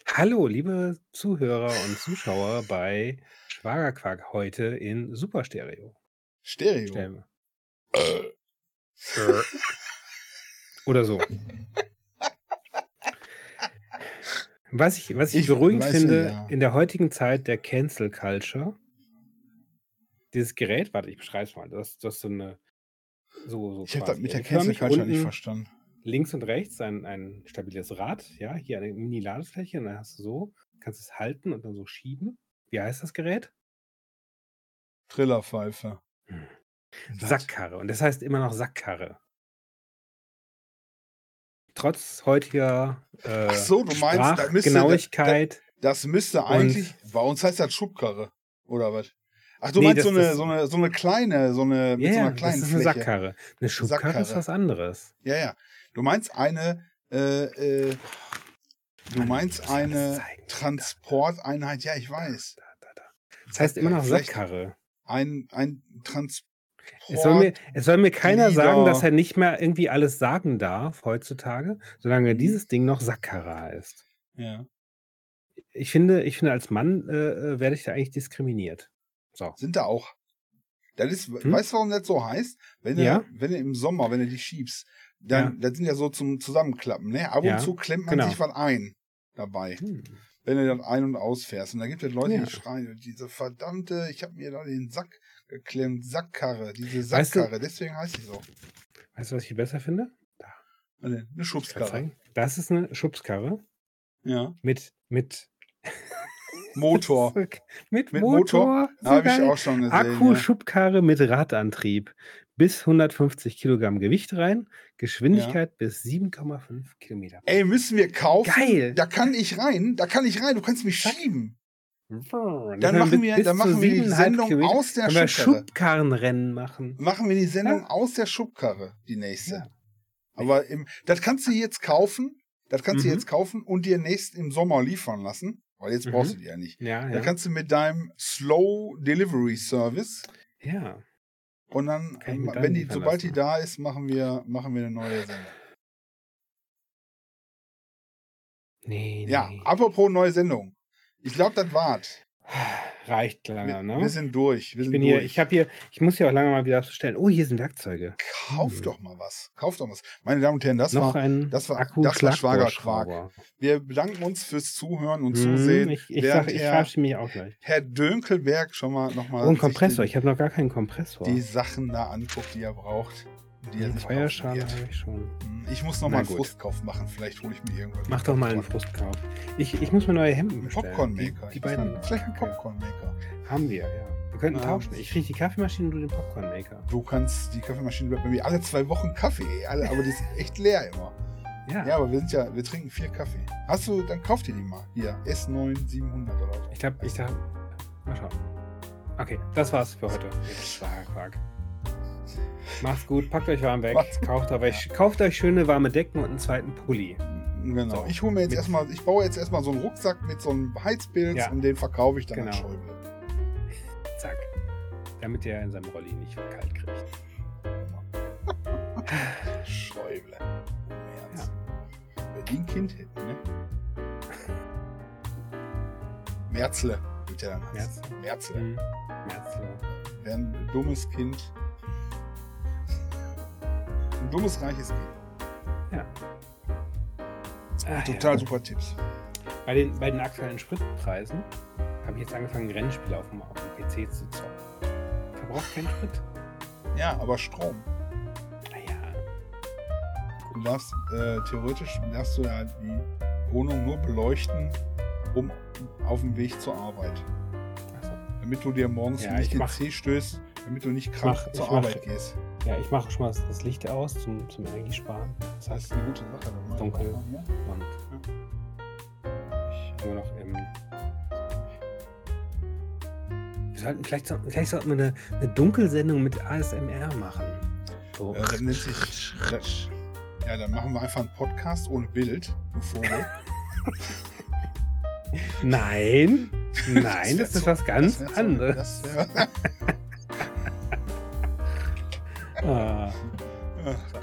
Speaker 2: Hallo, liebe Zuhörer und Zuschauer bei Schwagerquark heute in Super Stereo.
Speaker 1: Stereo.
Speaker 2: Stellen wir. Äh. Oder so. Was ich, was ich,
Speaker 1: Ich
Speaker 2: beruhigend
Speaker 1: weiß
Speaker 2: finde,
Speaker 1: ja.
Speaker 2: in der heutigen Zeit der Cancel Culture, dieses Gerät, warte, ich beschreibe es mal, das, das ist so eine. So, so
Speaker 1: Ich habe das
Speaker 2: quasi
Speaker 1: mit der Cancel
Speaker 2: L-förmig,
Speaker 1: Culture nicht
Speaker 2: unten
Speaker 1: verstanden.
Speaker 2: links und rechts ein, ein stabiles Rad, ja, hier eine Mini-Ladefläche und dann hast du so, kannst es halten und dann so schieben. Wie heißt das Gerät?
Speaker 1: Trillerpfeife.
Speaker 2: Hm.
Speaker 1: Was?
Speaker 2: Sackkarre. Und das heißt immer noch Sackkarre. Trotz heutiger äh,
Speaker 1: Ach so, du meinst, da müsste- da-
Speaker 2: Sprachgenauigkeit.
Speaker 1: Das müsste eigentlich, bei uns heißt das Schubkarre, oder was? Ach, du
Speaker 2: Nee,
Speaker 1: meinst
Speaker 2: das-
Speaker 1: so, eine,
Speaker 2: das-
Speaker 1: so, eine, so eine kleine, so eine, mit
Speaker 2: Ja,
Speaker 1: so
Speaker 2: ja,
Speaker 1: einer
Speaker 2: das
Speaker 1: kleinen
Speaker 2: ist eine
Speaker 1: Fläche.
Speaker 2: Sackkarre. Eine Schubkarre ist
Speaker 1: Sackkarre.
Speaker 2: was anderes.
Speaker 1: Ja, ja. Du meinst eine, äh, äh, du
Speaker 2: Mann,
Speaker 1: meinst
Speaker 2: muss alles
Speaker 1: eine
Speaker 2: zeigen.
Speaker 1: Transporteinheit, ja, ich weiß.
Speaker 2: Da, da, da. Das heißt immer noch
Speaker 1: Vielleicht
Speaker 2: Sackkarre.
Speaker 1: Ein, ein Transport.
Speaker 2: Es soll, mir, es soll mir keiner sagen,
Speaker 1: Lieder.
Speaker 2: dass er nicht mehr irgendwie alles sagen darf heutzutage, solange
Speaker 1: Mhm.
Speaker 2: dieses Ding noch Sackkarre heißt.
Speaker 1: ja.
Speaker 2: Ich finde, ich finde als Mann äh, äh, werde ich da eigentlich diskriminiert. So.
Speaker 1: Sind da auch. Das ist, weißt du, warum das so heißt? Wenn du,
Speaker 2: Hm? Ja.
Speaker 1: wenn du im Sommer, wenn du die schiebst, dann, das sind ja so zum Zusammenklappen, ne? Ab und
Speaker 2: Ja,
Speaker 1: zu klemmt man
Speaker 2: genau.
Speaker 1: sich was ein dabei,
Speaker 2: Hm.
Speaker 1: wenn du das ein- und ausfährst. Und da gibt es Leute,
Speaker 2: Ja.
Speaker 1: die schreien, diese verdammte, ich habe mir da den Sack geklemmt, Sackkarre, diese
Speaker 2: Weißt du-
Speaker 1: Sackkarre, deswegen heißt die so.
Speaker 2: Weißt du, was ich hier besser finde?
Speaker 1: Eine Ah, eine
Speaker 2: Ich kann
Speaker 1: Schubskarre.
Speaker 2: zeigen. Das ist eine Schubskarre
Speaker 1: Ja.
Speaker 2: mit mit
Speaker 1: Motor.
Speaker 2: mit,
Speaker 1: Mit Motor?
Speaker 2: Motor.
Speaker 1: Habe ich
Speaker 2: Sogar
Speaker 1: auch schon gesehen. ja.
Speaker 2: Akku-Schubkarre mit Radantrieb. Bis 150 Kilogramm Gewicht rein. Geschwindigkeit bis 7,5 Kilometer.
Speaker 1: Ey, müssen wir kaufen?
Speaker 2: Geil!
Speaker 1: Da kann ich rein, da kann ich rein, du kannst mich schieben.
Speaker 2: Hm. Dann,
Speaker 1: Dann machen wir, dann machen wir die Sendung aus der
Speaker 2: Können wir
Speaker 1: Schubkarre.
Speaker 2: Schubkarrenrennen machen.
Speaker 1: Machen wir die Sendung
Speaker 2: Ja.
Speaker 1: aus der Schubkarre, die nächste.
Speaker 2: Ja.
Speaker 1: Aber im, das kannst du jetzt kaufen, das kannst du
Speaker 2: Mhm.
Speaker 1: jetzt kaufen und dir nächst im Sommer liefern lassen, weil jetzt
Speaker 2: Mhm.
Speaker 1: brauchst du die ja nicht.
Speaker 2: Ja,
Speaker 1: Da
Speaker 2: ja.
Speaker 1: kannst du mit deinem Slow Delivery Service
Speaker 2: ja.
Speaker 1: und dann,
Speaker 2: Kann ich mit
Speaker 1: wenn die,
Speaker 2: deinem
Speaker 1: sobald die
Speaker 2: verlassen.
Speaker 1: da ist, machen wir, machen wir eine neue Sendung.
Speaker 2: Nee, nee.
Speaker 1: Ja, apropos neue Sendung. Ich glaube, das war's.
Speaker 2: Reicht lange,
Speaker 1: Wir,
Speaker 2: ne?
Speaker 1: wir sind durch. Wir
Speaker 2: ich
Speaker 1: sind
Speaker 2: bin
Speaker 1: durch.
Speaker 2: hier, ich habe hier, ich muss hier auch lange mal wieder bestellen. Oh, hier sind Werkzeuge.
Speaker 1: Kauf doch mal was. Kauf doch mal was. Meine Damen und Herren, das
Speaker 2: Hm. Noch
Speaker 1: war.
Speaker 2: ein
Speaker 1: das war-
Speaker 2: akku
Speaker 1: das war
Speaker 2: Schlagbohrschrauber.
Speaker 1: Wir bedanken uns fürs Zuhören und
Speaker 2: Hm,
Speaker 1: Zusehen.
Speaker 2: Ich, ich,
Speaker 1: während
Speaker 2: sag, ich
Speaker 1: er-
Speaker 2: verabschiede mich auch gleich.
Speaker 1: Herr Dönkelberg schon mal nochmal.
Speaker 2: Oh, ein Kompressor. Ich habe noch gar keinen Kompressor.
Speaker 1: Die Sachen da anguckt, die er braucht. Die er
Speaker 2: Die
Speaker 1: sich
Speaker 2: Feuerschale
Speaker 1: kaufen
Speaker 2: habe ich schon.
Speaker 1: wird. Hm, Ich muss nochmal
Speaker 2: Na
Speaker 1: einen
Speaker 2: gut.
Speaker 1: Frustkauf machen. Vielleicht hole ich mir irgendwas.
Speaker 2: Mach doch mal einen Frustkauf. Ich, ich muss mir neue Hemden
Speaker 1: Einen
Speaker 2: bestellen.
Speaker 1: Popcorn-Maker.
Speaker 2: Die, die
Speaker 1: Ich muss
Speaker 2: beiden
Speaker 1: mal- Vielleicht einen Popcorn-Maker.
Speaker 2: haben wir, ja. Wir könnten
Speaker 1: Ja.
Speaker 2: tauschen. Ich kriege die Kaffeemaschine und du den Popcornmaker.
Speaker 1: Du kannst die Kaffeemaschine bleibt bei mir alle zwei Wochen Kaffee, alle, aber die ist echt leer immer.
Speaker 2: Ja.
Speaker 1: Ja, aber wir sind ja, wir trinken viel Kaffee. Hast du, dann kauf dir die mal. Hier, S9 700 oder so.
Speaker 2: Ich glaube, ich glaube. Mal schauen. Okay, das war's für heute. Jetzt war er Quark. Macht's gut, packt euch warm weg,
Speaker 1: Macht's
Speaker 2: kauft euch, kauft euch schöne warme Decken und einen zweiten Pulli.
Speaker 1: Genau.
Speaker 2: Mhm. So.
Speaker 1: Ich hole mir jetzt
Speaker 2: Mit-
Speaker 1: erstmal, ich baue jetzt erstmal so einen Rucksack mit so einem Heizpilz
Speaker 2: Ja.
Speaker 1: und den verkaufe ich dann an
Speaker 2: Genau.
Speaker 1: Schäuble.
Speaker 2: Zack. Damit ihr in seinem Rolli nicht kalt kriegt.
Speaker 1: Schäuble. Im Ernst. Wenn die ein Kind hätten, ne? Merzle, wird ja dann heißen. Merzle.
Speaker 2: Hm. Merzlo.
Speaker 1: Wäre ein dummes Kind. Ein dummes, reiches Kind.
Speaker 2: Ach Ah, ja.
Speaker 1: Total super Tipps.
Speaker 2: Bei den, bei den aktuellen Spritpreisen habe ich jetzt angefangen, Rennspiele auf dem, auf dem PC zu zocken. Verbraucht keinen Sprit.
Speaker 1: Ja, aber Strom.
Speaker 2: Naja.
Speaker 1: Du darfst äh, theoretisch darfst du ja die Wohnung nur beleuchten, um auf dem Weg zur Arbeit.
Speaker 2: Achso.
Speaker 1: Damit du dir morgens
Speaker 2: Ja, ich
Speaker 1: nicht den
Speaker 2: mach-
Speaker 1: Zeh stößt, damit du nicht krank
Speaker 2: mach-
Speaker 1: zur
Speaker 2: ich mach-
Speaker 1: Arbeit gehst.
Speaker 2: Ja, ich mache schon mal das das Licht aus zum, zum Energiesparen. Das
Speaker 1: Das
Speaker 2: heißt,
Speaker 1: ist eine gute Sache. wenn man-
Speaker 2: Dunkel.
Speaker 1: Ja.
Speaker 2: und nur noch ähm, im. Wir sollten vielleicht, so- vielleicht sollten wir eine, eine Dunkelsendung mit ASMR machen. So.
Speaker 1: Ja, das nennt sich. Das, ja, dann machen wir einfach einen Podcast ohne Bild. eine Folie.
Speaker 2: Nein, nein,
Speaker 1: wär
Speaker 2: das, ist
Speaker 1: so-
Speaker 2: was
Speaker 1: das
Speaker 2: ganz
Speaker 1: wär so-
Speaker 2: anderes.
Speaker 1: Das wär,
Speaker 2: Ah.
Speaker 1: ach